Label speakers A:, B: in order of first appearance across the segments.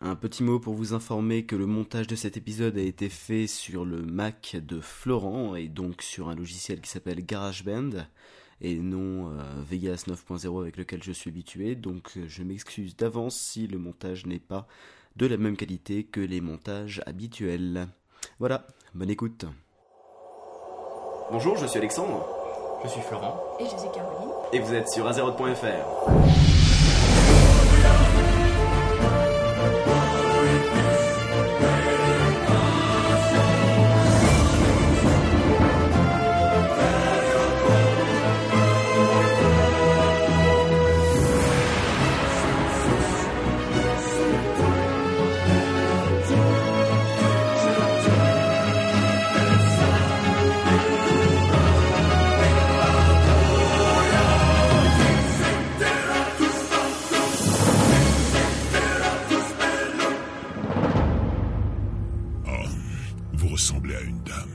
A: Un petit mot pour vous informer que le montage de cet épisode a été fait sur le Mac de Florent et donc sur un logiciel qui s'appelle GarageBand et non euh, Vegas 9.0 avec lequel je suis habitué. Donc euh, je m'excuse d'avance si le montage n'est pas de la même qualité que les montages habituels. Voilà, bonne écoute. Bonjour, je suis Alexandre
B: Je suis Florent.
C: Et je suis Caroline.
A: et vous êtes sur azeroth.fr.
D: Vous ressemblez à une dame.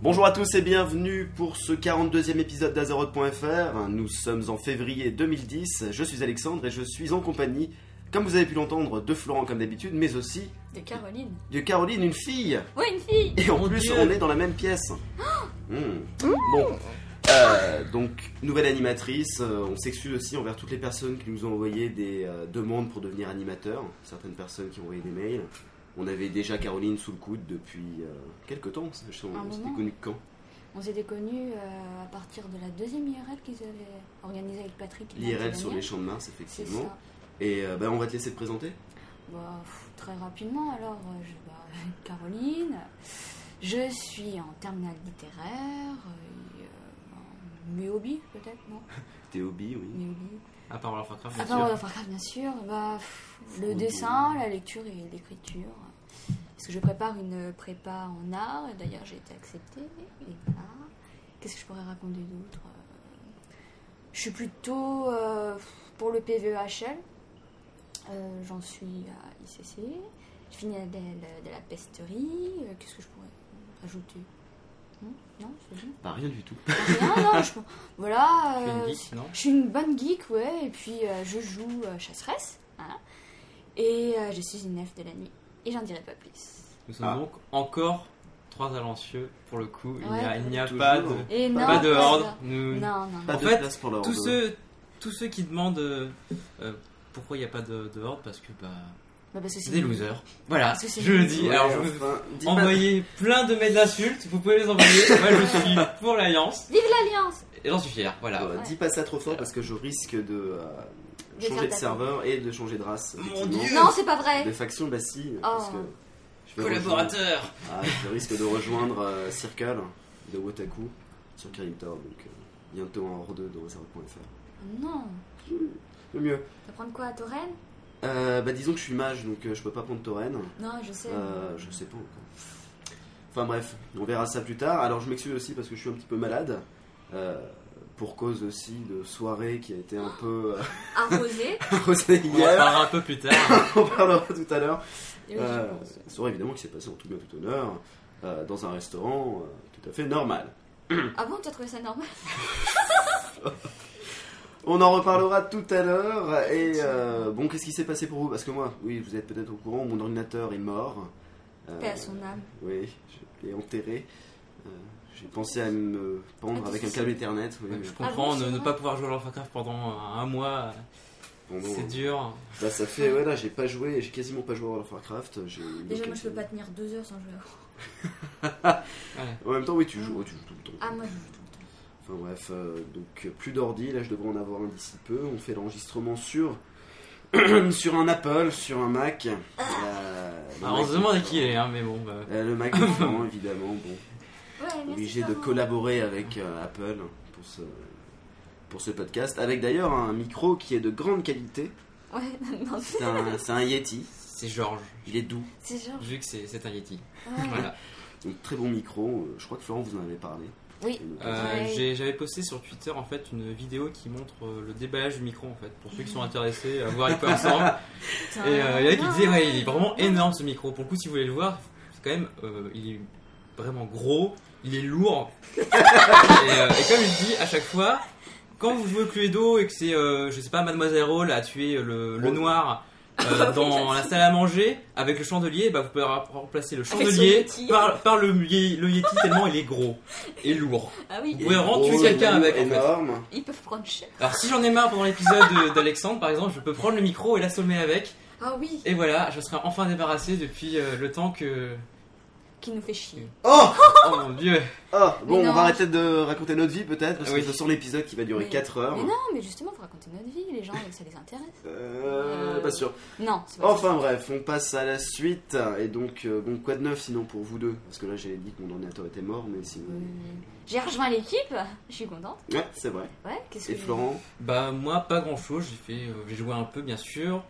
A: Bonjour à tous et bienvenue pour ce 42e épisode d'Azeroth.fr. Nous sommes en février 2010, je suis Alexandre et je suis en compagnie, comme vous avez pu l'entendre, de Florent comme d'habitude, mais aussi
C: De Caroline.
A: de Caroline, une fille
C: Ouais, une fille
A: Et en plus,
B: Dieu.
A: on est dans la même pièce. Mmh. Bon. Euh, donc, nouvelle animatrice. euh, on s'excuse aussi envers toutes les personnes qui nous ont envoyé des euh, demandes pour devenir animateur. Certaines personnes qui ont envoyé des mails. On avait déjà Caroline sous le coude depuis euh, quelques temps. Je sais,
C: Un
A: On, on s'était
C: moment.
A: connus quand
C: On s'était connus euh, à partir de la deuxième IRL qu'ils avaient organisée avec Patrick.
A: L'IRL
C: l'année
A: sur les
C: dernière.
A: champs de Mars,
C: C'est
A: effectivement.
C: ça.
A: Et euh, bah, on va te laisser te présenter.
C: Bah, pff, très rapidement, alors, euh, je, bah, Caroline, je suis en terminale littéraire, euh, et, euh, en méobi peut-être, non
A: T'es hobby, oui.
C: Méobi.
B: À part World of Warcraft,
C: Ah,
B: bien
C: part
B: sûr.
C: World of Warcraft, bien sûr. Bah, pff, le
A: Faut-
C: dessin, la lecture et l'écriture. Parce que je prépare une prépa en art. et D'ailleurs, j'ai été acceptée. Et voilà. Qu'est-ce que je pourrais raconter d'autre Euh, Je suis plutôt euh, pour le PVEHL. Euh, J'en suis à ICC. Je finis à de, la- de la pesterie. Euh, Qu'est-ce que je pourrais ajouter Hum, Non, c'est bon.
A: Bah, rien du tout.
C: Rien, non, je... Voilà.
B: Tu es une
C: euh,
B: geek, non
C: je suis une bonne geek, ouais, et puis euh, je joue euh, chasseresse, voilà. et euh, je suis une nef de la nuit, et j'en dirai pas plus.
B: Nous sommes
A: Ah.
B: donc encore trois Alancieux pour le coup. Il n'y a,
C: Ouais.
B: il n'y a
A: Toujours.
B: pas de,
C: Et
B: pas
C: non,
B: de
C: pas
B: horde.
C: ça. Non,
B: Nous-
C: non.
A: Pas
B: En
A: de
B: fait,
A: place pour leur
B: tous, ceux, tous ceux qui demandent euh, euh, pourquoi il n'y a pas de, de horde, parce que bah,
C: Bah, parce que
B: c'est
C: c'est
B: des losers. Voilà,
C: Parce que c'est
B: je
C: des
B: le
C: losers.
B: dis. Alors, je vous envoyez plein de mails d'insultes, vous pouvez les envoyer. Moi, je suis pour l'Alliance
C: Vive l'Alliance
B: et j'en suis fier. Voilà.
A: Ouais, Dis pas ça trop fort parce que je risque de euh,
C: De
A: changer
C: faire
A: de
C: taper.
A: serveur et de changer de race.
B: Mon
A: effectivement.
B: Dieu.
C: Non, c'est pas vrai
A: De faction, bah si.
C: Oh.
A: parce que je vais
B: Collaborateur
A: rejoindre- ah, je risque de rejoindre euh, Circle de Wotaku sur Karimtor, donc euh, bientôt en hors 2 dans reserve.fr.
C: Non
A: Le mieux.
C: T'as prendre quoi à Torren
A: Euh, bah disons que je suis mage, donc euh, je peux pas prendre Tauren.
C: Non, je sais.
A: Euh, je sais pas encore. Enfin bref, on verra ça plus tard. Alors je m'excuse aussi parce que je suis un petit peu malade. euh, pour cause aussi de soirée qui a été un peu euh,
C: Arrosé
A: arrosée
B: On en
A: hier.
B: parlera un peu plus tard.
A: On parlera tout à l'heure.
C: Et oui,
A: Euh,
C: je pense.
A: soirée évidemment qui s'est passée en tout bien tout honneur euh, dans un restaurant euh, tout à fait normal.
C: Ah bon, t'as trouvé ça normal
A: On en reparlera tout à l'heure et euh, bon qu'est-ce qui s'est passé pour vous Parce que moi, oui, vous êtes peut-être au courant, mon ordinateur est mort. Euh,
C: Paix à son âme.
A: Oui, je l'ai enterré. Euh, J'ai pensé à me pendre
C: Ah,
A: avec un
C: qu'est-ce
A: câble Ethernet. oui,
B: Ouais,
A: mais
B: Je comprends
C: Ah bon,
B: ne,
C: c'est
B: ne
C: vrai
B: pas pouvoir jouer à World of Warcraft pendant euh, un mois,
A: bon, bon,
B: c'est dur.
A: bah, ça fait, voilà, j'ai pas joué, j'ai quasiment pas joué à World of Warcraft. j'ai eu
C: Déjà, moi,
A: quelques-
C: je peux pas tenir deux heures sans jouer à
A: En même temps, oui, tu joues, tu joues tout le temps.
C: Ah, moi, je joue tout le temps.
A: Enfin bref, euh, donc euh, plus d'ordi, là je devrais en avoir un d'ici peu. On fait l'enregistrement sur sur un Apple, sur un Mac. Euh,
C: Ah.
A: le
B: Alors, Ah, on
A: Mac
B: se
A: de
B: demande à qui
A: Florent.
B: il est, hein, mais bon. bah,
A: Euh, le Mac de Florent, évidemment. Bon,
C: Ouais, merci.
A: obligé de
C: Florent.
A: collaborer avec euh, Apple pour ce pour ce podcast, avec d'ailleurs un micro qui est de grande qualité.
C: Ouais, non,
A: C'est un, c'est un Yeti.
B: c'est Georges,
A: Il est doux,
C: c'est genre.
B: vu que c'est c'est un Yeti.
C: Ouais.
B: Voilà.
A: donc très bon micro. Euh, Je crois que Florent vous en avait parlé.
C: Oui.
A: Et donc,
B: Euh,
C: Ouais.
B: j'ai- J'avais posté sur Twitter en fait une vidéo qui montre euh, le déballage du micro en fait, pour ceux qui sont intéressés à voir avec quoi il ressemble. Et euh, il y en a qui disaient, ouais, il est vraiment énorme ce micro. Pour le coup, si vous voulez le voir, c'est quand même, euh, il est vraiment gros, il est lourd. et, euh, et comme je dis à chaque fois, quand vous jouez au Cluedo et que c'est, euh, je sais pas, Mademoiselle Roll a tué le, le noir euh, dans la salle à manger avec le chandelier, bah, vous pouvez ra- remplacer le chandelier
C: Yeti.
B: par, par le, yé- le Yeti tellement il est gros et lourd.
C: Ah oui,
B: Vous pouvez vraiment tuer quelqu'un avec en fait.
A: énorme.
C: ils peuvent prendre cher.
B: Alors si j'en ai marre pendant l'épisode de- d'Alexandre par exemple, je peux prendre le micro et l'assommer avec.
C: Ah oui,
B: Et voilà, je serai enfin débarrassé depuis euh, le temps que...
C: qui nous fait chier.
A: Oh
B: Oh mon dieu
A: Oh Bon,
C: Mais non.
A: on va arrêter de raconter notre vie peut-être, parce que
B: Oui.
A: de toute façon l'épisode qui va durer
C: Mais-
A: 4 heures.
C: Mais non, mais justement, faut raconter notre vie, les gens, ça les intéresse.
A: Euh, pas sûr.
C: Non, c'est pas
A: Enfin bref, on passe à la suite. Et donc, euh, bon, quoi de neuf sinon pour vous deux Parce que là, j'ai dit que mon ordinateur était mort, mais sinon.
C: possible. Euh, J'ai rejoint l'équipe, je suis contente.
A: Ouais, c'est vrai.
C: Ouais, qu'est-ce que
A: Et Florent
B: Bah moi pas grand chose, j'ai fait, euh, j'ai joué un peu bien sûr,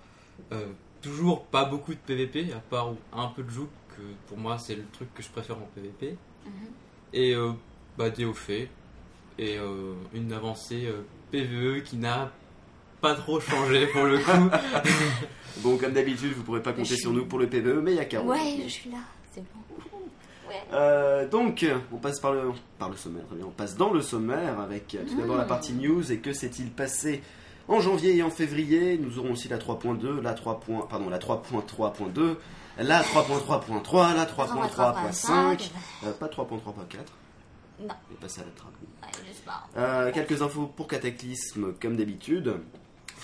B: Euh, toujours pas beaucoup de PVP à part un peu de joug que pour moi c'est le truc que je préfère en PVP
C: Mhm.
B: et euh, bah des hauts faits et euh, une avancée euh, PVE qui n'a pas trop changé pour le coup.
A: Bon, comme d'habitude, vous pourrez pas
C: Mais je
A: compter
C: suis-
A: sur nous pour le PVE, mais il y a Caro.
C: Ouais, je suis là, c'est bon. Ouais.
A: Euh, donc, on passe par le, par le sommaire, très bien. on passe dans le sommaire avec euh, tout d'abord la
C: Mmh.
A: partie news et que s'est-il passé en janvier et en février. Nous aurons aussi la 3.2, la 3. point- pardon, la 3.3.2, la 3.3.3, la 3.3.5, euh, pas 3.3.4.
C: Non.
A: On est passé à la trappe.
C: Ouais, je sais pas.
A: Euh, quelques infos pour Cataclysme, comme d'habitude.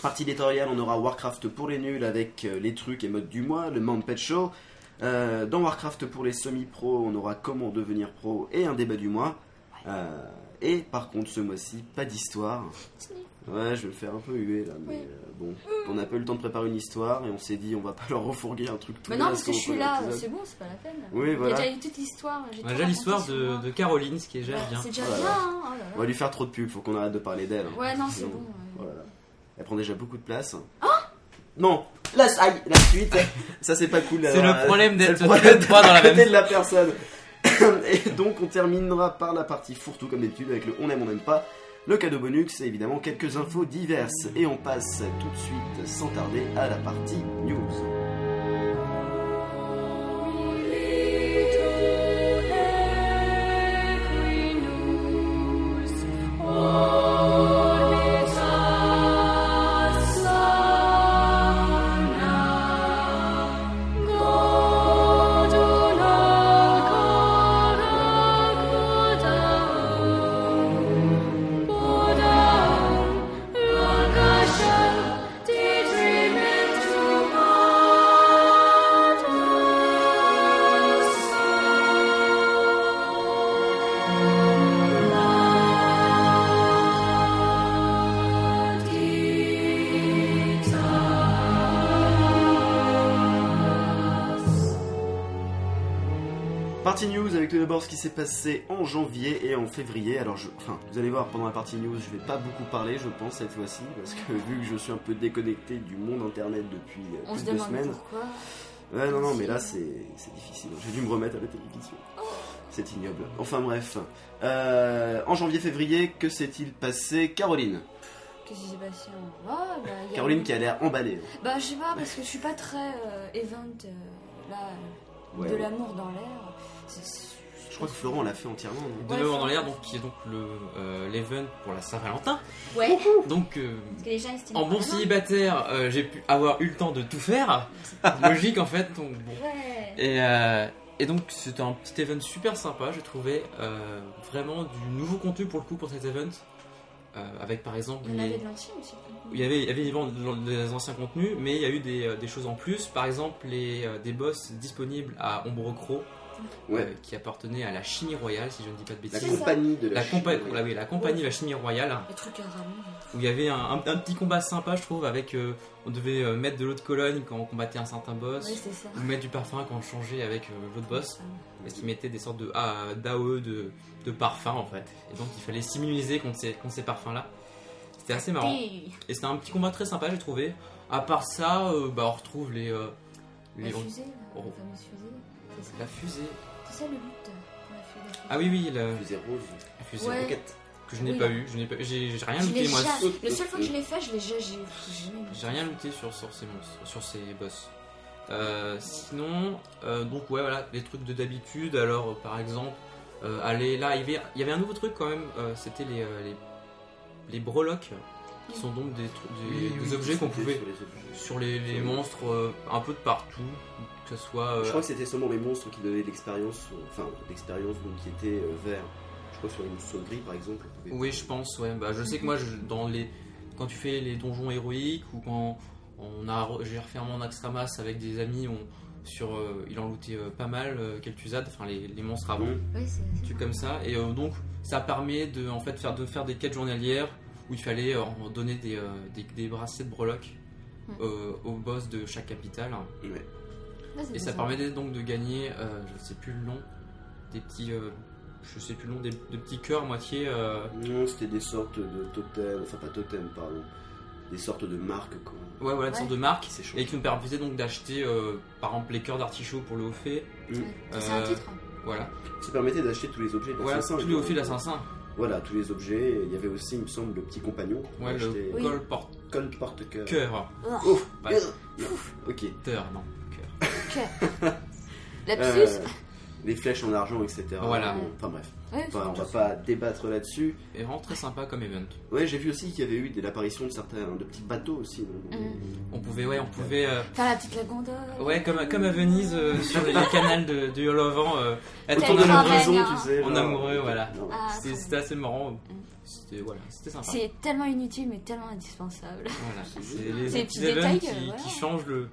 A: Partie éditoriale, on aura Warcraft pour les nuls avec euh, les trucs et modes du mois, le Man Pet Show. Euh, dans Warcraft pour les semi-pros, on aura comment devenir pro et un débat du mois. Euh, et par contre, ce mois-ci, pas d'histoire. Ouais, je vais me faire un peu huer là, mais
C: Oui.
A: euh, bon. On n'a pas eu le temps de préparer une histoire et on s'est dit on va pas leur refourguer un truc tout
C: Mais non,
A: naze
C: parce que
A: comme
C: je
A: au
C: suis
A: premier
C: là,
A: épisode.
C: c'est bon, c'est pas la peine.
A: Oui, voilà.
C: Il y a déjà eu toute l'histoire. j'ai
B: On a
C: tout
B: déjà l'histoire
C: raconté sur
B: de,
C: moi.
B: de Caroline, ce qui est déjà
C: Ouais,
B: bien.
C: C'est déjà
A: Voilà.
C: bien, hein, oh là là.
A: On va lui faire trop de pub, faut qu'on arrête de parler d'elle. hein.
C: Ouais, non, c'est
A: Sinon-
C: bon.
A: Oh
C: euh, ouais.
A: là là. Elle prend déjà beaucoup de place.
C: Oh
A: Non la, aïe, la suite Ça, c'est pas cool.
B: C'est
A: alors,
B: le
A: euh,
B: problème
A: c'est
B: d'être
A: le problème
B: tous les trois dans
A: d'être à
B: la
A: côté
B: même-
A: de la personne. Et donc, on terminera par la partie fourre-tout, comme d'habitude, avec le on aime, on n'aime pas, le cadeau bonus et évidemment quelques infos diverses. Et on passe tout de suite, sans tarder, à la partie news.
E: Daydreaming to
A: Partie news avec tout d'abord ce qui s'est passé en janvier et en février. Alors, je, enfin, vous allez voir, pendant la partie news, je vais pas beaucoup parler, je pense, cette fois-ci, parce que vu que je suis un peu déconnecté du monde internet depuis euh,
C: On
A: plus
C: se
A: de deux
C: demande
A: semaines.
C: pourquoi.
A: Ouais, non, non, mais là,
C: Merci.
A: c'est c'est difficile. J'ai dû me remettre à la télévision.
C: Oh.
A: C'est ignoble. Enfin, bref. Euh, en janvier-février, que s'est-il passé Caroline.
C: Qu'est-ce qui s'est passé en... Ah, bah, il y a-
A: Caroline qui a l'air emballée.
C: Bah, je sais pas, parce que je suis pas très euh, event, euh, là, euh,
A: Ouais.
C: de l'amour dans l'air. C'est- c'est-
A: Je crois que Florent l'a fait entièrement, non
B: De
C: Ouais,
B: l'avant
C: c'est-
B: dans l'air, donc qui est donc le euh, l'event pour la Saint-Valentin.
C: Ouais,
B: Donc euh,
C: parce que les gens estiment.
B: en bon
C: pas mal.
B: célibataire, euh, j'ai pu avoir eu le temps de tout faire. Logique en fait. Donc, bon.
C: Ouais.
B: Et, euh, et donc c'était un petit event super sympa, j'ai trouvé euh, vraiment du nouveau contenu pour le coup pour cet event. Euh, avec par exemple,
C: Il y en
B: les-
C: avait de l'intime aussi.
B: il y avait, il y avait évidemment de- des anciens contenus, mais il y a eu des, euh, des choses en plus. Par exemple, les, euh, des boss disponibles à Ombre Croc, euh,
A: Ouais.
B: qui appartenait à la Chimie Royale, si je ne dis pas de
A: La
B: bêtises.
C: C'est ça.
A: compagnie de la,
B: La, compa-
A: Chine,
B: la- oui, la compagnie de la Chimie Royale,
C: Les trucs à Ramon.
B: où il y avait un, un- un petit combat sympa, je trouve, avec euh, on devait euh, mettre de l'eau de colonne quand on combattait un certain boss,
C: Ouais, c'est ça.
B: ou mettre du parfum quand on changeait avec euh, l'autre boss. Parce qu'ils mettaient des sortes de ah, d'AOE de, de parfums en fait. Et donc il fallait s'immuniser contre ces, contre ces parfums-là. C'était assez marrant.
C: Hey.
B: Et c'était un petit combat très sympa, j'ai trouvé. À part ça, euh, bah, on retrouve les. euh, les
C: La
B: on-
C: fusée, là,
B: on-
C: la fameuse fusée. C'est ça.
B: la fusée.
C: C'est ça le but pour la fusée.
B: Ah oui, oui, la,
A: Fusée rose.
B: la fusée
C: Ouais.
B: roquette. Que je n'ai
C: Oui.
B: pas eu. Je n'ai pas- J'ai j'ai rien
C: Je l'ai
B: looté, moi.
C: ja-
A: saute,
C: Le seul
A: saute,
C: fois que je
A: saute.
C: l'ai fait, je l'ai ja- j'ai j'ai jamais mis.
B: Euh, J'ai rien looté sur, sur ces monstres, sur ces boss. Euh, sinon, euh, donc ouais, voilà, les trucs de d'habitude. Alors, euh, par exemple, euh, aller là, il y avait- il y avait un nouveau truc quand même. euh, C'était les, euh, les, les breloques. qui sont donc des, tru- des-
A: Oui,
B: des
A: oui,
B: objets qu'on
A: c'était
B: pouvait.
A: sur les objets.
B: Sur les, les monstres euh, un peu de partout, que ce soit. euh,
A: Je crois que c'était seulement les monstres qui donnaient de l'expérience, euh, enfin l'expérience donc qui était euh, vert. Je crois que sur les monstres gris par exemple. on pouvait-
B: Oui, je pense, ouais. Bah, je sais que moi, je- dans les... quand tu fais les donjons héroïques ou quand on a... re- j'ai refait un monde Axramas avec des amis, on... sur, euh, il en lootait euh, pas mal, euh, Kel'Thuzad, enfin les, les monstres avant,
A: Mmh.
C: Oui, c'est
B: des trucs comme ça. Et euh, donc, ça permet de, en fait, faire, de faire des quêtes journalières où il fallait euh, en donner des, euh, des, des bracelets de breloques
C: Mhm.
B: euh, au boss de chaque capitale. hein.
A: Ouais.
C: Ouais, c'est
B: Et ça
C: pas
B: permettait donc de gagner, euh, je sais plus le nom, des petits, euh, je sais plus le nom, des, des petits cœurs moitié. euh,
A: Non, c'était des sortes de totems, enfin pas totems, pardon, des sortes de marques quand.
B: Ouais, voilà, une
C: Ouais.
B: sorte de marque.
A: Qui s'échangent.
B: Et qui nous permettait donc d'acheter, euh, par exemple, les cœurs d'artichaut pour le haut fait.
A: Mmh.
C: Ouais. C'est un
B: Euh,
C: titre. hein.
B: Voilà.
A: Ça permettait d'acheter tous les objets de
B: Voilà,
A: l'assassin.
B: tous les hauts faits d'assassin.
A: Voilà, tous les objets. Il y avait aussi, il me semble, le petit compagnon. qu'on
B: Ouais, le
A: achetait.
C: Oui.
B: col porteur.
A: Col porte-cœur.
C: Oh,
A: Ouf,
B: Bah,
A: non, Ok.
B: Porteur, non. cœur.
C: Lapsus.
A: Euh, les flèches en argent, etc.
B: Voilà.
A: Bon, Enfin bref.
C: Ouais,
A: Enfin, on va
C: c'est-
A: pas débattre là-dessus.
B: Et vraiment très sympa comme event.
A: Ouais, j'ai vu aussi qu'il y avait eu des- l'apparition de certains de petits bateaux aussi. dans-
C: Mhm.
B: On pouvait, ouais, on pouvait. euh,
C: Faire la petite la gondole.
B: ouais, comme, comme à Venise, euh, sur les, les canals de, du Holovan, euh, être
A: Autour
B: en
A: de la
C: Tellement
B: amoureux.
C: bien.
A: maison, tu sais.
B: En
A: genre. euh,
B: amoureux, voilà.
A: Non.
C: Ah,
B: C'était
C: trop
B: c'était assez marrant.
C: Mm.
B: C'était voilà, c'était sympa.
C: C'est tellement inutile mais tellement indispensable.
B: Voilà,
A: C'est
B: c'est
A: génial.
B: les
C: C'est les
B: petits
C: petits détails,
B: events qui,
C: euh, voilà. Mmh.
B: qui changent le,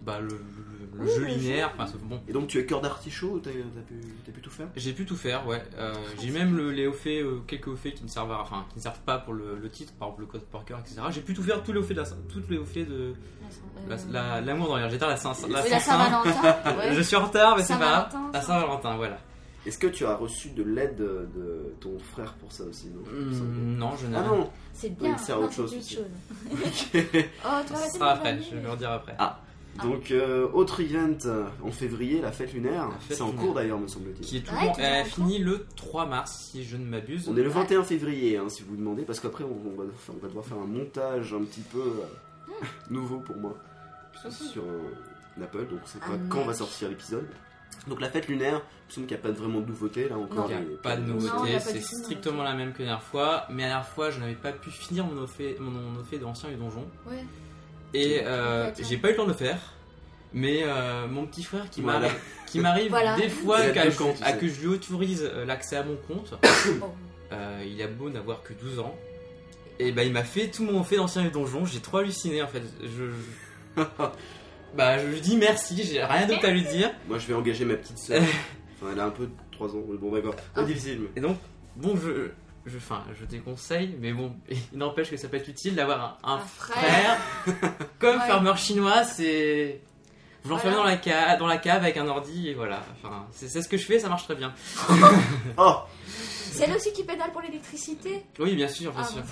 B: bah, le, le- le
C: Oui,
B: jeu
C: le jeu.
B: linéaire. Enfin, c'est- bon,
A: Et donc, tu as cœur d'artichaut ou t'as t'as pu, t'as pu tout faire
B: j'ai pu tout faire, ouais. Euh, j'ai même le, les hauts faits, euh, quelques hauts faits qui ne servent à- enfin, qui ne servent pas pour le, le titre, par exemple le code Parker, etc. J'ai pu tout faire tous les hauts faits de la, toutes les hauts faits de la- la- l'amour dans l'air. J'étais à la Saint, la
C: Euh. Oui, la
B: Saint-Saint.
C: Saint-Valentin. ouais.
B: Je suis en retard, mais c'est pas grave.
C: Saint-Valentin.
B: La Saint-Valentin, voilà.
A: Est-ce que tu as reçu de l'aide de de ton frère pour ça aussi non
B: Hum, non, je n'ai
A: Ah
B: rien.
A: non
C: C'est bien.
A: Oui, c'est
C: non,
A: autre
C: c'est
A: chose,
C: autre
A: c'est-
C: chose. Oh, toi,
B: Ce
C: vas-y,
B: sera
C: mon
B: après,
C: ami.
B: je vais le redire après.
A: Ah. Donc, euh, autre event euh, en février, la fête lunaire.
B: La fête
A: C'est en
B: lunaire.
A: cours d'ailleurs, me semble-t-il.
B: Qui est
C: Ouais,
B: toujours,
C: toujours
B: elle a
C: en
B: fini le 3 mars, si je ne m'abuse.
A: On est le 21 février, hein, si vous demandez, parce qu'après on, on va, on va devoir faire un montage un petit peu euh, nouveau pour moi puisque c'est sur euh, l'Apple, donc c'est pas
C: Ah,
A: quand
C: mec.
A: va sortir l'épisode. Donc la fête lunaire, il me semble qu'il n'y a pas de- vraiment de nouveauté là encore.
B: Il n'y
A: il y
B: a pas de
C: Non, il y
B: nouveauté,
C: a pas
B: c'est
C: du tout de
B: strictement la même que la dernière fois. Mais la dernière fois, je n'avais pas pu finir mon offé, mon offé de l'ancien et donjon.
C: Ouais.
B: Et euh,
C: D'accord.
B: j'ai pas eu le temps de le faire. Mais euh, mon petit frère qui
A: Voilà.
B: m'arrive- qui m'arrive
C: Voilà.
B: des fois
A: Il y a
B: qu'à-
A: deux camps, tu
B: à
A: sais.
B: que je lui autorise euh, l'accès à mon compte,
C: Oh.
B: euh, il a beau n'avoir que 12 ans. Et bah il m'a fait tout mon offé d'ancien et donjon, j'ai trop halluciné en fait. Je, je- bah je lui dis merci, j'ai rien d'autre à lui dire.
A: Moi je vais engager ma petite soeur. enfin, elle a un peu 3 ans. Bon, d'accord. Pas
C: Ah.
A: difficile, mais.
B: Et donc, bon, je, je, enfin, je déconseille, mais bon, il n'empêche que ça peut être utile d'avoir un, un
C: Un
B: frère.
C: frère.
B: Comme
C: Ouais.
B: farmer chinois, c'est. Vous l'enfermez
C: Voilà.
B: dans, la cave, dans la cave avec un ordi, et voilà. Enfin, c'est c'est ce que je fais, ça marche très bien.
A: Oh
C: C'est elle aussi qui pédale pour l'électricité
B: Oui, bien sûr, bien
C: Ah,
B: sûr.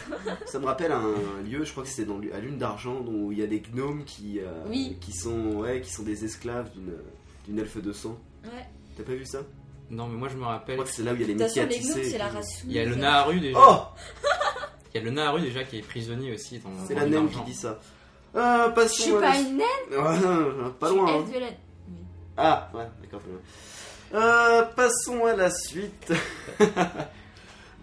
A: Ça me rappelle un lieu, je crois que c'est dans l'U- à l'une d'argent, où il y a des gnomes qui, euh,
C: Oui.
A: qui, sont, ouais, qui sont des esclaves d'une d'une elfe de sang.
F: Ouais.
A: T'as pas vu ça
B: Non, mais moi je me
A: Je
B: rappelle.
A: crois que c'est là où il y a les
F: De toute
A: métiers
F: façon,
A: à
F: les
A: tisser.
F: gnomes,
A: et
F: c'est la
A: tout.
F: race
B: Il y a le
F: soumise.
B: Naharu déjà.
A: Oh
B: Il y a le Naharu déjà qui est prisonnier aussi. Dans,
A: C'est
B: dans
A: la
B: le
A: naine qui
B: Nargent.
A: dit ça. Euh,
C: Je
A: passons
C: suis
A: à la-
C: pas une naine,
A: Ouais, pas
C: je suis
A: loin. hein.
C: Elfviolette.
A: Ah, ouais, d'accord. très bien. Euh, passons à la suite.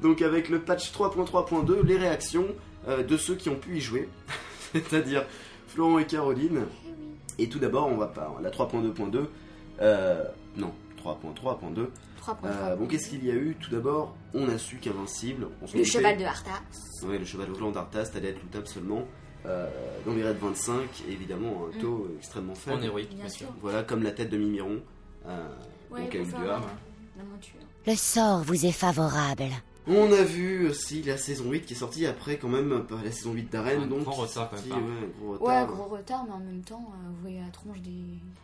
A: Donc avec le patch 3.3.2, les réactions euh, de ceux qui ont pu y jouer, c'est-à-dire Florent et Caroline.
C: Eh
A: Et tout d'abord, on va pas la 3.2.2. Euh, non, 3.3.2.
C: 3 points.
A: Euh, bon, qu'est-ce qu'il y a eu Tout d'abord, on a su qu'Invincible, on s'en
C: Le
A: doutait.
C: cheval de Harta.
A: Ouais, le cheval volant d'Artast allait être lootable seulement euh, dans les raids 25, et évidemment
C: Mm.
A: à un taux euh, extrêmement faible.
B: En héroïque, bien,
C: Bien
B: sûr.
C: sûr.
A: Voilà, comme la tête de Mimiron. euh,
C: Ouais,
A: donc à
C: pour
A: une
C: faire
A: dehors.
C: la- La monture.
G: Le sort vous est favorable.
A: On a vu aussi la saison 8 qui est sortie après, quand même, euh, la saison 8 d'Arène.
B: Un
A: donc,
B: grand
A: qui est
B: retard, quand même,
A: sortie,
B: par-
A: ouais, un gros
C: Ouais,
A: retard.
C: gros retard, mais en même temps, euh, vous voyez la tronche des.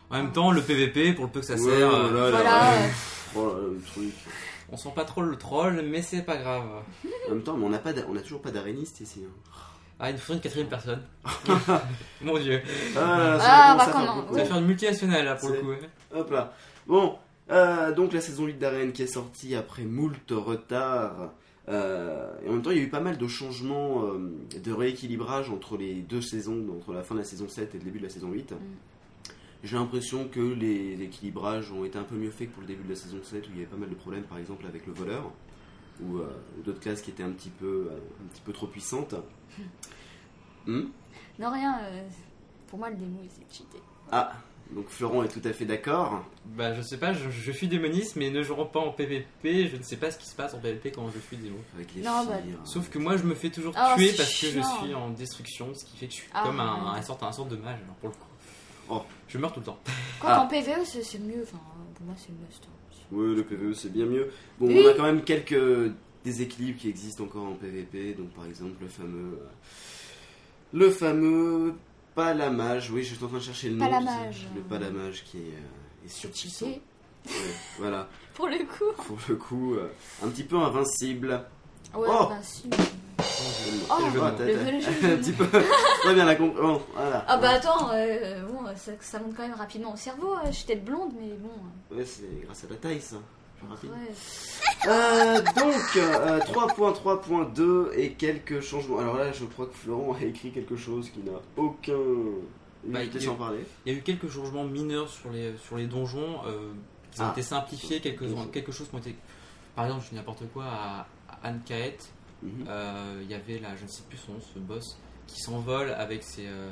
B: En même temps, le PVP, pour le peu que ça
A: Ouais,
B: sert, euh,
A: voilà,
C: Voilà,
A: là,
C: euh,
A: Oh là là, le truc.
B: on sent pas trop le troll, mais c'est pas grave.
A: En même temps, mais on n'a pas d'a- on a toujours pas d'aréniste ici. hein.
B: Ah, il nous faut une quatrième personne. Mon dieu.
A: Ah, là là, ça
C: Ah,
A: commence
C: bah,
A: à faire
C: comment,
A: beaucoup.
B: Ça va faire une multinationale là pour le
A: C'est-
B: coup. hein.
A: Hop là. Bon, euh, donc la saison 8 d'Arène qui est sortie après moult retard. Euh, et en même temps, il y a eu pas mal de changements, euh, de rééquilibrage entre les deux saisons, entre la fin de la saison 7 et le début de la saison 8. J'ai l'impression que les équilibrages ont été un peu mieux faits que pour le début de la saison 7 où il y avait pas mal de problèmes, par exemple avec le voleur. ou, euh, ou d'autres classes qui étaient un petit peu, euh, un petit peu trop puissantes. Hmm
C: Non, rien. euh, pour moi, le démo, il s'est cheaté.
A: ah, donc Florent est tout à fait d'accord.
B: Bah, je sais pas, je, je suis démoniste, mais ne jouant pas en PVP, je ne sais pas ce qui se passe en PVP quand je suis démo.
A: Avec les
C: Non,
A: filles, euh,
B: Sauf que moi, je me fais toujours
C: Ah,
B: tuer
C: c'est
B: parce que
C: chiant.
B: je suis en destruction, ce qui fait que je suis
C: Ah,
B: comme un,
C: ouais.
B: un, sorte, un sorte de mage, alors, pour le coup.
A: Oh.
B: Je meurs tout le temps.
C: Quand
A: Ah.
C: en PVE, c'est c'est mieux. Enfin, euh, pour moi, c'est le must. hein.
A: Oui, le PVE c'est bien mieux. Bon,
C: Oui.
A: on a quand même quelques déséquilibres qui existent encore en PVP. Donc, par exemple, le fameux. euh, Le fameux palamage. Oui, je suis en train de chercher le nom.
C: Palamage.
A: Le palamage qui est, euh, est
C: C'est
A: surpuissant.
C: cheaté,
A: Ouais, voilà,
C: pour le coup.
A: pour le coup, euh, un petit peu invincible.
C: Ouais,
A: Oh.
C: ben si.
A: Ah,
C: Oh,
B: jeu de
A: t'as-
B: mots.
A: t'as-
C: le vrai jeu de
A: un petit peu. Très bien, la compris. Bon, voilà.
C: Ah bah attends, euh, bon, ça, ça monte quand même rapidement au cerveau. hein. J'étais blonde, mais bon.
A: Ouais, c'est grâce à la taille, ça. Je suis rapide.
C: Ouais.
A: Euh, donc, euh, 3.3.2 et quelques changements. Alors là, je crois que Florent a écrit quelque chose qui n'a aucun. Il
B: Bah,
A: était
B: il-
A: sans parler.
B: Il y a eu quelques changements mineurs sur les, sur les donjons euh, qui ont
A: Ah.
B: été simplifiés, quelques,
A: Ok.
B: quelques choses qui ont été. Par exemple, je dis n'importe quoi à à Anne Kaet,
A: Mhm.
B: euh, il y avait là, je ne sais plus son nom, ce boss, qui s'envole avec ses, euh,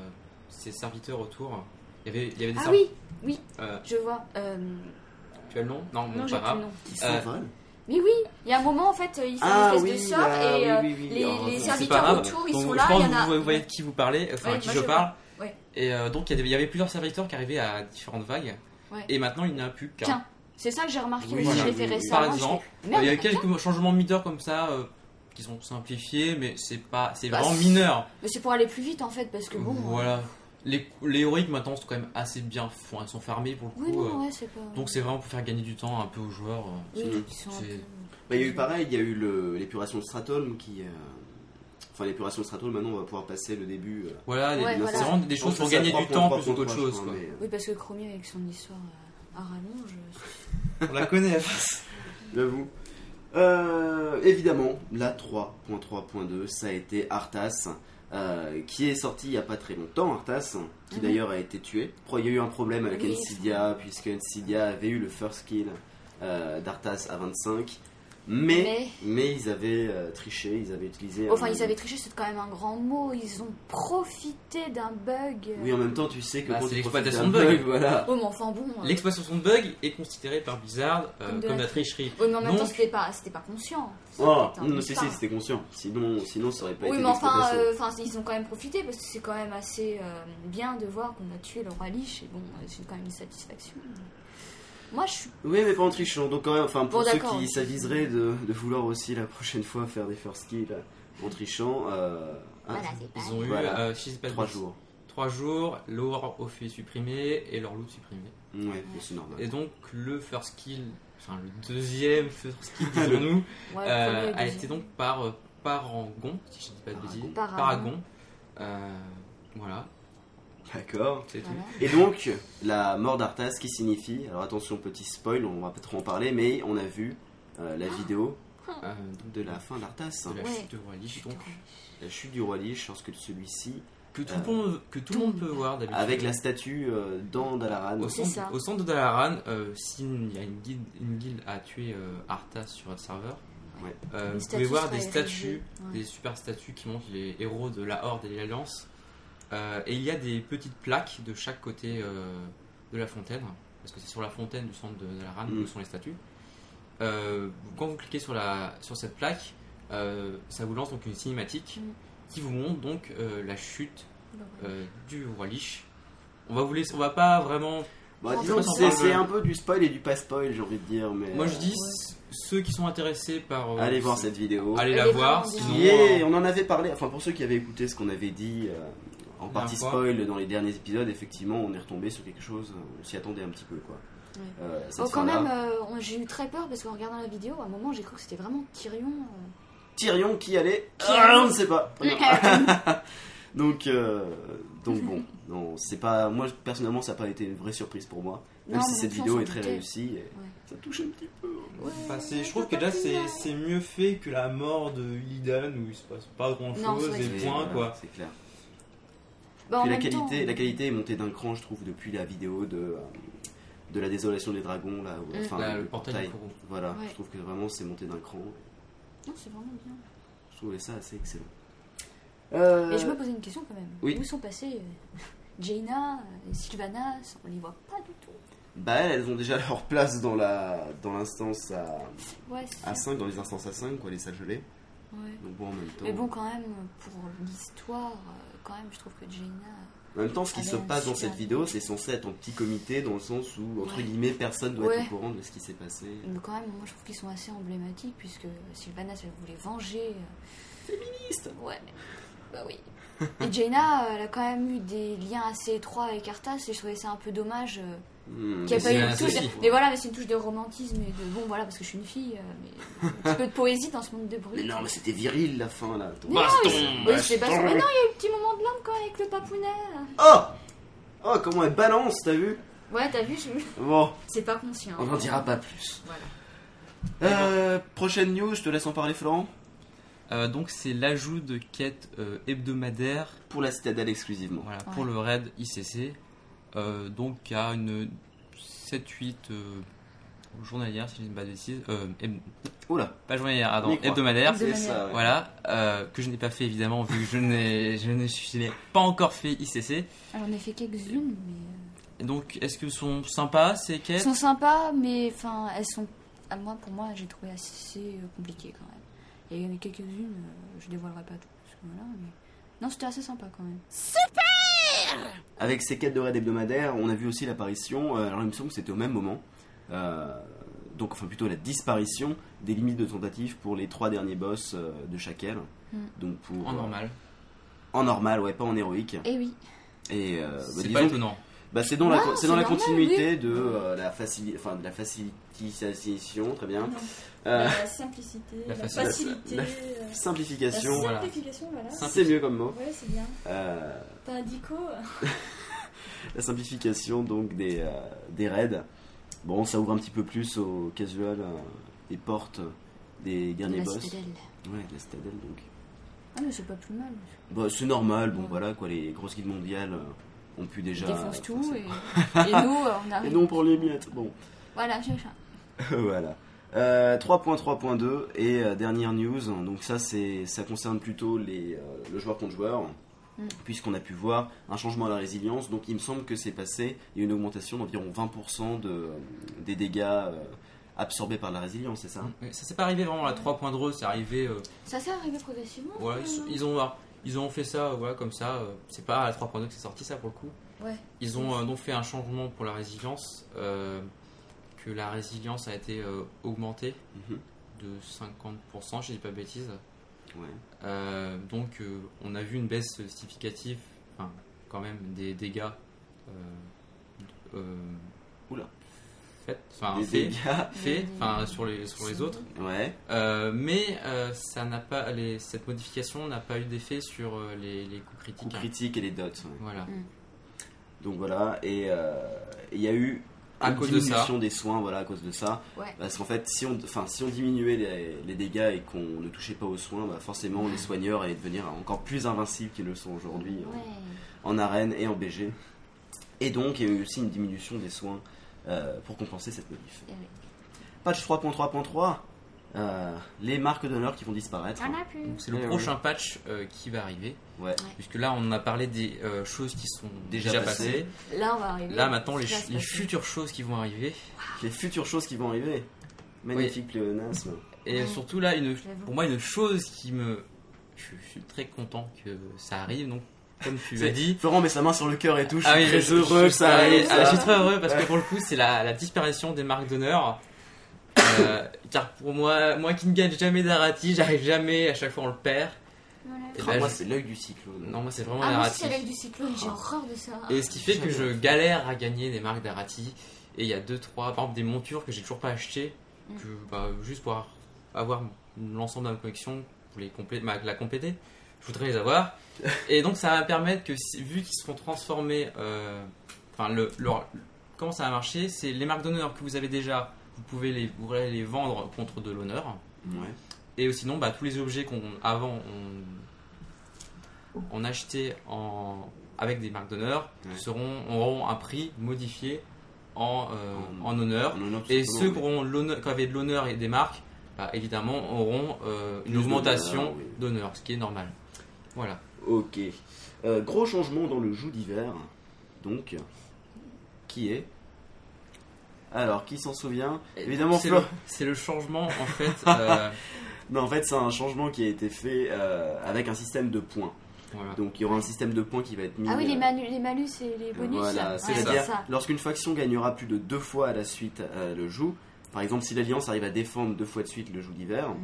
B: ses serviteurs autour. Il y avait, il y avait des
C: Ah
B: serv-
C: oui, oui,
B: Euh,
C: je vois. Euh,
B: Tu as le nom Non, bon,
C: non, j'ai plus
B: pas
C: le
B: grave.
C: nom.
A: Qui s'envole
C: Mais oui, il y a un moment en fait, euh, il fait
A: Ah
C: une espèce
A: oui,
C: de sort
A: bah,
C: et euh,
A: oui, oui, oui.
C: les,
A: Alors,
C: les
A: c'est
C: serviteurs
B: pas grave.
C: autour, ils
B: Donc,
C: sont
B: je
C: là,
B: pense
C: il y en
B: que
C: a.
B: vous voyez de qui vous parlez, enfin
C: Ouais,
B: à qui
C: moi,
B: je
C: je
B: parle.
C: vois. Ouais.
B: Et euh, donc il y, a des- il y avait plusieurs serviteurs qui arrivaient à différentes vagues.
C: Ouais.
B: Et maintenant il n'y en a plus qu'un.
C: Qu'un. C'est ça que j'ai remarqué
A: Oui,
C: aussi, je
A: voilà,
C: l'ai fait
A: oui, oui.
C: récemment.
B: Par
C: je
B: exemple,
C: fais,
B: Euh,
C: merde,
B: il y a eu
C: quelqu'un.
B: quelques changements mineurs comme ça euh, qui sont simplifiés, mais c'est pas, c'est
C: Bah,
B: vraiment
C: c'est-
B: mineur.
C: Mais c'est pour aller plus vite en fait, parce que bon. euh,
B: voilà. Les, les héroïques maintenant sont quand même assez bien, font- elles sont fermées pour le
C: euh, Oui,
B: coup.
C: non,
B: euh,
C: ouais, c'est pas.
B: Donc c'est vraiment pour faire gagner du temps un peu aux joueurs. euh.
C: Oui, ils sont un
B: c'est-
C: peu-
A: Bah, il y a eu pareil, il y a eu le- l'épuration de Stratholm qui. euh, Enfin, l'épuration de Stratholm, maintenant on va pouvoir passer le début. euh,
B: Voilà, les-
C: Ouais,
B: c'est
C: voilà.
B: vraiment des choses
A: je pense
B: pour
A: que c'est à
B: gagner du
A: 3.3.3,
B: temps plus qu'autre
A: je
B: chose.
A: crois,
B: quoi.
A: mais- euh,
C: Oui, parce que Chromier avec son histoire euh, à rallonge. c'est-
B: On la connaît.
A: J'avoue. Euh, évidemment, la 3.3.2, ça a été Arthas, euh, qui est sorti il n'y a pas très longtemps, Arthas, qui
C: Mhm.
A: d'ailleurs a été tué. Pro- Il y a eu un problème avec
C: Oui.
A: Encidia, puisque Encidia avait eu le first kill euh, d'Arthas à 25, mais, mais... ils avaient euh, triché, ils avaient utilisé...
C: Enfin,
A: un-
C: ils avaient triché, c'est quand même un grand mot. Ils ont profité d'un bug. euh.
A: Oui, en même temps, tu sais que
B: Bah,
A: quand tu
B: c'est l'exploitation
A: profites
B: de
A: d'un
B: bug.
A: voilà.
C: Oh, mais enfin bon. euh,
B: L'exploitation de bug est considérée par Blizzard euh,
C: Comme de
B: comme
C: la
B: la tricherie.
C: Oui, mais en même
B: Donc-
C: temps, c'était pas, c'était pas conscient. Ça,
A: Oh,
C: c'était un
A: non,
C: peu
A: si,
C: ça.
A: si, c'était conscient. Sinon, sinon, ça aurait pas
C: Oui,
A: été
C: mais enfin,
A: d'exploitation.
C: euh, enfin, ils ont quand même profité parce que c'est quand même assez euh, bien de voir qu'on a tué le roi Lich et bon, euh, c'est quand même une satisfaction. Moi, je suis.
A: Oui, mais pas en trichant. Donc, quand même, enfin, pour
C: Bon,
A: ceux
C: d'accord.
A: qui s'aviseraient de, de vouloir aussi la prochaine fois faire des first kills en trichant, euh, ah,
C: Voilà, c'est pas.
B: Ils ont eu,
A: Voilà.
B: euh, si je dis pas de
A: trois
B: bêtises,
A: jours.
B: trois jours, leur offert supprimé et leur loot supprimé.
A: Ouais, mais c'est normal.
B: Et donc le first kill, enfin le deuxième first kill, disons-nous,
C: Ouais, le
B: euh,
C: premier et le
B: a
C: deuxième.
B: été donc par euh, Parangon, si je dis pas de bêtises.
C: Paragon.
B: Paragon. Euh, voilà,
A: D'accord.
B: c'est
C: Voilà.
B: tout.
A: Et donc, la mort d'Arthas qui signifie, alors attention, petit spoil, on va pas trop en parler, mais on a vu euh, la vidéo
B: Euh, donc,
A: de la fin d'Arthas.
B: de la
C: Ouais.
B: chute de Roi Lich, donc,
A: La chute du roi Lich, lorsque celui-ci,
B: que tout,
A: Euh,
B: le monde, que tout le monde peut voir d'habitude.
A: avec la statue euh, dans Dalaran.
B: Au
C: C'est ça.
B: centre, au centre de Dalaran, euh, s'il y a une guilde, une guilde à tuer euh, Arthas sur votre serveur,
A: Ouais.
B: euh,
C: Une
B: vous
C: statue
B: pouvez voir
C: sera
B: des
C: érigée.
B: statues,
C: Ouais.
B: des super statues qui montrent les héros de la Horde et de l'Alliance. Euh, et il y a des petites plaques de chaque côté euh, de la fontaine, parce que c'est sur la fontaine du centre de Dalaran
A: Mm.
B: où sont les statues. Euh, quand vous cliquez sur, la, sur cette plaque, euh, ça vous lance donc une cinématique
C: Mm.
B: qui vous montre donc euh, la chute
C: Bah, ouais.
B: euh, du roi Lich. On va vous laisser, on va pas vraiment
A: Bah,
C: On
A: disons
C: peut
A: que
C: s'en
A: c'est
B: parler.
A: c'est un peu du spoil et du pas spoil, j'ai envie de dire. Mais
B: hein. Moi je
A: euh,
B: dis
C: Ouais.
B: c- ceux qui sont intéressés par euh,
A: allez voir cette vidéo.
B: allez
C: Elle
B: la
C: est
B: voir
C: vraiment
B: sinon
A: Qui est-
B: euh,
A: on en avait parlé, enfin pour ceux qui avaient écouté ce qu'on avait dit euh, en
B: La
A: partie
B: fois.
A: spoil dans les derniers épisodes, effectivement on est retombé sur quelque chose, on s'y attendait un petit peu quoi.
C: Ouais.
A: Euh, cette
C: Oh, quand
A: fin-là.
C: même, euh, on- j'ai eu très peur parce qu'en regardant la vidéo, à un moment, j'ai cru que c'était vraiment Tyrion. euh.
A: Tyrion qui allait
C: Qui
A: Ah,
C: allait
A: On ne sait pas. Donc, euh, donc bon, non, c'est pas, moi personnellement ça n'a pas été une vraie surprise pour moi, même
C: Non,
A: si
C: mais
A: cette
C: ça, on
A: vidéo
C: s'en
A: est très
C: doutait.
A: réussie. et Ça touche un petit peu.
C: Ouais,
B: enfin, c'est- je
C: on
B: trouve
C: peut
B: que
C: pas
B: déjà
C: plus
B: c'est
C: mal.
B: c'est mieux fait que la mort de Illidan où il se passe pas grand
C: Non, c'est
B: chose
C: vrai
B: et
C: que
A: Et
B: point
A: voilà,
B: quoi.
A: C'est clair.
C: Bah, en
A: Puis la
C: même
A: qualité,
C: temps,
A: la qualité est montée d'un cran, je trouve, depuis la vidéo de, euh, de la désolation des dragons là, où-
C: Mm.
A: enfin
B: Là,
A: le
B: le portail
A: portail.
B: du Kourou.
A: Voilà,
C: Ouais.
A: je trouve que vraiment c'est monté d'un cran.
C: Non, c'est vraiment bien.
A: Je trouvais ça assez excellent. Euh,
C: Mais je me posais une question quand même.
A: oui.
C: Où sont passées euh, Jaina et Sylvana On les voit pas du tout.
A: Bah elles, elles ont déjà leur place dans la dans l'instance à,
C: Ouais, c'est
A: à 5, dans les instances à 5, quoi, les salles gelées.
C: ouais.
A: Ah. Donc bon, en même temps,
C: Mais bon, quand même, pour l'histoire, euh, quand même, je trouve que Jaina.
A: en même temps ce qui
C: Ah,
A: se
C: mais
A: passe dans
C: super.
A: cette vidéo, c'est censé être en petit comité dans le sens où, entre
C: Ouais.
A: guillemets, personne doit être
C: Ouais.
A: au courant de ce qui s'est passé.
C: Mais Quand même, moi je trouve qu'ils sont assez emblématiques puisque Sylvana, elle voulait venger. Féministe Ouais, bah oui. Et Jaina, euh, elle a quand même eu des liens assez étroits avec Arthas et je trouvais ça un peu dommage euh,
A: Hmm.
C: qu'il n'y
B: mais
C: a pas
B: c'est
C: eu
B: un
C: une touche.
B: souci.
C: de- Mais voilà, mais c'est une touche de romantisme et de bon, voilà, parce que je suis une fille, euh, mais un petit peu de poésie dans ce monde de brutes.
A: Mais non, mais c'était viril la fin là.
C: Mais non, il- oui, c'est baston. Mais non, il y a eu le petit moment de l'âme quand avec le papounet.
A: Oh Oh, comment elle balance, t'as vu
C: Ouais, t'as vu, je...
A: Bon,
C: c'est pas conscient.
A: on n'en dira pas plus.
C: Voilà.
A: Euh, prochaine news, je te laisse en parler, Florent.
B: Euh, donc c'est l'ajout de quêtes euh, hebdomadaires
A: Pour la citadelle exclusivement.
B: voilà,
C: Ouais.
B: pour le raid ICC. Euh, donc à une 7-8 euh, journalière, si je ne dis pas de bêtises. euh, heb-
A: Oula,
B: pas journalière, ah, non,
A: Micro.
B: hebdomadaire.
C: De
A: c'est
C: manière-
A: ça. ouais.
B: Voilà, euh, que je n'ai pas fait évidemment, vu que je n'ai je n'ai- je n'ai pas encore fait ICC.
C: Alors, Ah, on a fait quelques-unes, mais. euh,
B: Et donc, est-ce que sont sympas ces
C: Elles
B: quêtes
C: sont sympas, mais enfin, elles sont. À moi, pour moi, j'ai trouvé assez euh, compliqué quand même. Il y en a quelques-unes, euh, je dévoilerai pas tout. parce que voilà, mais- Non, c'était assez sympa quand même.
A: Avec ces quêtes de raid hebdomadaires, on a vu aussi l'apparition, euh, alors il me semble que c'était au même moment, euh, donc enfin plutôt la disparition des limites de tentative pour les trois derniers boss euh, de chaque aile.
C: Mm.
A: Donc pour,
B: En normal.
A: En normal, ouais, pas en héroïque.
C: Et Eh oui,
A: Et euh, bah,
B: C'est
A: disons
B: pas
A: que-
B: étonnant.
A: Bah, c'est dans, la,
C: Non,
A: c'est dans
C: Ah, c'est
A: la
C: normal,
A: continuité
C: oui.
A: de, euh, la facili- enfin, de la facilitation, très bien.
F: Non.
A: Euh,
F: La simplicité,
B: La
F: la,
B: facilité.
F: facilité,
A: La-
F: la,
C: euh,
A: la-
F: la
A: simplification,
B: voilà.
F: simplification,
C: Ah,
F: voilà.
A: c'est mieux comme mot.
F: Ouais, c'est bien.
A: Euh,
F: T'as un dico
A: la simplification donc des, euh, des raids. Bon, ça ouvre un petit peu plus au casual euh, les portes des
C: de
A: derniers
C: la
A: boss.
C: citadelle.
A: Ouais, de la citadelle donc.
C: Ah, mais c'est pas plus mal.
A: Bah, c'est normal, bon
C: Ouais.
A: voilà quoi, les grosses guildes mondiales euh, ont pu déjà.
C: Ils défoncent tout
A: enfin,
C: et... et nous, euh, on
A: c'est-
C: arrive.
A: Et non pour les miettes, bon.
C: Voilà, j'ai ça.
A: voilà. Euh, 3.3.2 et euh, dernière news. Donc ça, c'est ça concerne plutôt les, euh, le joueur contre joueur,
C: Mm.
A: puisqu'on a pu voir un changement à la résilience. Donc il me semble que c'est passé. Il y a une augmentation d'environ 20% de, des dégâts euh, absorbés par la résilience, c'est ça
B: Mais Ça s'est pas arrivé vraiment à 3.2, c'est arrivé. euh,
C: Ça s'est arrivé progressivement. euh,
B: voilà, ils, sont-
C: finalement.
B: ils ont, alors, ils ont fait ça, euh, voilà, comme ça. euh, c'est pas à la 3.2 que c'est sorti, ça pour le coup.
C: Ouais.
B: Ils ont euh, donc fait un changement pour la résilience, euh, que la résilience a été euh, augmentée
A: Mhm.
B: de 50%, je dis pas de bêtises.
A: Ouais.
B: Euh, donc euh, on a vu une baisse significative, enfin quand même des dégâts. euh, euh,
A: Oula.
B: Fait, enfin,
A: Des
B: fait,
A: dégâts.
B: fait, enfin sur les sur les autres.
A: Ouais.
B: Euh, mais euh, ça n'a pas, les- cette modification n'a pas eu d'effet sur euh, les, les coups critiques.
A: Coups
B: hein.
A: critiques et les dots. ouais.
B: Voilà.
A: Donc voilà. Et euh, il y a eu
B: À
A: une
B: cause de ça.
A: diminution des soins, voilà, à cause de ça.
C: Ouais.
A: Parce qu'en fait, si on, enfin, si on diminuait les, les dégâts et qu'on ne touchait pas aux soins, bah forcément les soigneurs allaient devenir encore plus invincibles qu'ils le sont aujourd'hui euh,
C: Ouais.
A: en, en arène et en BG. Et donc, il y a eu aussi une diminution des soins euh, pour compenser cette modif.
C: Et Eh oui.
A: Patch 3.3.3, euh, les marques d'honneur qui vont disparaître.
C: T'en as plus.
B: Donc c'est le
A: Ouais,
B: prochain patch euh, qui va arriver.
A: Ouais.
B: Puisque là on a parlé des euh, choses qui sont
A: Déjà
B: déjà,
A: passées.
B: passées.
C: Là, on va arriver.
B: Là maintenant les,
C: Ça se
B: les
C: passe.
B: futures choses qui vont arriver.
A: Les futures choses qui vont arriver. Magnifique pléonasme.
B: Et
C: Ouais.
B: surtout là, une,
C: Je l'avoue.
B: pour moi, une chose qui me... Je, je suis très content que ça arrive, donc comme tu l'as dit...
A: Florent met sa main sur le cœur et tout. Ah Je suis
B: Ah oui,
A: très heureux que ça arrive.
B: ah,
A: ça.
B: je suis très heureux parce que pour le coup, c'est la, la disparition des marques d'honneur. Euh, car pour moi, moi qui ne gagne jamais d'Arati, j'arrive jamais, à chaque fois on le perd.
C: Voilà.
B: Et
A: Ah,
B: bah,
A: moi,
B: je-
A: c'est l'œil du cyclone.
B: Non, moi c'est vraiment
C: Ah, moi,
B: Darati.
C: c'est avec du cyclone, j'ai horreur de
F: Ah,
C: ça.
B: Et ce qui fait que je galère à gagner des marques d'Arati. Et il y a deux, trois, par exemple des montures que j'ai toujours pas achetées, que, bah, juste pour avoir- avoir l'ensemble de ma collection, pour les complé- ma- la compléter, je voudrais les avoir. Et donc ça va permettre que, si- vu qu'ils seront transformés, euh, enfin, le, leur- comment ça va marcher C'est les marques d'honneur que vous avez déjà, vous pouvez les, vous pourrez les vendre contre de l'honneur.
A: Ouais.
B: Et sinon, bah, tous les objets qu'on avant on, on achetait en, avec des marques d'honneur
A: Ouais.
B: seront auront un prix modifié en, euh,
A: En-
B: en honneur.
A: En honneur de
B: Et
A: Cyclone,
B: ceux
A: ouais.
B: qui, auront l'honneur- qui avaient de l'honneur et des marques bah, évidemment auront euh, une
A: Plus
B: augmentation
A: d'honneur, oui.
B: d'honneur, ce qui est normal. Voilà.
A: Ok. Euh, gros changement dans le jeu d'hiver, donc, qui est Alors, qui s'en souvient Évidemment,
B: c'est
A: Flo.
B: le, c'est le changement en fait. euh,
A: Non, en fait, c'est un changement qui a été fait euh, avec un système de points.
B: voilà.
A: Donc, il y aura un système de points qui va être mis.
C: Ah oui, les,
A: euh,
C: manu- les malus et les bonus.
A: Voilà,
C: Ouais,
A: c'est-à-dire
C: ça.
A: lorsqu'une faction gagnera plus de deux fois à la suite euh, le joug, par exemple si l'Alliance arrive à défendre deux fois de suite le joug d'hiver,
C: Mm.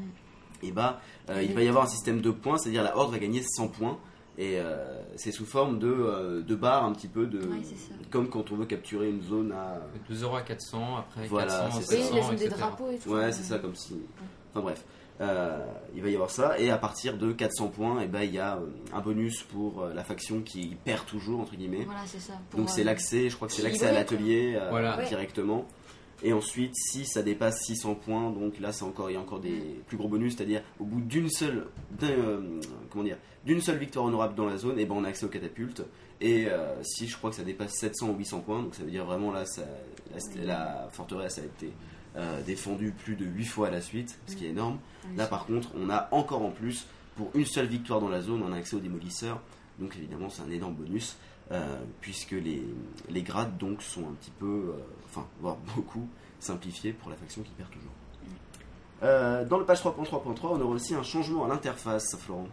A: et bah euh, il va y avoir un système de points, c'est-à-dire la Horde va gagner 100 points, et euh, c'est sous forme de, euh, de barres un petit peu de...
C: Ouais, c'est ça.
A: comme quand on veut capturer une zone à...
B: De 0 à 400, après
A: Voilà,
B: 400,
A: c'est
C: Oui,
A: ça.
B: 700,
C: la zone des
B: etc.
C: drapeaux et tout.
A: Ouais, c'est ça, comme si... Enfin bref, Euh, il va y avoir ça, et à partir de 400 points, et bah il y a euh, un bonus pour euh, la faction qui perd toujours, entre guillemets.
C: Voilà, c'est ça. Pour,
A: Donc c'est
C: euh,
A: l'accès, je crois que c'est l'accès à
C: équilibré,
A: l'atelier euh,
B: Voilà.
C: Ouais.
A: directement. Et ensuite, si ça dépasse 600 points, donc là, c'est encore, il y a encore des
C: Mm.
A: plus gros bonus, c'est-à-dire au bout d'une seule, d'un, euh, comment dire, d'une seule victoire honorable dans la zone, et ben on a accès aux catapultes. Et euh, si je crois que ça dépasse 700 ou 800 points, donc ça veut dire vraiment là, ça, la,
C: Oui.
A: la forteresse a été euh, défendue plus de 8 fois à la suite, ce qui est énorme.
C: oui,
A: Là, par contre, on a encore en plus, pour une seule victoire dans la zone, on a accès aux démolisseurs. Donc, évidemment, c'est un énorme bonus, euh, puisque les, les grades donc sont un petit peu, euh, enfin, voire beaucoup, simplifiés pour la faction qui perd toujours. Euh, dans le page 3.3.3, on aura aussi un changement à l'interface, Florent.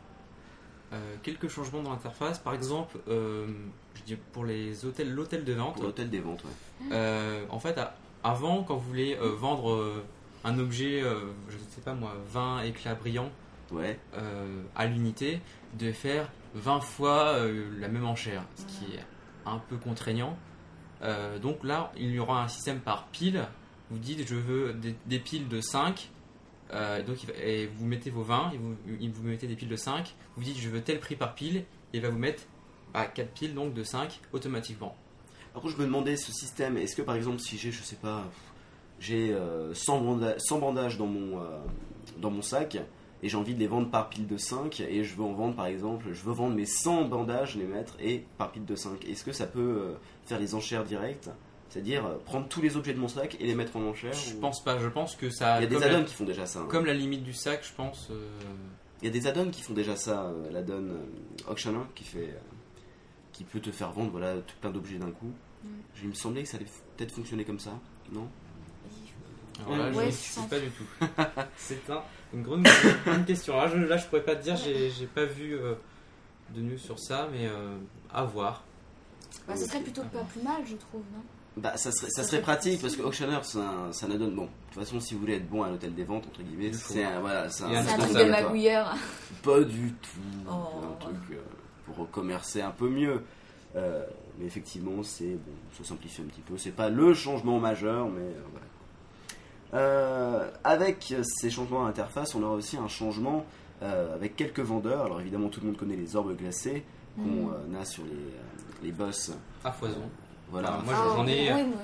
B: Euh, quelques changements dans l'interface. Par exemple, euh, je dis pour les hôtels, l'hôtel de vente.
A: Pour l'hôtel des ventes, ouais.
B: Euh, en fait, à- avant, quand vous voulez euh, vendre euh, un objet, euh, je ne sais pas moi, 20 éclats brillants
A: Ouais,
B: euh, à l'unité, de faire 20 fois euh, la même enchère, ce qui est un peu contraignant. Euh, donc là, il y aura un système par pile. Vous dites, je veux des, des piles de 5. euh, donc, il va- et vous mettez vos 20, et vous, il- vous mettez des piles de 5. Vous dites, je veux tel prix par pile, et il va vous mettre à 4 piles, donc de 5, automatiquement.
A: Par contre, je me demandais ce système, est-ce que par exemple, si j'ai, je sais pas, j'ai euh, 100, banda- 100 bandages dans mon, euh, dans mon sac et j'ai envie de les vendre par pile de 5 et je veux en vendre par exemple, je veux vendre mes 100 bandages, les mettre et par pile de 5, est-ce que ça peut euh, faire les enchères directes C'est-à-dire euh, prendre tous les objets de mon sac et les mettre en enchère
B: Je
A: ou-
B: pense pas, je pense que ça.
A: Il y a des
B: comme la-
A: add-ons qui font déjà ça. hein.
B: Comme la limite du sac, je pense. euh,
A: Il y a des add-ons qui font déjà ça. euh, L'add-on euh, Auctionin qui fait, euh, qui peut te faire vendre voilà tout plein d'objets d'un coup.
C: Mm.
A: Je- Il me semblait que ça allait f- peut-être fonctionner comme ça, non
B: alors là,
C: Ouais,
B: je ne
C: c'est
B: sais
C: ça.
B: pas du tout. c'est un- une grande une question. Là je, là, je pourrais pas te dire, j'ai j'ai pas vu euh, de news sur ça, mais euh, à voir.
C: Bah, ce serait plutôt pas plus mal, je trouve, non
A: Bah, ça serait, ça
C: Ça
A: serait
C: serait
A: pratique
C: pratique.
A: parce que Auctioneer, c'est un, c'est un add-on. Bon, de toute façon, si vous voulez être bon à l'hôtel des ventes, entre guillemets,
B: Il faut.
A: c'est un, voilà, c'est
B: Il y a
A: un,
B: un
C: C'est un
A: add-on
C: truc de
A: obligatoire.
C: magouilleur.
A: Pas du tout.
C: Oh.
A: Un truc euh, pour commercer un peu mieux. Euh, mais effectivement, c'est bon, ça simplifie un petit peu. C'est pas le changement majeur, mais euh, voilà. Euh, avec ces changements à l'interface, on aura aussi un changement euh, avec quelques vendeurs. Alors évidemment, tout le monde connaît les orbes glacées qu'on
C: Mm.
A: euh, a sur les, euh, les boss.
B: À foison.
A: Voilà.
B: Ah, moi, j'en ai-
C: ouais, moi-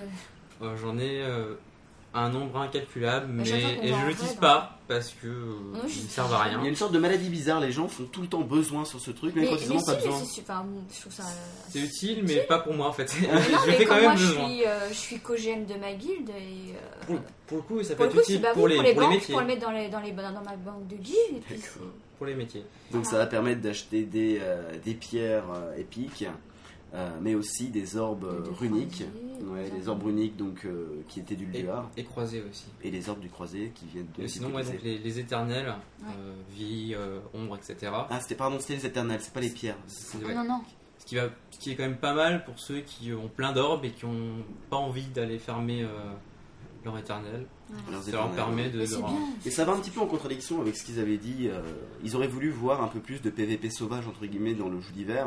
B: Euh, J'en ai euh, un nombre incalculable, mais,
C: Mais chaque fois qu'on va
B: et je
C: en
B: ne l'utilise
C: raid,
B: pas parce que euh,
C: ben. Non,
B: ils
C: je-
B: ne servent à rien.
A: Il y a une sorte de maladie bizarre, les gens font tout le temps besoin sur ce truc, même
C: mais,
A: quand
C: mais
A: ils n'en ont
C: si,
A: pas
C: mais
A: besoin.
C: c'est super bon, je trouve ça.
B: C'est utile, mais pas pour moi en fait.
C: Mais
B: je
C: non,
B: le
C: mais
B: fais
C: quand
B: quand
C: moi
B: même
C: je
B: besoin.
C: suis, euh, je suis co-GM de ma guilde et. euh, Bah,
B: Pour, pour le coup,
C: pour
B: ça peut
C: le
B: être
C: coup, c'est
B: utile
C: pas
B: pour
C: pour
B: les,
C: les
B: pour les
C: banques, hein.
B: métiers.
C: pour le mettre dans, les, dans, les, dans ma banque de guilde. Et puis c'est-
B: Pour les métiers.
A: Donc
C: Ah.
A: ça va permettre d'acheter des, euh, des pierres euh, épiques, euh, mais aussi des orbes euh,
C: de
A: runiques.
C: croisier,
A: Ouais,
C: tout
A: les
C: ça.
A: orbes runiques donc, euh, qui étaient du
B: Et,
A: Luar,
B: et croisés aussi.
A: et les orbes du croisé qui viennent de...
B: Et sinon, ouais, donc les, les éternels, euh, vie, euh, ombre, etc.
A: Ah, c'était pardon, c'était les éternels, c'est pas les pierres.
B: C'est-
C: Ah,
B: ouais.
C: Non, non.
B: Ce qui, va, ce qui est quand même pas mal pour ceux qui ont plein d'orbes et qui ont pas envie d'aller fermer euh, leur éternel.
A: Leurs
B: Ça leur
A: éternels.
B: permet de.
C: Mais c'est
B: leur-
C: bien.
A: Et ça va un petit peu en contradiction avec ce qu'ils avaient dit. euh, ils auraient voulu voir un peu plus de PVP sauvage, entre guillemets, dans le jeu d'hiver,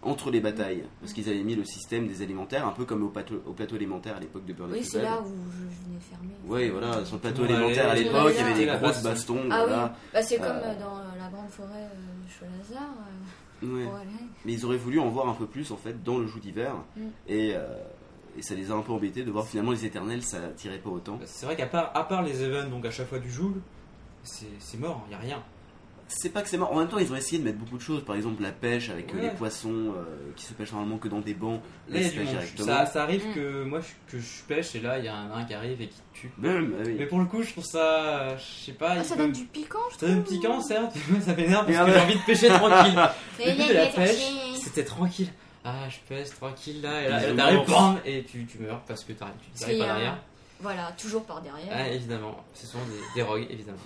A: entre les
C: Mm.
A: batailles. Parce qu'ils avaient mis le système des alimentaires, un peu comme au plateau, au plateau élémentaire à l'époque de Burning
C: Oui, c'est
A: Crusade.
C: là où je je venais fermer.
A: Oui, voilà, sur le plateau
B: Ouais,
A: élémentaire à
B: ouais,
A: l'époque,
C: ouais,
A: il y avait
B: ouais.
A: des
B: La
A: grosses
B: baston.
A: bastons,
C: Ah
A: voilà.
C: oui, bah, c'est comme
A: Euh,
C: euh, dans euh, la grande forêt euh, de Cholazar. euh,
A: Ouais.
C: pour aller.
A: Mais ils auraient voulu en voir un peu plus, en fait, dans le jeu d'hiver.
C: Mm.
A: Et, euh, et ça les a un peu embêtés de voir finalement les éternels, ça tirait pas
B: Bah,
A: autant.
B: C'est vrai qu'à part, à part les events, donc à chaque fois du joule, c'est c'est mort, il n'y a rien.
A: c'est pas que c'est mort. En même temps, ils ont essayé de mettre beaucoup de choses. Par exemple, la pêche avec euh,
B: Ouais.
A: les poissons euh, qui se pêchent normalement que dans des bancs. Là,
B: Là, il y
A: ils se
B: a du
A: pêchent
B: monde.
A: directement.
B: Ça, ça arrive
C: Mm.
B: que moi je, que je pêche et là il y a un nain qui arrive et qui te tue.
A: Bum, ah oui.
B: Mais pour le coup, je trouve ça. euh, Je sais pas.
C: Ah,
B: il
C: ça
B: peut-
C: donne du piquant, je
B: ça
C: trouve.
B: donne du piquant, certes, mais ça m'énerve
A: Mais
B: parce que
A: ouais.
B: j'ai envie de pêcher tranquille.
A: Ah,
B: Le but de la
C: Réveille-les,
B: pêche,
C: chérie.
B: c'était tranquille. Ah, je pêche tranquille là, et là,
A: Bisous.
B: t'arrives, bam, et tu, tu meurs parce que t'arrives, tu t'arrives
C: C'est,
B: pas derrière.
C: Voilà, toujours par derrière.
B: Ah, évidemment, ce sont des, des rogues, évidemment.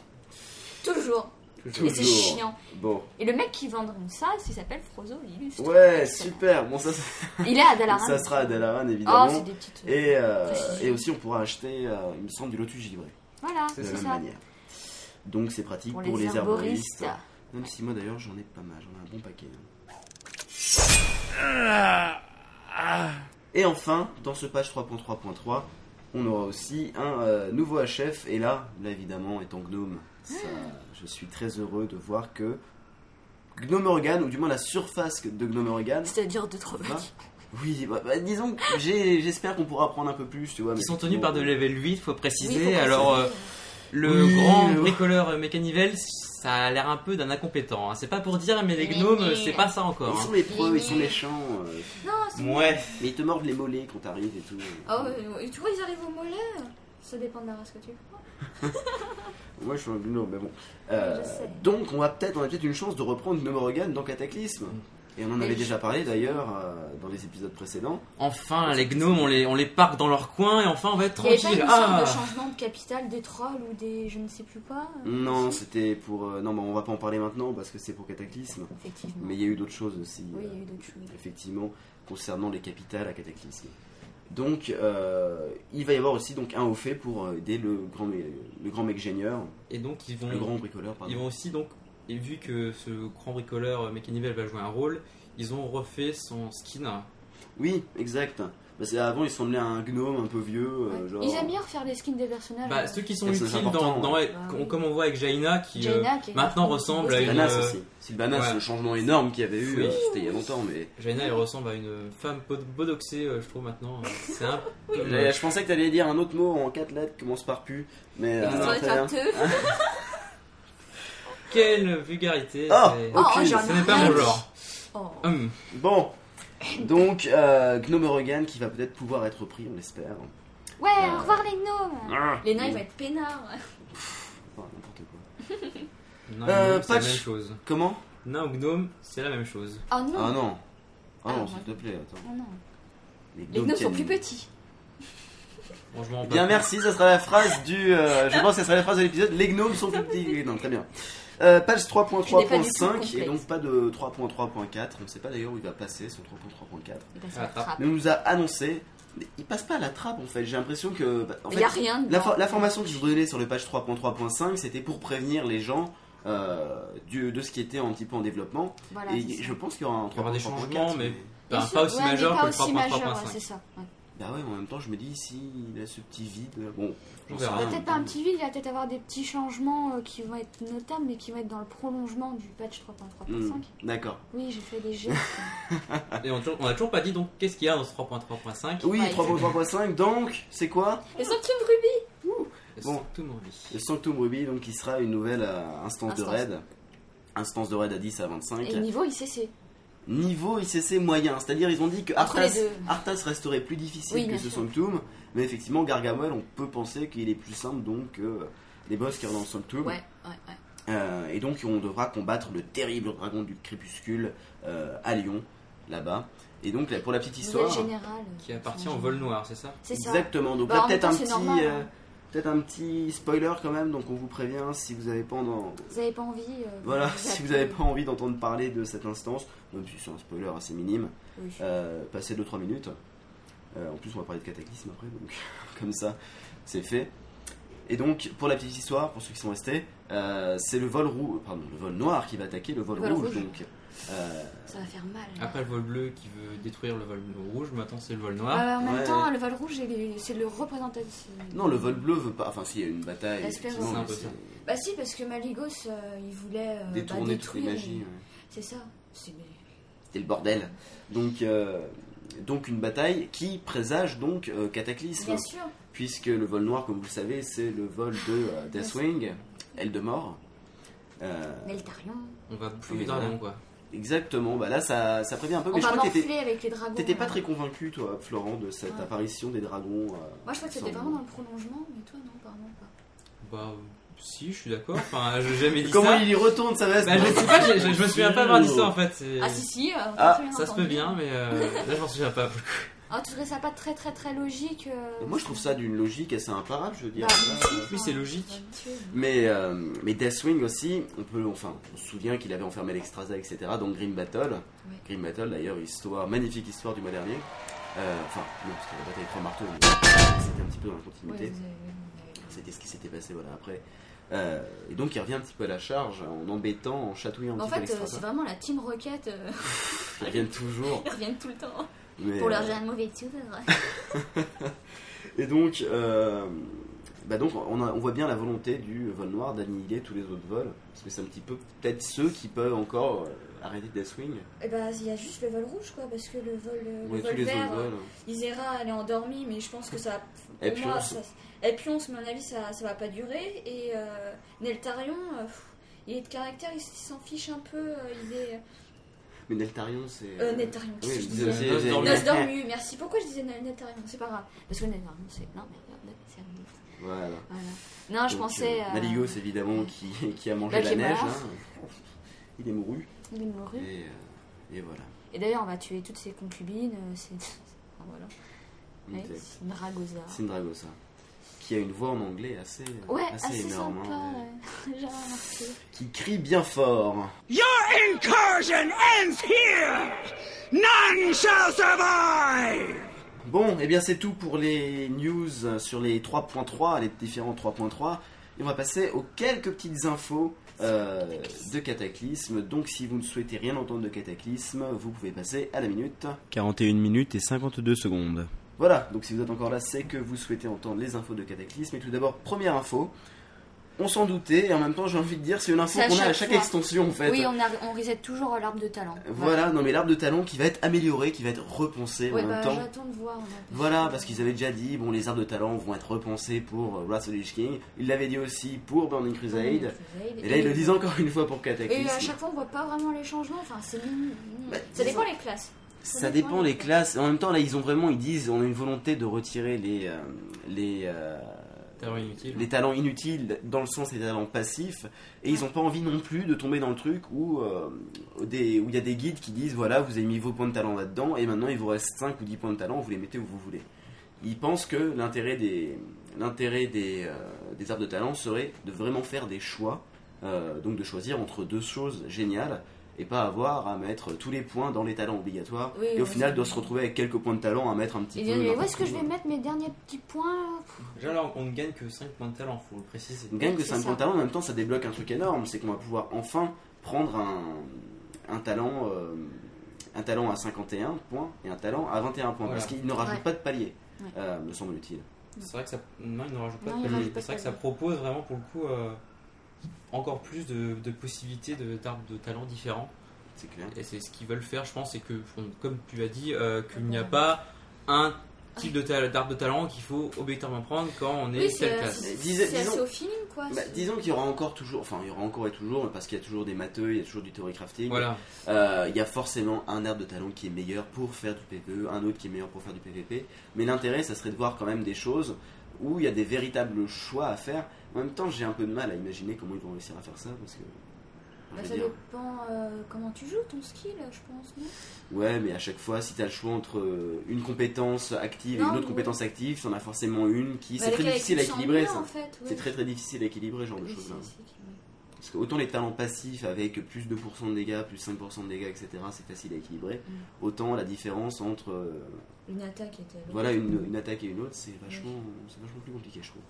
C: Toujours.
A: Toujours.
C: Et c'est chiant.
A: Bon.
C: Et le mec qui vendront ça, il s'appelle Frozo l'illustre.
A: Ouais,
C: Excellent.
A: super. Bon, ça, ça
C: Il est à Dalaran.
A: ça sera à Dalaran,
C: Oh,
A: évidemment.
C: c'est des petites.
A: et, euh,
C: Précision.
A: et aussi, on pourra acheter, euh, il me semble, du lotus givré.
C: Voilà,
A: De
C: c'est
A: la même
C: ça.
A: manière. Donc, c'est pratique
C: Pour
A: pour,
C: les,
A: les,
C: herboristes.
A: herboristes. Même si moi, d'ailleurs, j'en ai pas mal. J'en ai un bon paquet. Et enfin, dans ce page 3.3.3, on aura aussi un euh, nouveau HF. Et là, là, évidemment, étant Gnome, ça- je suis très heureux de voir que Gnome Organ, ou du moins la surface de Gnome Organ,
C: C'est-à-dire de trop
A: Bah, Oui, bah, bah, disons que j'ai- j'espère qu'on pourra apprendre un peu plus, tu vois. mais
B: Ils sont tenus
A: bon,
B: par de
A: euh,
B: level 8, faut préciser.
C: Oui, faut préciser.
B: Alors, euh, le
A: Oui,
B: grand
A: mais bon.
B: bricoleur euh, mécanivel, ça a l'air un peu d'un incompétent. hein. C'est pas pour dire, mais les
C: Mais
B: gnomes,
C: nul.
B: c'est pas ça encore.
A: Ils
B: hein.
A: sont épreux, ils sont méchants, euh,
C: Non, c'est.
B: Ouais,
A: mais ils te mordent les mollets quand t'arrives et tout.
C: Oh, euh, tu vois, ils arrivent au mollet. Ça dépend de la race que tu prends.
A: Moi je suis un gnome, mais bon. Euh,
C: Je sais.
A: donc on va peut-être, on a peut-être une chance de reprendre Gnome Organ dans Cataclysme. Et on en
C: Mais
A: avait
C: je-
A: déjà parlé d'ailleurs euh, dans les épisodes précédents.
B: enfin, les gnomes, on les, on les parque dans leur coin, et enfin, on va être
C: Il y avait pas
B: tranquille.
C: une sorte
B: Ah,
C: de changement de capitale des trolls ou des je ne sais plus quoi euh,
A: Non,
C: si,
A: c'était pour. euh, non, bah, on va pas en parler maintenant parce que c'est pour Cataclysme.
C: Effectivement.
A: Mm. Mais il y a eu d'autres choses aussi.
C: Oui, il y
A: euh,
C: a eu d'autres choses.
A: effectivement, concernant les capitales à Cataclysme. Donc, euh, il va y avoir aussi donc un haut fait pour euh, aider le grand, mé- le grand mec génieur,
B: et donc, ils vont,
A: le grand bricoleur, pardon.
B: ils vont aussi, donc, et vu que ce grand bricoleur euh, mécanivel va jouer un rôle, ils ont refait son skin.
C: Ah
A: Oui, exact. Bah, c'est- avant, il semblait un gnome un peu vieux. euh,
C: Ouais.
A: genre...
C: Ils aiment bien refaire les skins des personnages.
B: Bah, ceux qui sont
A: Et c'est
B: utiles,
A: important,
B: dans, dans-
A: ouais.
C: Bah oui.
B: comme on voit avec Jaina, qui euh,
C: Jaina, qui est
B: maintenant
C: vachement
B: ressemble
C: beau,
B: à
C: c'est
B: une.
C: vrai.
A: Sylvanas
B: euh,
A: aussi. Sylvanas,
B: ouais.
A: le changement énorme qu'il y avait eu,
B: Oui.
A: euh, c'était il y a longtemps, mais.
B: Jaina, elle ressemble à une femme pod- bodoxée, euh, je trouve maintenant. C'est un peu.
A: J'allais- Je pensais que t'allais dire un autre mot en quatre lettres, commence par pu, mais.
B: Ah,
C: Ça
A: non,
C: doit être
A: très bien.
C: un teu.
B: Quelle vulgarité
A: Oh,
B: c'est-
A: oh,
C: oh, j'en
B: Ce
C: ai
B: n'est pas
C: rien
B: mon
C: dit.
B: genre.
C: Oh.
B: Hum.
A: Bon, donc euh, Gnome Regan qui va peut-être pouvoir être repris, on l'espère.
C: Ouais, au revoir les gnomes.
B: Ah.
C: Les nains, ils vont être peinards.
A: Enfin, n'importe quoi.
B: Non,
A: Euh,
B: gnome, c'est la
A: Patch.
B: même chose.
A: Comment
B: Nain ou gnome, c'est la même chose.
C: Oh non.
A: Ah non. Ah
C: Ah,
A: non,
C: ouais.
A: s'il te plaît, attends.
C: Oh, non. Les gnomes
A: qui
C: sont
A: animent.
C: plus petits.
B: Bon, je m'en
A: Bien, merci, ça sera la phrase du. euh, je pense que ça sera la phrase de l'épisode. Les gnomes sont plus petits. Non, très bien. Euh, page
C: Je n'ai pas du tout
A: 3.3.5
C: compris.
A: et donc pas de 3.3.4. On ne sait pas d'ailleurs où il va passer ce 3.3.4.
C: Ils passent
B: Ah,
C: la trappe.
A: Mais on nous a annoncé. mais il passe pas à la trappe en fait. J'ai l'impression que. bah, en
C: Il
A: fait,
C: n'y a rien dedans.
A: la for- L'information que je vous donnais sur le page 3.3.5, c'était pour prévenir les gens euh, du- de ce qui était un petit peu en développement.
C: Voilà,
A: et
C: c'est ça.
A: je pense qu'il y aura un 3.3.4.
B: Il y aura des changements, mais-
C: Bien
B: Enfin,
C: sûr,
B: pas aussi
C: ouais, mais
B: majeur
C: pas
B: que le
C: aussi majeur, ouais,
B: 3.3.5.
C: c'est ça. ouais.
A: Bah ouais, mais en même temps, je me dis, s'il a ce petit vide, là, bon,
B: On
A: j'en sais
B: verra.
A: rien.
B: Ah,
C: Peut-être pas un petit vide, il va peut-être avoir des petits changements euh, qui vont être notables, mais qui vont être dans le prolongement du patch 3.3.5.
A: Hmm, D'accord.
C: Oui, j'ai fait des gestes.
B: Et on, on a toujours pas dit donc qu'est-ce qu'il y a dans ce 3.3.5
A: Oui,
C: Ouais,
A: 3.3.5, donc, c'est quoi
C: Le sanctum Ruby
A: Bon.
B: Tout le monde dit.
A: Le Sanctum Ruby, donc, qui sera une nouvelle euh, instance, de
C: Instance.
A: raid. Instance de raid à 10 à 25.
C: Et niveau ICC.
A: Niveau ICC moyen, c'est-à-dire, ils ont dit que
C: Entre
A: Arthas,
C: les deux.
A: Arthas resterait plus difficile
C: Oui,
A: que
C: bien
A: ce
C: sûr.
A: Sanctum, mais effectivement, Gargamel, on peut penser qu'il est plus simple, donc, que les boss qui sont dans le Sanctum.
C: Ouais, ouais, ouais.
A: Euh, et donc on devra combattre le terrible dragon du crépuscule euh, à Lyon, là-bas. Et donc là, pour la petite
C: Nouvelle
A: histoire,
C: générale.
B: Qui appartient au vol noir, c'est ça
C: euh, C'est ça.
A: exactement. Donc
C: Bah,
A: là
C: en même
A: peut-être
C: temps,
A: un
C: c'est
A: petit,
C: normal,
A: euh,
C: hein.
A: peut-être un petit spoiler quand même. Donc on vous prévient si vous avez pas en-
C: Vous avez pas envie. euh,
A: voilà,
C: vous
A: si vous
C: appelez.
A: n'avez pas envie d'entendre parler de cette instance, même si c'est un spoiler assez minime,
C: Oui.
A: euh, passez 2-3 minutes. Euh, en plus, on va parler de cataclysme après, donc comme ça, c'est fait. Et donc, pour la petite histoire, pour ceux qui sont restés, euh, c'est le vol roux, pardon, le vol noir qui va attaquer le vol,
C: Le vol
A: rouge,
C: rouge.
A: donc. euh,
C: Ça va faire mal.
B: Après le vol bleu qui veut détruire le vol rouge, maintenant c'est le vol noir.
C: Euh, en même
A: Ouais.
C: temps, le vol rouge, il est- c'est le représentatif.
A: non, le vol bleu veut pas. Enfin, s'il y a une bataille,
C: L'espérance,
A: effectivement,
B: c'est un
A: mais
B: peu
A: c'est
B: ça.
C: Bah si, parce que Maligos, euh, il voulait euh, bah,
A: détourner toutes les
C: détruire.
A: magies. euh. ouais.
C: C'est ça. C'est mais-
A: C'était le bordel. Donc, euh, donc une bataille qui présage donc euh, cataclysme.
C: Bien sûr.
A: puisque le vol noir, comme vous le savez, c'est le vol de euh, Deathwing, Aile de Mort. Euh,
C: Meltarion.
B: On va bouffer les
A: Ah, Voilà.
B: dragons, quoi.
A: exactement, bah là ça, ça prévient un peu,
C: On
A: mais je
C: va
A: crois que t'étais-
C: morfler avec les dragons.
A: t'étais pas
C: euh.
A: très convaincu, toi, Florent, de cette
C: Ouais.
A: apparition des dragons. euh,
C: Moi, je crois que c'était
A: ensemble.
C: vraiment dans le prolongement, mais toi, non, apparemment pas.
B: Bah, si, je suis d'accord. Enfin, j'ai jamais dit
A: Comment
B: ça.
A: il y retourne sa veste
B: Bah, je sais pas, j'ai- je, je me souviens pas avoir dit ça en fait. c'est-
C: Ah, si, si. euh, on
A: Ah,
C: t'a très
B: Ça se
C: entendu.
B: peut bien, mais euh, là je m'en souviens pas.
C: Ah, tu trouvais ça pas très, très, très logique euh,
A: Moi, je trouve ça d'une logique assez imparable, je veux dire.
C: Bah,
A: Euh,
B: Oui, c'est
C: enfin,
B: logique.
C: Dieu.
A: Mais, euh, mais Deathwing aussi, on peut, enfin, on se souvient qu'il avait enfermé l'Extrasa, etc. Dans Grim Battle.
C: Ouais.
A: Grim Battle, d'ailleurs, histoire, magnifique histoire du mois dernier. Euh, Enfin, non, c'était la bataille des trois marteaux, mais c'était un petit peu dans la
C: Ouais,
A: continuité.
C: vous avez- vous avez-
A: C'était ce qui s'était passé, voilà, après. Euh, et donc, il revient un petit peu à la charge, en embêtant, en chatouillant un
C: Mais En
A: petit peu
C: fait, euh, c'est
A: l'Extrasa.
C: vraiment la Team Rocket. euh,
A: Ils reviennent toujours.
C: Ils reviennent tout le temps.
A: mais,
C: Pour
A: euh,
C: leur gérer de mauvais souvenirs.
A: Et donc, euh, bah donc on, a- on voit bien la volonté du vol noir d'annihiler tous les autres vols, parce que c'est un petit peu peut-être ceux qui peuvent encore euh, arrêter Deathwing.
C: Et bah, il y a juste le vol rouge, quoi, parce que le vol, euh, le
A: Ouais,
C: vol
A: tous les
C: vert,
A: autres vols. hein.
C: Isera, elle est endormie, mais je pense que ça. Pour
A: Et puis
C: moi,
A: on se-
C: ça, et puis on se met à mon avis, ça, ça va pas durer. Et euh, Neltarion, euh, pff, il est de caractère, il, s- il s'en fiche un peu. euh, il est.
A: Mais Neltarion, c'est.
C: Euh, Neltarion,
A: Oui,
C: qu'est-ce
A: je
C: que
A: disais
C: je
A: aussi-
C: disais
B: Nos
A: j'ai-
B: dormus.
C: Nos Dormu, merci. Pourquoi je disais Nel- Neltarion C'est pas grave. Parce que Neltarion, c'est. Non, mais regarde, c'est un mythe.
A: Voilà.
C: Voilà. Non, je
A: Donc,
C: pensais.
A: euh,
C: à
A: Maligos, évidemment, qui, qui a mangé
C: Bah,
A: la
C: qui est
A: neige.
C: mort.
A: hein. Il est mouru.
C: Il est mort.
A: Et, euh, et voilà.
C: Et d'ailleurs, on va tuer toutes ses concubines. euh, C'est. enfin, voilà. Ouais,
A: Exact.
C: c'est une ragosa.
A: C'est une dragosa. euh, Qui a une voix en anglais assez, euh,
C: Ouais,
A: assez,
C: assez,
A: énorme.
C: sympa.
A: hein.
C: ouais. J'ai remarqué.
A: Qui crie bien fort.
F: incursion ends here! None shall survive!
A: Bon, et bien c'est tout pour les news sur les 3.3, les différents 3.3. Et on va passer aux quelques petites infos euh, de Cataclysme. Donc si vous ne souhaitez rien entendre de Cataclysme, vous pouvez passer à la minute.
H: 41 minutes et 52 secondes.
A: Voilà, donc si vous êtes encore là, c'est que vous souhaitez entendre les infos de Cataclysme. Et tout d'abord, première info. On s'en doutait, et en même temps j'ai envie de dire, c'est une info
C: C'est à
A: qu'on a à
C: chaque
A: chaque
C: fois.
A: extension en fait.
C: Oui, on, a- on reset toujours l'arbre de talent.
A: Voilà, non mais l'arbre de talon qui va être amélioré, qui va être repensé
C: Ouais,
A: en même
C: bah,
A: temps.
C: j'attends de voir. on a-
A: Voilà, parce qu'ils avaient déjà dit, bon, les arbres de talent vont être repensés pour euh, Wrath of the Lich King. Ils l'avaient dit aussi pour Burning Crusade. Et là, ils le disent encore une fois pour
C: Et à
A: Cataclysm.
C: chaque fois, on voit pas vraiment les changements. Enfin, c'est mignon.
A: Bah,
C: Ça
A: disons-
C: dépend les classes.
A: Ça dépend des classes. En même temps, là, ils ont vraiment, ils disent, on a une volonté de retirer les, euh, les, euh,
B: Talents inutiles.
A: les talents inutiles dans le sens des talents passifs. Et ils ont pas envie non plus de tomber dans le truc où euh, des- où il y a des guides qui disent, voilà, vous avez mis vos points de talent là-dedans, et maintenant il vous reste 5 ou 10 points de talent, vous les mettez où vous voulez. Ils pensent que l'intérêt des l'intérêt des, euh, des arbres de talent serait de vraiment faire des choix, euh, donc de choisir entre deux choses géniales et pas avoir à mettre tous les points dans les talents obligatoires
C: Oui,
A: et au
C: oui,
A: final
C: oui.
A: doit se retrouver avec quelques points de talent à mettre un petit
C: Et
A: peu.
C: dire, mais où
A: n'importe
C: est-ce que
A: où.
C: je vais mettre mes derniers petits points
B: Déjà là, on ne gagne que 5 points de talent, faut le préciser.
A: On gagne que
C: C'est
A: 5
C: ça.
A: points de talent, en même temps ça débloque un truc énorme, c'est qu'on va pouvoir enfin prendre un, un talent euh, un talent à 51 points et un talent à 21 points,
B: Voilà.
A: parce qu'il ne rajoute
C: Ouais.
A: pas de palier,
C: Ouais.
A: euh, me semble-t-il.
B: C'est vrai que ça. Non, il ne rajoute pas
C: Non,
B: de
C: il
B: palier.
C: rajoute pas de
B: C'est vrai que ça
C: palier.
B: propose vraiment pour le coup euh, encore plus de, de possibilités de- d'arbres de, talent différents.
A: C'est clair.
B: Et c'est ce qu'ils veulent faire, je pense, c'est que, comme tu l'as dit, euh, qu'il n'y a pas un type de ta- d'arbre de talent qu'il faut obligatoirement prendre quand on est
C: Oui,
B: telle
C: c'est
B: classe.
C: c'est-
A: Disais-
C: c'est assez
A: disons-
C: au feeling, quoi.
A: Bah,
C: Ah, C'est-
A: disons qu'il y aura encore toujours, enfin il y aura encore et toujours, parce qu'il y a toujours des matheux, il y a toujours du théorie crafting,
B: Voilà.
A: Euh, il y a forcément un arbre de talent qui est meilleur pour faire du PvE, un autre qui est meilleur pour faire du PvP, mais l'intérêt ça serait de voir quand même des choses où il y a des véritables choix à faire. En même temps j'ai un peu de mal à imaginer comment ils vont réussir à faire ça, parce que...
C: Bah,
A: je
C: ça
A: veux dire,
C: dépend euh, comment tu joues ton skill, je pense. non
A: Ouais, mais à chaque fois, si t'as le choix entre euh, une compétence active et
C: Non,
A: une autre
C: mais-
A: compétence active, t'en as forcément une qui.
C: Bah,
A: C'est très
C: lequel
A: difficile à
C: est-ce qui te
A: équilibrer
C: semble
A: ça.
C: bien, en fait, ouais.
A: C'est très très difficile à équilibrer ce genre de
C: Oui,
A: choses là.
C: c'est- c'est-
A: Parce que autant les talents passifs avec plus 2% de dégâts, plus 5% de dégâts, etc., c'est facile à équilibrer,
C: Mm.
A: autant la différence entre euh,
C: Une attaque est à
A: voilà une, une attaque et une autre, c'est vachement, c'est vachement plus compliqué, je trouve.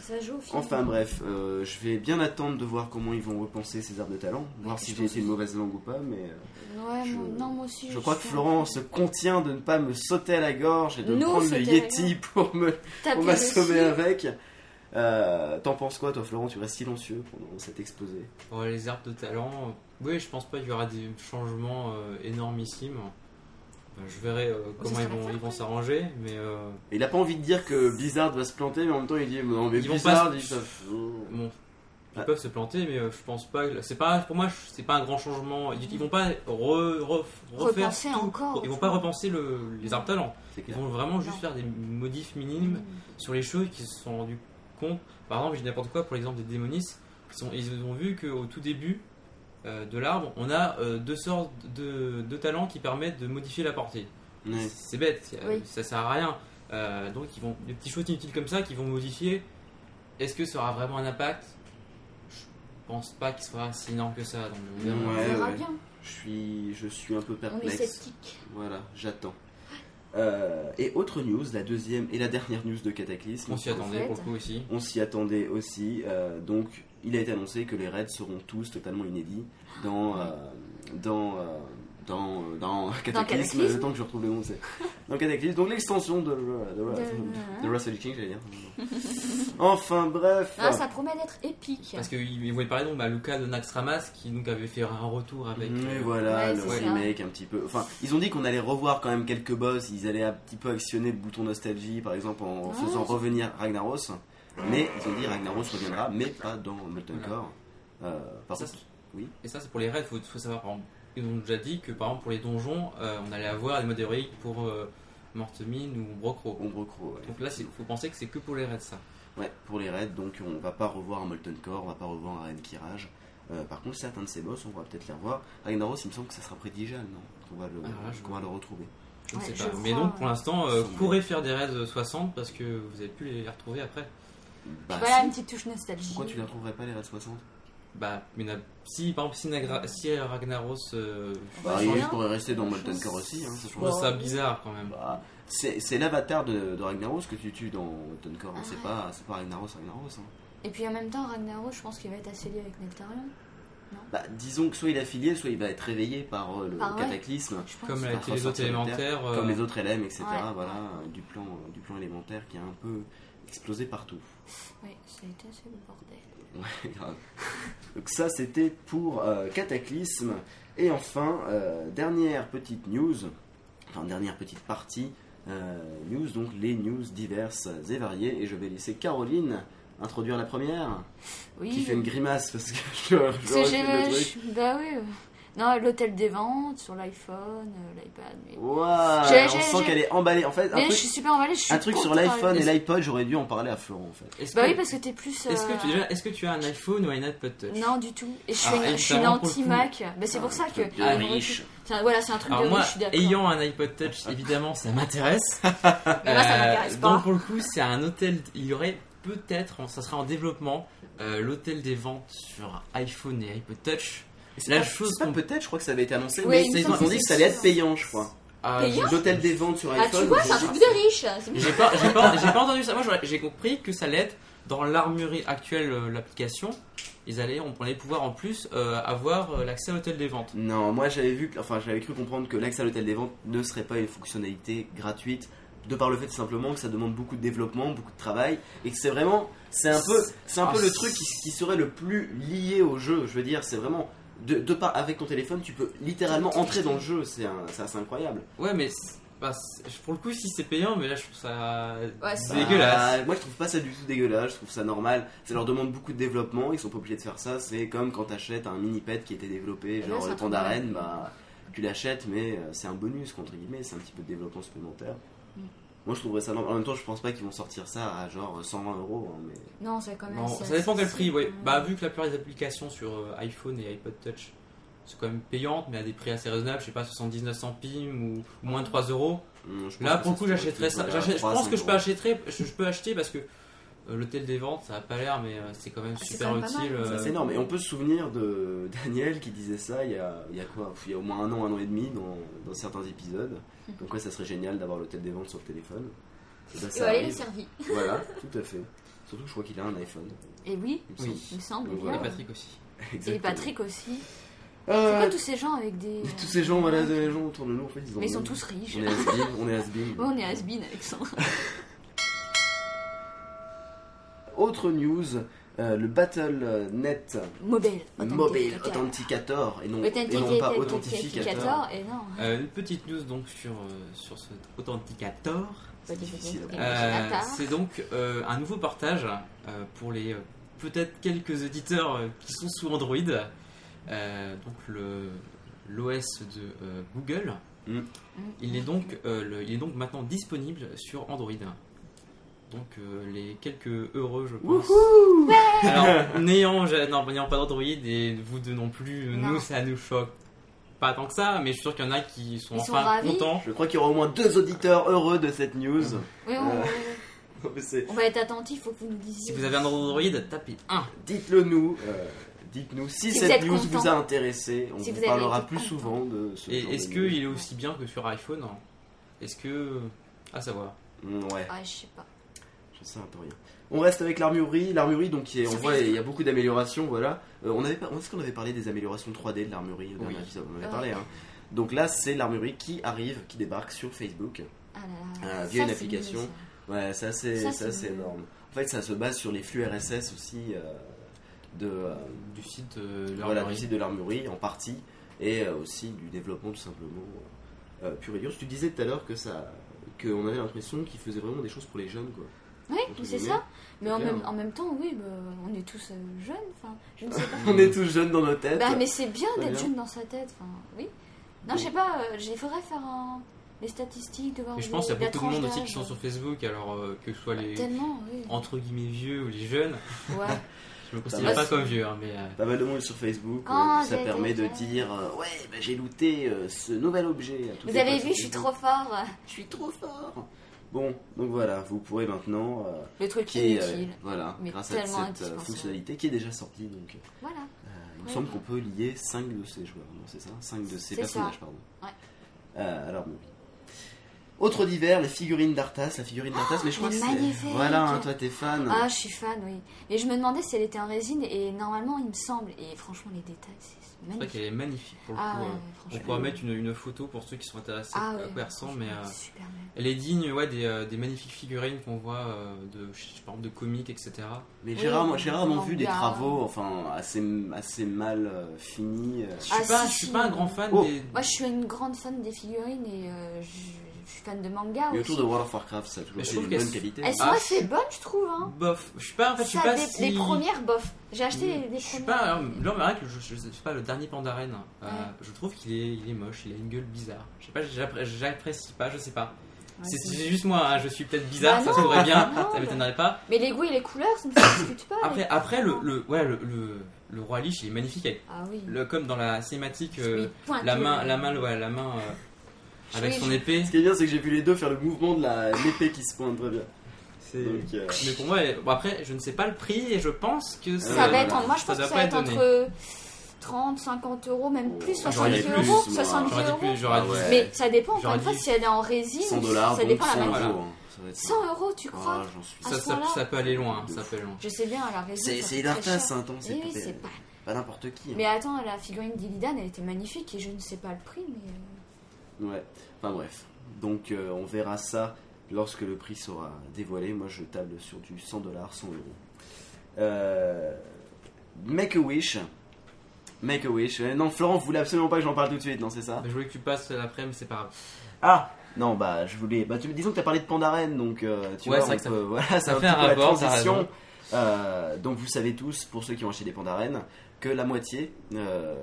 C: Ça joue au feeling.
A: Enfin bref, euh, je vais bien attendre de voir comment ils vont repenser ces arbres de talent, voir
C: je
A: si j'ai
C: pense
A: été une
C: aussi.
A: mauvaise langue ou pas, mais. euh,
C: Ouais,
A: je-
C: moi- non, moi aussi.
A: Je crois que
C: suis un
A: Florent
C: peu-
A: se contient de ne pas me sauter à la gorge et de
C: Nous
A: prendre le
C: sauter à la
A: Yeti pour me
C: Taper
A: pour m'assommer
C: dessus.
A: avec. Euh, T'en penses quoi, toi, Florent Tu restes silencieux pendant cet exposé.
B: Bon, les herbes de talent, euh, oui, je pense pas qu'il y aura des changements euh, énormissimes. Ben, je verrai euh,
C: On
B: comment
C: sait
B: ils
C: ce qu'on va
B: vont
C: faire,
B: ils vont
C: ouais.
B: s'arranger, mais euh,
A: Il a pas envie de dire que Blizzard Oh, va se planter, mais en même temps, il dit Non, mais
B: Ils vont
A: Blizzard,
B: pas se-
A: ils savent-
B: bon, Ils
A: Ouais.
B: peuvent se planter, mais euh, je pense pas. que- C'est pas pour moi, je- c'est pas un grand changement. Ils, ils vont pas re- re- refaire
C: Repenser
B: tout.
C: encore,
B: Ils vont
C: tu
B: pas
C: vois.
B: repenser le- les arbres talents.
A: C'est
B: Ils
A: clair.
B: vont vraiment juste
C: Non.
B: faire des modifs minimes sur les choses qui se sont rendus compte. Par exemple, j'ai n'importe quoi pour l'exemple des démonistes. Ils, sont- ils ont vu qu'au tout début euh, de l'arbre, on a euh, deux sortes de, de talents qui permettent de modifier la portée.
A: Ouais.
B: C'est bête, euh,
C: Oui.
B: ça sert à rien. Euh, donc, ils vont, des petites choses inutiles comme ça qui vont modifier. Est-ce que ça aura vraiment un impact Je pense pas qu'il soit si énorme que ça. donc on verra.
C: On
A: Ouais,
C: verra
A: ouais.
C: bien.
A: Je suis, je suis un peu
C: On est
A: perplexe.
C: sceptique.
A: Voilà, j'attends. Euh, et autre news, la deuxième et la dernière news de Cataclysme.
B: on s'y attendait
C: fait-
B: pour le coup aussi.
A: On s'y attendait aussi. euh, donc, il a été annoncé que les raids seront tous totalement inédits dans euh, dans euh, dans, euh, dans Cataclysme.
C: Cataclysme.
A: Le temps que je retrouve le nom, c'est dans Cataclysme. Donc l'extension de, de,
C: De-
A: de Russell King, j'allais dire. enfin bref.
C: Ah, ça promet d'être épique.
B: Parce qu'ils voulaient parler donc à Luca de Naxxramas qui donc avait fait un retour avec.
A: Mais
B: euh,
A: voilà,
C: Ouais,
A: le
C: c'est ça.
A: remake un petit peu. Enfin, ils ont dit qu'on allait revoir quand même quelques boss. Ils allaient un petit peu actionner le bouton nostalgie, par exemple en
C: Ouais.
A: faisant revenir Ragnaros. Mais ils ont dit Ragnaros reviendra, mais pas dans Molten
B: Voilà.
A: Core. Euh, par
B: Ça,
A: contre,
B: Et ça, c'est pour les raids, faut, faut savoir. Par exemple, ils ont déjà dit que par exemple pour les donjons, euh, on allait avoir des modes héroïques pour euh, Mortemine ou Brocro.
A: Ombre Crow, ouais.
B: Donc là, il faut penser que c'est que pour les raids ça.
A: Ouais, pour les raids, donc on va pas revoir un Molten Core, on va pas revoir un Raid qui rage. Euh, par contre, certains de ces boss, on va peut-être les revoir. Ragnaros, il me semble que ça sera Prédigal, non Qu'on va, le-
B: Ah, là, je-
A: qu'on va le retrouver.
B: Je ne
C: Ouais,
B: sais
C: je
B: pas. Mais
C: crois,
B: donc pour l'instant, euh,
A: Si.
B: courez faire des raids 60 parce que vous avez pu les retrouver après.
A: Bah,
C: Voilà
A: si.
C: une petite touche nostalgie.
A: Pourquoi tu les retrouverais pas les raids 60
B: Bah, mais na- si par exemple si, Nagra- si Ragnaros, euh,
A: Bah,
C: c'est
A: ils
C: bien.
A: pourraient rester dans Molten Core aussi, hein, ça
B: je
A: change
B: trouve ça bizarre quand même.
A: Bah, c'est c'est l'avatar de, de Ragnaros que tu tues dans Molten Core, hein.
C: Ah
A: c'est
C: ouais.
A: pas, c'est pas Ragnaros, Ragnaros. hein.
C: Et puis en même temps, Ragnaros, je pense qu'il va être affilié avec Nectarion.
A: Bah, disons que soit il est affilié, soit il va être réveillé par euh, le
C: Ah ouais.
A: cataclysme,
C: Je pense.
B: Comme
A: c'est
B: avec
A: pas
B: les
A: ressorti
B: autres
A: de terre,
B: élémentaires. euh,
A: comme les autres LM, etc.
C: Ouais.
A: Voilà, euh, du plan, euh, du plan élémentaire qui a un peu explosé partout.
C: Oui, ça a été assez le bordel.
A: Ouais, grave. Donc ça, c'était pour euh, Cataclysme. Et enfin, euh, dernière petite news, enfin dernière petite partie euh, news, donc les news diverses et variées. Et je vais laisser Caroline introduire la première, qui
C: Oui.
A: fait une grimace parce que je, je
C: C'est
A: refuse le truc.
C: GVH. Bah oui. euh. Non, l'hôtel des ventes sur l'iPhone, euh, l'iPad. Mais...
A: Waouh,
C: J'ai-
A: on
C: j'ai-
A: sent
C: j'ai-
A: qu'elle est emballée. En fait, un
C: mais je
A: truc,
C: suis super emballée. Je suis
A: un truc sur
C: contente.
A: l'iPhone et l'iPod, j'aurais dû en parler à Florent en fait.
B: Est-ce
C: Bah
B: que,
C: oui, parce que t'es plus.
B: est-ce que tu
C: euh,
B: déjà- est-ce que tu as un iPhone ou un iPod Touch
C: Non, du tout. Et je suis
B: Ah,
C: une,
B: et
C: je suis une
B: vraiment pour le coup.
C: anti-Mac. Bah, c'est
A: Ah,
C: pour ça que.
A: truc de
C: Ah,
A: riche.
C: C'est un- voilà, c'est un truc
B: Alors
C: de
B: Ah, moi,
C: riche, je suis d'accord.
B: ayant un iPod Touch, évidemment, ça m'intéresse. Euh,
C: Mais moi, ça m'intéresse pas.
B: Donc pour le coup, c'est un hôtel. Il y aurait peut-être, ça sera en développement, euh, l'hôtel des ventes sur iPhone et iPod Touch. La
A: pas-
B: chose
A: c'est pas
B: qu'on-
A: peut-être, je crois que ça avait été annoncé,
C: Ouais,
A: mais
C: il
B: me
A: ils
B: semble
A: ont dit
B: que
A: que
B: c'est
A: ça allait
C: sûr.
A: être payant, je crois.
B: Ah,
C: Payant
A: L'hôtel des ventes sur
C: Ah,
A: iPhone.
C: tu vois,
A: je-
C: c'est un truc de riche. hein,
B: je-
C: c'est-
B: J'ai pas, j'ai pas, j'ai pas entendu ça. Moi, j'aurais- j'ai compris que ça allait être dans l'armurerie actuelle, euh, l'application. Ils allaient, on allait pouvoir en plus euh, avoir euh, l'accès à l'hôtel des ventes.
A: Non, moi j'avais vu, que- enfin j'avais cru comprendre que l'accès à l'hôtel des ventes ne serait pas une fonctionnalité gratuite, de par le fait simplement que ça demande beaucoup de développement, beaucoup de travail, et que c'est vraiment, c'est un peu, c'est un peu
B: Ah,
A: le
B: c'est-
A: truc qui, qui serait le plus lié au jeu. Je veux dire, c'est vraiment de, de par avec ton téléphone, tu peux littéralement entrer dans le jeu. C'est un- c'est assez incroyable.
B: Ouais, mais c'est- bah, c'est- pour le coup, si c'est payant, mais là, je trouve ça
C: Ouais, c'est-
B: dégueulasse.
A: Bah, moi je trouve pas ça du tout dégueulasse, je trouve ça normal. Ça leur demande beaucoup de développement, ils sont pas obligés de faire ça. C'est comme quand t'achètes un mini pet qui était développé,
C: là,
A: genre
C: c'est
A: le
C: un truc
A: Pandaren,
C: normal.
A: bah tu l'achètes, mais euh, c'est un bonus entre guillemets, c'est un petit peu de développement supplémentaire.
C: Mm.
A: Moi je trouverais ça normal. En même temps, je pense pas qu'ils vont sortir ça à genre 120 euros. hein, mais...
C: Non, ça quand même.
B: Non,
C: c'est
B: ça dépend quel prix,
C: accessible.
B: ouais. Bah, vu que la plupart des applications sur euh, iPhone et iPod Touch sont quand même payantes, mais à des prix assez raisonnables, je sais pas, 79 centimes ou, ou moins de 3 euros.
A: Mm, je pense
B: Là,
A: que
B: pour
A: ça
B: le coup,
A: se
B: j'achèterais ça.
A: trouve, voilà,
B: J'achète- Je
A: 3,
B: pense que je
A: 5
B: peux,
A: euros.
B: acheter, je, je peux acheter parce que euh, l'hôtel des ventes, ça a pas l'air, mais euh, c'est quand même
C: Ah, c'est
B: super
C: quand même pas
B: utile.
C: mal.
B: euh,
A: C'est énorme, et on peut se souvenir de Daniel qui disait ça il y a, il y a quoi Pff, Il y a au moins un an, un an et demi dans, dans certains épisodes. Donc, ouais, ça serait génial d'avoir l'hôtel des ventes sur le téléphone. Et ben,
C: Et
A: ça
C: voilà, il est
A: arrive.
C: servi.
A: Voilà, tout à fait. Surtout que je crois qu'il a un iPhone.
C: Et oui,
A: il me
B: Oui.
C: il me semble.
A: Donc,
C: bien.
A: voilà.
B: Et Patrick aussi.
C: Et
A: Exactement.
C: Patrick aussi.
A: Euh,
C: Pourquoi tous ces gens avec des.
A: tous ces gens, voilà, les gens autour de nous, en fait, ils ont.
C: Mais ils sont tous riches.
A: On est has-been, on est has-been.
C: Bon, on est has-been, Alexandre.
A: Autre news, euh, le Battle.net
C: Mobile.
A: Mobile
C: Authenticator.
A: Authenticator, et non, et non pas
C: Authenticator.
A: Authentificator.
C: Authenticator. Et non.
B: Euh, une petite news donc sur, euh, sur ce Authenticator.
A: difficile,
C: Authenticator.
B: Euh,
C: Avatar.
B: c'est donc euh, un nouveau portage euh, pour les euh, peut-être quelques éditeurs euh, qui sont sous Android. Euh, donc le l'OS de euh, Google. Il est donc euh, le- il est donc maintenant disponible sur Android. Donc euh, les quelques heureux, je pense. Alors n'ayant j'ai- non, n'ayant pas d'Android et vous deux non plus, euh,
C: Non.
B: nous ça nous choque pas tant que ça, mais je suis sûr qu'il y en a qui sont
C: Ils sont
B: enfin
C: ravis.
B: contents.
A: Je crois qu'il y aura au moins deux auditeurs heureux de cette news.
C: Oui, on,
A: Euh. Non, mais c'est-
C: on va être attentif, faut que vous nous disiez.
B: Si vous avez un Android, tapez 1.
A: Dites-le nous. euh, Dites-nous si,
C: Si vous
A: cette
C: êtes
A: news
C: content.
A: vous a intéressé. On
C: Si
A: vous
C: vous avez
A: parlera
C: été
A: plus
C: content.
A: souvent de ce genre
B: Et est-ce
A: de
B: qu'il
A: news.
B: est aussi bien que sur iPhone hein Est-ce que. À savoir.
A: Mm, Ouais,
C: Ah, je sais pas.
A: je sais un peu rien. On reste avec l'armurerie. L'armurerie, donc, qui est- on
C: C'est
A: voit,
C: vrai.
A: il y a beaucoup d'améliorations. Voilà. Euh, on avait, pas- est-ce qu'on avait parlé des améliorations 3D de l'armurerie au dernier
B: Oui.
A: épisode On en avait
C: Ouais.
A: parlé. Hein. Donc là, c'est l'armurerie qui arrive, qui débarque sur Facebook.
C: Ah là là.
A: Ah,
C: ça,
A: via une
C: c'est
A: application.
C: mieux,
A: Ouais, ça c'est
C: Ça,
A: ça
C: c'est
A: c'est
C: mieux.
A: énorme. En fait, ça se base sur les flux RSS aussi euh, de euh,
B: Du site euh, de
A: voilà, du
B: l'armurerie.
A: site de l'armurerie en partie et euh, aussi du développement tout simplement euh, euh, pur et dur. Tu disais tout à l'heure que ça qu'on avait l'impression qu'ils faisaient vraiment des choses pour les jeunes quoi.
C: ça. Oui,
A: Entre
C: mais c'est
A: guillemets.
C: ça. Mais en
A: clair.
C: même, en même temps, oui, bah, on est tous euh, jeunes. Enfin, je ne sais pas.
A: On est tous jeunes dans nos têtes.
C: bah, mais c'est bien
A: Très
C: d'être
A: bien.
C: jeune dans sa tête. Enfin, oui. Non, je sais pas. euh, Il faudrait faire un- les statistiques, de voir.
B: Et je
C: où-
B: pense qu'il y a
C: la
B: beaucoup de monde
C: tranche
B: aussi
C: d'âge.
B: qui sont sur Facebook, alors euh, que ce soit les
C: Tellement, oui.
B: entre guillemets vieux ou les jeunes.
C: Ouais.
B: Je me considère
A: va,
B: pas
C: c'est-
B: comme vieux, hein, mais. euh,
A: Pas mal de monde sur Facebook,
C: Ah,
A: euh, ça
C: j'ai
A: permet de
C: adoré.
A: dire euh, ouais bah, j'ai looté euh, ce nouvel objet. à toutes
C: Vous
A: les
C: avez
A: fois sur
C: vu, je suis
A: Facebook.
C: trop fort.
A: je suis trop fort. Bon donc voilà, vous pourrez maintenant euh,
C: Le truc
A: qui est, euh,
C: inutile.
A: voilà,
C: mais
A: grâce à
C: tellement
A: cette euh,
C: indispensable.
A: fonctionnalité qui est déjà sortie. Donc,
C: Voilà.
A: euh, il me
C: Ouais.
A: semble qu'on peut lier 5 de ces joueurs, non c'est ça 5 de ces
C: C'est
A: personnages,
C: ça.
A: pardon.
C: Ouais.
A: Euh, alors, bon. Autre divers, les figurines d'Arthas, la figurine d'Arthas, mais je crois que
C: mais
A: c'est.
C: Ah, magnifique.
A: Voilà, hein, toi t'es fan.
C: Ah, je suis fan, oui. Et je me demandais si elle était en résine, et normalement, il me semble. Et franchement, les détails, c'est
B: C'est vrai
C: magnifique.
B: qu'elle est magnifique pour le
C: Ah,
B: coup.
C: ouais,
B: euh.
C: franchement.
B: on pourra mettre une, une photo pour ceux qui sont intéressés
C: Ah,
B: à
C: ouais,
B: quoi elle ressemble, mais
C: franchement,
B: euh,
C: c'est super bien.
B: elle est digne ouais, des, euh, des magnifiques figurines qu'on voit euh, de, je sais pas, de comics, etc.
A: Mais
C: oui,
A: j'ai rarement, j'ai rarement
C: manga.
A: vu des travaux, enfin, assez, assez mal euh, finis. euh.
B: Je
C: Ah,
B: suis, pas,
C: si,
B: je suis
C: si.
B: pas un grand fan
A: Oh.
B: des.
C: Moi, je suis une grande fan des figurines, et euh, je, je suis fan de manga.
A: Mais
C: aussi.
A: autour de World of Warcraft, ça a toujours
B: Mais je
A: été
B: trouve
A: une
B: qu'elles
A: bonne
B: sont-
A: qualité.
C: Ah, Elles sont
B: Ah,
C: assez bonnes, je trouve. Hein.
B: Bof, je suis pas, en fait, je suis
C: Ça,
B: pas
C: des-
B: si-
C: les premières bof. J'ai acheté les, les
B: je suis
C: premières.
B: pas. euh, alors, Là, mais rien que je, je sais pas, le dernier Pandaren, euh,
C: Ouais.
B: je trouve qu'il est, il est moche, il a une gueule bizarre. Je sais pas, j'appré- j'apprécie pas, je sais pas.
C: Ouais,
B: c'est
C: c'est-
B: c'est juste moi, hein, je suis peut-être bizarre,
C: Bah
B: ça
C: non,
B: serait bien,
C: non,
B: ça
C: mais-
B: m'étonnerait pas.
C: Mais les goûts et les couleurs, ça ne se discute pas.
B: Après,
C: les-
B: après le, le, ouais, le, le, le roi Lich, il est magnifique avec
C: Ah oui.
B: Le- comme dans la cinématique, euh,
C: Oui, pointe,
B: la
C: oui.
B: main, la main, ouais, la main euh, avec
C: Oui,
B: son
C: je-
B: épée.
A: Ce qui est bien, c'est que j'ai vu les deux faire le mouvement de la- l'épée qui se pointe très bien. Donc, euh,
B: Mais pour moi, elle- bon, après, je ne sais pas le prix et je pense que
A: Euh,
C: Ça
A: voilà.
C: va être, en- moi je pense
B: doit
C: que ça
B: pas
C: va être
B: donné.
C: entre 30, 50 euros, même plus,
A: Oh,
C: 70
B: j'aurais dit
C: euros.
A: plus, moi.
C: 70
B: J'aurais dit
C: euros.
B: plus, j'aurais
A: Ah
B: dit.
A: ouais.
C: Mais ça dépend, encore
B: J'aurais
C: une fois,
B: dit
C: si elle est en résine,
A: 100 dollars,
C: ça dépend
A: donc
C: la
A: 100
C: matière.
A: euros. hein. Ça va être
C: 100 euros, tu crois
A: Ah, j'en suis
C: à
B: Ça,
C: ce
B: ça,
C: point-là.
B: ça peut aller loin, hein,
A: De
B: ça
A: fou.
B: peut aller loin.
C: Je sais bien, la résine.
A: C'est
C: ça
A: c'est
C: coûte
A: une
C: très
A: artasse,
C: cher.
A: hein,
C: Eh
A: attends, c'est
C: Oui,
A: pas,
C: oui, c'est pas.
A: pas n'importe qui. hein.
C: Mais attends, la figurine d'Illidan, elle était magnifique et je ne sais pas le prix, mais. euh,
A: Ouais, enfin bref. Donc euh, on verra ça lorsque le prix sera dévoilé. Moi je table sur du 100 dollars, 100 euros. Euh, Make a wish. Make a wish. Euh, Non, Florent voulait absolument pas que j'en parle tout de suite, non, c'est ça
B: Mais Je voulais que tu passes l'après-midi, c'est pas grave.
A: Ah Non, bah je voulais. Bah, tu, disons que t'as parlé de Pandaren, donc euh, tu
B: Ouais,
A: vois,
B: c'est vrai
A: on
B: que ça
A: peut- voilà, c'est un
B: fait
A: petit
B: un
A: peu la
B: rapport, t'as
A: transition.
B: raison.
A: Euh, donc vous savez tous, pour ceux qui ont acheté des Pandaren, que la moitié euh,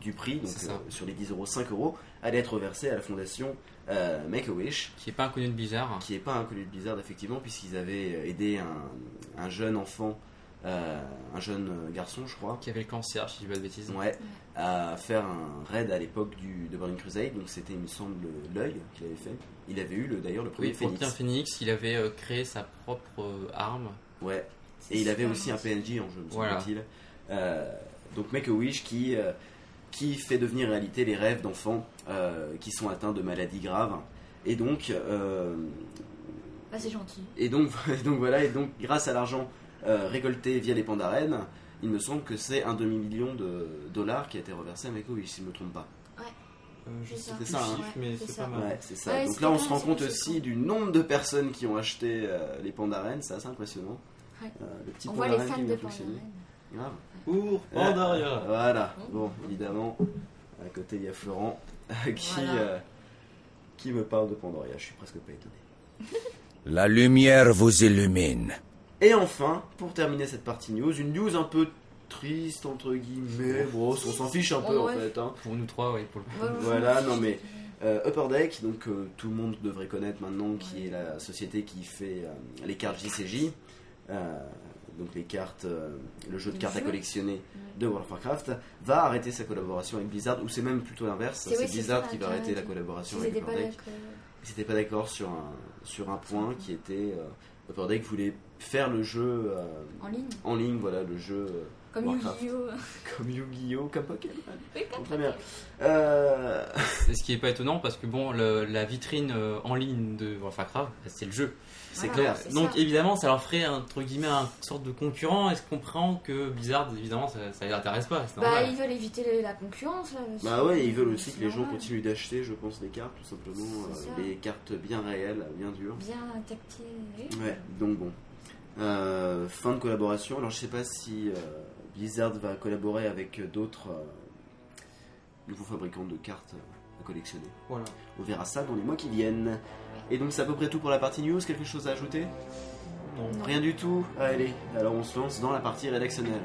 A: du prix, donc
B: C'est ça.
A: euh, sur les 10 euros, 5 euros, allait être versée à la fondation euh, Make a Wish.
B: Qui est pas inconnu de hein. bizarre.
A: qui n'est pas un connu de Blizzard effectivement puisqu'ils avaient aidé un, un jeune enfant, euh, un jeune garçon je crois,
B: Qui avait le cancer, si je dis pas de bêtises.
A: ouais, à faire un raid à l'époque du de Burning Crusade donc c'était il me semble l'œil qu'il avait fait. Il avait eu le d'ailleurs le premier
B: Oui, pour
A: phénix.
B: Pierre Phoenix, il avait euh, créé sa propre euh, arme.
A: Ouais. Et il avait
C: super
A: aussi un PNJ en jeu, me
B: Voilà.
A: semble-t-il. Euh, donc Make a Wish qui euh, qui fait devenir réalité les rêves d'enfants euh, qui sont atteints de maladies graves. Et donc euh,
C: Bah, c'est gentil.
A: Et donc, et donc voilà, et donc grâce à l'argent euh, récolté via les pandarènes, il me semble que c'est un demi-million de dollars qui a été reversé à Mekowish, si je ne me trompe pas.
B: Euh, je
C: C'est
B: sais
C: ça.
B: plus
A: C'est ça,
B: le
A: hein.
B: chiffre, mais
C: Ouais,
B: c'est
C: c'est
B: pas
C: ça.
B: mal.
A: Ouais, c'est ça.
C: Ouais,
A: donc
C: c'est
A: là, on
C: pas
A: se
C: mal,
A: rend
C: c'est
A: compte
C: plus
A: aussi
C: ça.
A: du nombre de personnes qui ont acheté euh, les pandarènes, c'est assez impressionnant.
C: Ouais.
A: Euh, le petit
C: On voit les
A: Pandaren
C: fans
A: qui
C: de
A: vient fonctionner.
C: Pandaren.
A: Grave.
B: Pour Pandaria.
A: Euh,
C: Oh.
A: Voilà, bon, évidemment, à côté il y a Florent euh, qui,
C: Voilà.
A: euh, qui me parle de Pandaria, je suis presque pas étonné.
I: La lumière vous illumine.
A: Et enfin, pour terminer cette partie news, une news un peu triste entre guillemets, bon, on s'en fiche un peu en
C: Ouais.
A: fait. hein.
B: Pour nous trois, ouais, pour le coup.
C: Moi, je-
A: Voilà, non, mais- Euh, Upper Deck, donc euh, tout le monde devrait connaître maintenant, qui est la société qui fait euh, les cartes JCJ, euh, donc les cartes, euh, le jeu de
C: Le
A: cartes à
C: jeu.
A: collectionner de World of Warcraft, va arrêter sa collaboration avec Blizzard, ou c'est même plutôt l'inverse,
C: C'est-
A: c'est
C: oui, c'est
A: Blizzard
C: ça,
A: qui va
C: qui a-
A: arrêter la
C: qui-
A: collaboration
C: Ils
A: avec
C: étaient
A: Upper
C: pas
A: Deck.
C: d'accord. euh,
A: Ils n'étaient pas d'accord sur un, sur un point qui était euh, Upper Deck voulait faire le jeu euh,
C: En ligne
A: en ligne, voilà, le jeu. euh,
C: Comme
A: Warcraft.
C: Yu-Gi-Oh!
A: comme Yu-Gi-Oh, comme Pokémon.
C: Oui, comme
A: Très bien. Euh,
B: C'est ce qui est pas étonnant parce que bon, le- la vitrine euh, en ligne de World of Warcraft, c'est le jeu.
A: c'est
C: Voilà,
A: clair.
C: c'est
B: Donc
C: ça.
B: évidemment, Ah, ça leur ferait entre guillemets une sorte de concurrent. Est-ce qu'on prend que Blizzard, évidemment, ça, ça les intéresse pas. C'est
C: Bah,
B: normal.
C: ils veulent éviter la concurrence là. monsieur.
A: Bah ouais, ils veulent aussi que les gens
C: Normal.
A: continuent d'acheter, je pense, des cartes, tout simplement,
C: C'est
A: euh,
C: ça.
A: les cartes bien réelles, bien dures.
C: Bien tactile. oui.
A: Ouais, donc bon. Euh, fin de collaboration. Alors je sais pas si euh, Blizzard va collaborer avec euh, d'autres euh, nouveaux fabricants de cartes euh, à collectionner.
B: Voilà.
A: On verra ça dans les mois qui viennent. Et donc c'est à peu près tout pour la partie news. Quelque chose à ajouter
B: Non.
C: Non.
A: Rien du tout Allez, alors on se lance dans la partie rédactionnelle.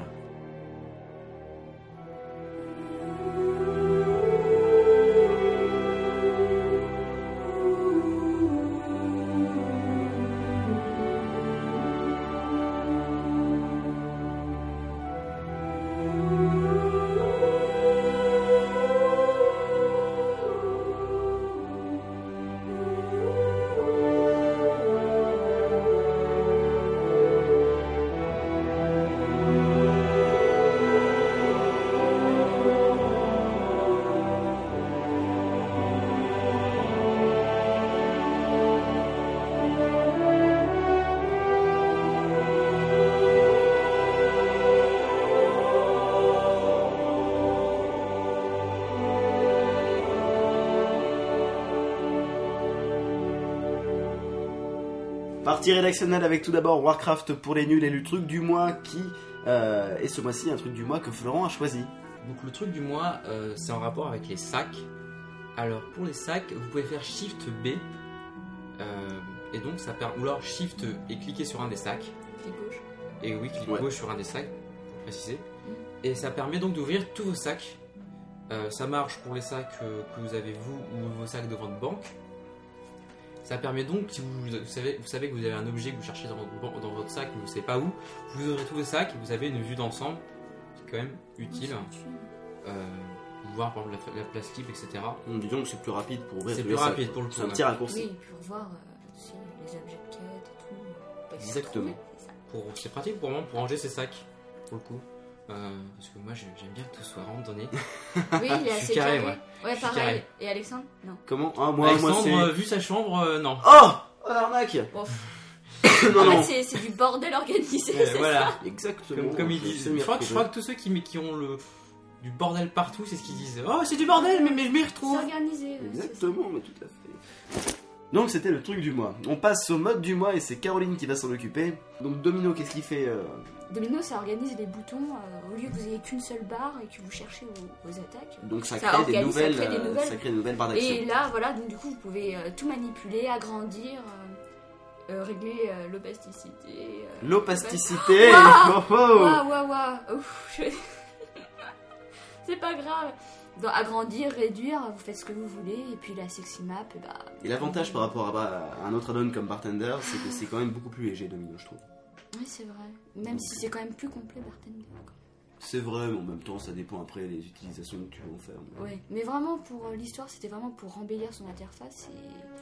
A: Partie rédactionnelle avec tout d'abord Warcraft pour les nuls et le truc du mois qui euh, est ce mois-ci un truc du mois que Florent a choisi.
B: Donc le truc du mois, euh, c'est en rapport avec les sacs. Alors pour les sacs, vous pouvez faire Shift B. euh, et donc ça permet. Ou alors Shift et cliquer sur un des sacs.
C: Clic gauche.
B: Et oui, clic
A: Ouais.
B: gauche sur un des sacs, pour préciser. Et ça permet donc d'ouvrir tous vos sacs. Euh, ça marche pour les sacs euh, que vous avez vous ou vos sacs de votre banque. Ça permet donc, si vous, vous savez, vous savez que vous avez un objet que vous cherchez dans votre, ban- dans votre sac, mais vous ne savez pas où, vous ouvrez tous vos sacs et vous avez une vue d'ensemble, qui est quand même utile. Euh, voir par exemple la, la place libre, etc.
A: On dit donc que c'est plus rapide pour ouvrir
B: C'est
A: tous
B: plus
A: les sacs.
B: rapide pour le
A: C'est un
B: coup, hein.
A: petit
B: ouais.
A: raccourci.
C: Oui, pour voir euh, aussi les objets de quête et tout. Pas qu'ils se
A: Exactement.
C: trompent, c'est ça.
B: Pour, c'est pratique pour moi pour ranger ses sacs, pour le coup. Euh, parce que moi je- j'aime bien que tout soit randonné.
C: Oui, il est
B: Je suis
C: assez
B: carré,
C: carré.
B: moi.
C: Ouais,
B: Je suis
C: pareil.
B: carré.
C: Et Alexandre Non.
A: Comment Ah moi, moi
B: Alexandre,
A: c'est.
B: euh, vu sa chambre, euh, non.
A: Oh Oh l'arnaque Non
C: En
A: non.
C: fait, c'est- c'est du bordel organisé.
B: Euh,
C: c'est
B: voilà.
A: Exactement.
B: Comme, comme ils
A: Je
B: disent.
A: sais m'y
B: Je crois, que, je crois
A: retrouver.
B: que tous ceux qui, qui ont le du bordel partout, c'est ce qu'ils disent. Oh, c'est du bordel, mais, mais je m'y
C: ça.
B: retrouve.
C: C'est organisé. ouais, c'est ça.
A: Exactement, mais tout à fait. Donc c'était le truc du mois. On passe au mode du mois et c'est Caroline qui va s'en occuper. Donc Domino, qu'est-ce qu'il fait euh,
C: Domino, ça organise les boutons. euh, au lieu que vous ayez qu'une seule barre et que vous cherchez aux, aux attaques.
A: Donc ça
C: Ça
A: crée des
C: organise, ça
A: nouvelles,
C: crée des
A: euh,
C: nouvelles.
A: ça crée des nouvelles barres
C: Et
A: d'action.
C: là, voilà, donc du coup, vous pouvez euh, tout manipuler, agrandir, euh, euh, régler euh, l'opacité. euh,
A: L'opasticité.
C: Ah
A: Oh, oh.
C: Waouh, waouh, waouh. Ouf, je- C'est pas grave. Dans agrandir, réduire, vous faites ce que vous voulez. Et puis la sexy map, eh bah,
A: Et l'avantage par rapport à, à un autre add-on comme Bartender, c'est que c'est quand même beaucoup plus léger Domino, je trouve.
C: oui, c'est vrai. Même si c'est quand même plus complet, Bartender. quoi.
A: C'est vrai, mais en même temps, ça dépend après les utilisations que tu veux en faire.
C: Ouais. Mais vraiment, pour euh, l'histoire, c'était vraiment pour embellir son interface.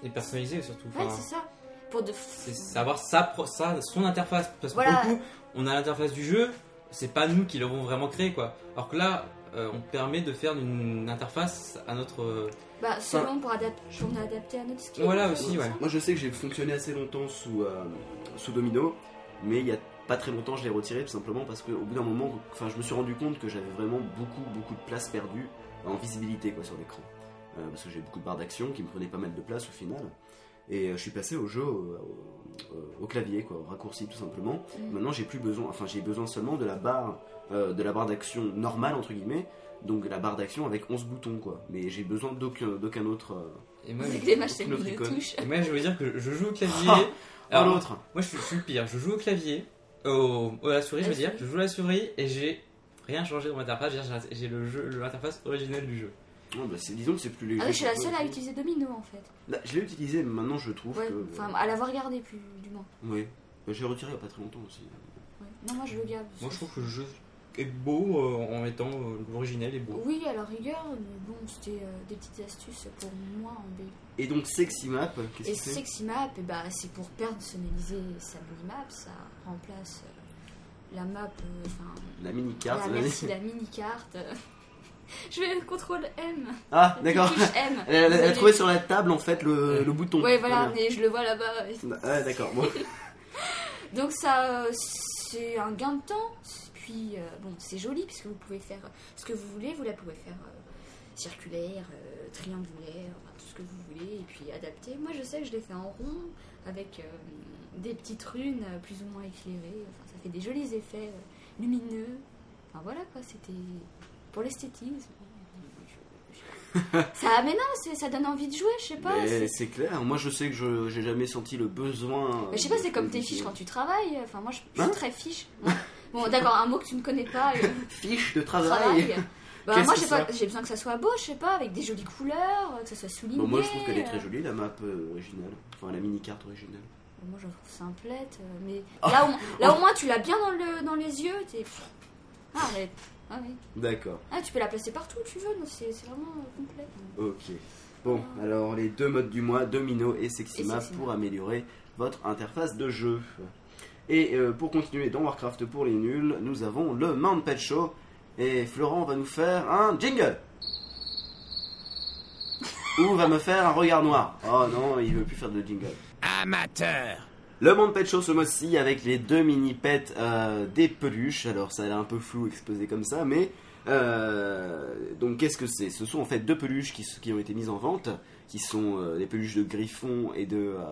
C: Et...
B: Et personnalisé surtout.
C: Ouais,
B: enfin,
C: c'est ça. Pour de.
B: c'est savoir sa, pro- sa- son interface. Parce que
C: Voilà.
B: pour le coup, on a l'interface du jeu, c'est pas nous qui l'avons vraiment créé quoi. Alors que là, euh, on permet de faire une interface à notre. euh,
C: Bah, selon pour, adap... pour adapter à notre skill.
B: Voilà
C: en fait,
B: aussi,
C: c'est
B: ouais.
C: ça.
A: Moi, je sais que j'ai fonctionné assez longtemps sous, euh, sous Domino, mais il y a pas très longtemps, je l'ai retiré tout simplement parce qu'au bout d'un moment, enfin, je me suis rendu compte que j'avais vraiment beaucoup, beaucoup de place perdue en visibilité quoi, sur l'écran. Euh, parce que j'ai beaucoup de barres d'action qui me prenaient pas mal de place au final. Et euh, je suis passé au jeu, au, au- au clavier, quoi, au raccourci tout simplement.
C: Mm.
A: Maintenant, j'ai plus besoin, enfin, j'ai besoin seulement de la barre, euh, de la barre d'action normale entre guillemets. Donc la barre d'action avec 11 boutons quoi, mais j'ai besoin d'aucun d'aucun autre. euh,
B: Et moi,
C: C'est que
B: je,
C: des machines
A: Aucune autre
C: de
A: icône.
C: touches.
B: et moi, je veux dire que je joue au clavier.
A: Ah,
B: Alors,
A: un autre.
B: Moi, je suis, je suis le pire. Je joue au clavier. au, à la souris, je
F: La
B: veux dire,
F: souris.
B: je joue à la souris et j'ai rien changé dans mon interface. Je veux dire, J'ai j'ai le jeu, l'interface originelle du jeu.
A: Ouais, bah, c'est- disons que c'est plus léger.
F: Ah oui, je suis la
A: pour
F: seule
A: toi.
F: à utiliser Domino en fait.
A: Là, je l'ai utilisé, mais maintenant je trouve
F: Ouais,
A: que.
F: enfin, ah. à l'avoir gardé plus du moins.
A: Oui. Bah, je l'ai retiré il y a pas très longtemps aussi.
F: Ouais. Non, moi je le garde.
B: Moi, je trouve que le jeu est beau euh, en étant euh, l'original est beau.
F: Oui, à la rigueur, mais bon, c'était euh, des petites astuces pour moi en B.
A: Et donc, Sexy Map, qu'est-ce
F: Et
A: que c'est
F: Sexy Map, eh ben, c'est pour personnaliser sa mini-map, ça remplace euh, la map, euh, enfin,
A: La mini-carte.
F: la,
A: la-
F: Ah, merci, la mini-carte. je vais contrôle M.
A: Ah, d'accord.
F: Touche M.
A: Elle, elle- elle a
F: Désolée.
A: trouvé sur la table en fait le, le bouton.
F: Ouais, voilà,
A: Très
F: mais je le vois là-bas.
A: bien. Ah, d'accord. Bon.
F: Donc ça, euh, c'est un gain de temps. Puis euh, bon, c'est joli puisque vous pouvez faire euh, ce que vous voulez. Vous la pouvez faire euh, circulaire, euh, triangulaire, enfin, tout ce que vous voulez, et puis adapter. Moi, je sais que je l'ai fait en rond avec euh, des petites runes euh, plus ou moins éclairées. Enfin, ça fait des jolis effets euh, lumineux. Enfin voilà quoi, c'était pour l'esthétisme. Je- je- ça, mais non, c'est- ça donne envie de jouer, je sais pas. c'est-
A: Mais c'est clair. Moi, je sais que je j'ai jamais senti le besoin.
F: mais je sais pas,
A: de-
F: c'est comme tes
A: de-
F: fiches quand tu travailles. euh, Enfin, moi, je je suis
A: Hein
F: très fiche. Bon, Bon, d'accord, un mot que tu ne connais pas, euh,
A: Fiche de
F: travail.
A: travail.
F: Bah,
A: Qu'est-ce
F: moi,
A: que
F: j'ai pas-
A: Ah ça
F: j'ai besoin que ça soit beau, je sais pas, avec des jolies couleurs, euh, que ça soit souligné.
A: Bon, moi, je trouve qu'elle est très
F: euh.
A: jolie la map euh, originale. Enfin, la mini-carte originale.
F: Moi, je la trouve simplette. euh, Mais
A: Oh.
F: là, au, là, au moins, tu l'as bien dans, le, dans les yeux. T'es... Ah, arrête. Ah, oui.
A: D'accord.
F: Ah, tu peux la placer partout où tu veux, donc c'est, c'est vraiment euh, complet.
A: Ok. Bon, alors les deux modes du mois, Domino et Sexy
F: Et
A: Map,
F: Sexy
A: pour
F: Map.
A: améliorer votre interface de jeu. Et euh, pour continuer dans Warcraft pour les nuls, nous avons le Mount Pet Show. Et Florent va nous faire un jingle. Ou va me faire un regard noir. Oh non, il veut plus faire de jingle.
J: Amateur.
A: Le monde pet show ce mois-ci avec les deux mini pets euh, des peluches. Alors ça a l'air un peu flou exposé comme ça, mais euh, donc qu'est-ce que c'est Ce sont en fait deux peluches qui, s- qui ont été mises en vente, qui sont euh, des peluches de griffon et de euh,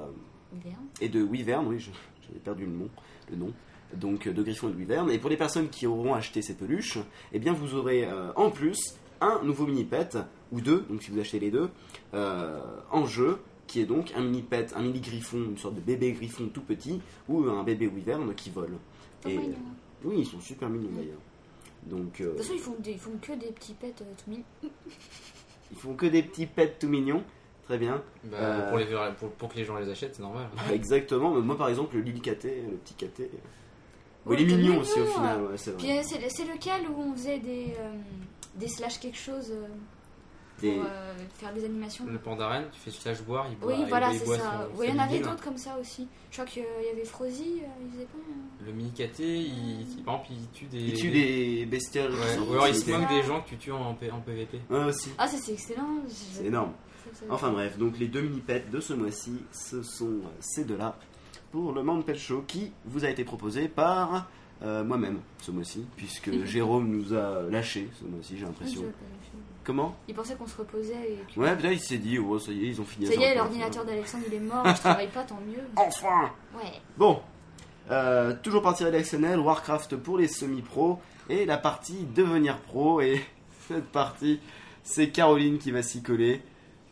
F: Bien.
A: et de wyvern. Oui, je- j'avais perdu le nom, le nom. Donc euh, de griffon et de wyvern. Et pour les personnes qui auront acheté ces peluches, eh bien vous aurez euh, en plus un nouveau mini pet ou deux. Donc si vous achetez les deux euh, en jeu qui est donc un mini pet, un mini griffon, une sorte de bébé griffon tout petit, ou un bébé wyvern qui vole.
F: Pas
A: Et-
F: moyen. De
A: Oui, ils sont super mignons d'ailleurs. Donc, euh,
F: toute façon, ils font, des, ils font que des petits pets euh, tout mignons.
A: ils font que des petits pets tout mignons. Très bien.
B: Bah,
A: Euh.
B: pour, les, ver- pour, pour que les gens les achètent, c'est normal.
A: Exactement. Moi, par exemple, le Lily Caté, le petit caté. Bon,
F: Ouais,
A: il est
F: t'es
A: mignon
F: mignon,
A: aussi au
F: ouais.
A: final, ouais, c'est
F: Puis
A: vrai.
F: euh, c'est, le- c'est lequel où on faisait des, euh, des slash quelque chose euh, pour
A: Des-
F: euh, faire des animations
B: Le pandaren, tu fais tu lâches boire, il boit.
F: Oui,
A: Bah,
B: il-
F: voilà,
B: il
F: c'est
B: boit
F: ça.
B: son-
F: Oui,
B: sa
F: il y en avait
B: bibine.
F: d'autres comme ça aussi. Je crois qu'il y avait Frozy, euh, il faisait pas. euh,
B: Le mini caté, il, il- par exemple, il tue des.
A: Il tue des bestiaires.
B: Ouais,
A: qui sont-
B: Ou alors il se
A: c'est-
B: moque des gens que tu tues en, P- en PVP.
A: Ouais, aussi.
F: Ah, ça c'est excellent. je-
A: C'est énorme.
F: ça, ça-
A: Enfin bref, donc les deux mini pets de ce mois-ci, ce sont euh, ces deux-là pour le Man Pet Show qui vous a été proposé par euh, moi-même ce mois-ci, puisque Jérôme nous a lâché ce mois-ci, j'ai
F: Oui, Ah, je
A: l'impression.
F: vois pas le film.
A: Comment
F: Il pensait qu'on se reposait et que.
A: Ouais, peut-être il s'est dit, oh ça y est, ils ont fini. à
F: ça y est,
A: faire un peu. hein.
F: l'ordinateur d'Alexandre il est mort, je
A: Ah.
F: travaille pas, tant mieux.
A: Enfin
F: Ouais.
A: Bon, euh, toujours partie rédactionnelle, Warcraft pour les semi-pros et la partie devenir pro. Et cette partie, c'est Caroline qui va s'y coller,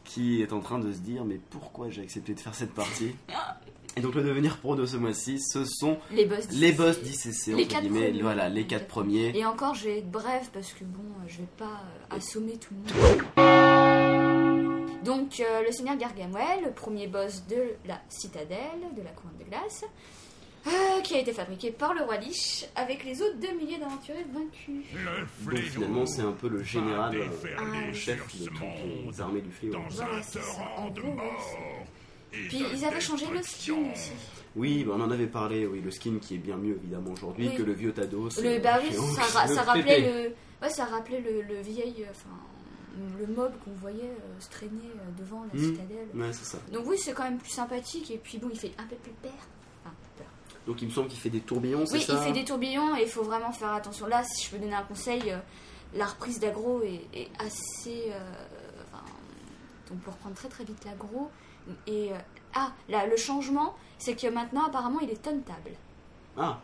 A: qui est en train de se dire mais pourquoi j'ai accepté de faire cette partie
F: Ah.
A: Et donc le devenir pro de ce mois-ci, ce sont
F: Les boss
A: les boss
F: d'ici.
A: d'ICC
F: Les
A: entre
F: quatre
A: guillemets,
F: premiers.
A: voilà les quatre premiers.
F: Et encore, je vais être brève parce que bon, euh, je vais pas euh, assommer tout le monde. Donc, euh, le seigneur Gargamel, le premier boss de la citadelle, de la couronne de glace, euh, qui a été fabriqué par le roi Lich avec les autres deux milliers d'aventuriers vaincus.
A: Donc finalement, c'est un peu le général euh,
F: Ah,
A: le chef de toutes les armées du fléau.
F: Voilà, c'est ça, en gros, ouais, c'est- Puis ils avaient changé le skin aussi.
A: Oui, bah, on en avait parlé, oui, le skin qui est bien mieux évidemment aujourd'hui
F: Oui.
A: que le vieux Tados.
F: Le,
A: euh,
F: bah oui,
A: chez Hawks.
F: ça, ra- ça
B: le
F: rappelait
B: pépé.
F: le, ouais, ça rappelait le, le vieil, euh, enfin, le mob qu'on voyait euh, se traîner euh, devant la
B: Mmh.
A: Hmm.
F: citadelle.
A: Ouais, c'est ça.
F: Donc oui, c'est quand même plus sympathique et puis bon, il fait un peu plus peur. Enfin, peur.
A: Donc il me semble qu'il fait des tourbillons, c'est
F: Oui,
A: ça
F: il fait des tourbillons et il faut vraiment faire attention. Là, si je peux donner un conseil, euh, la reprise d'aggro est, est assez. euh, enfin, on peut reprendre très très vite l'aggro. Et euh, ah, là, le changement, c'est que maintenant apparemment il est tauntable.
A: Ah,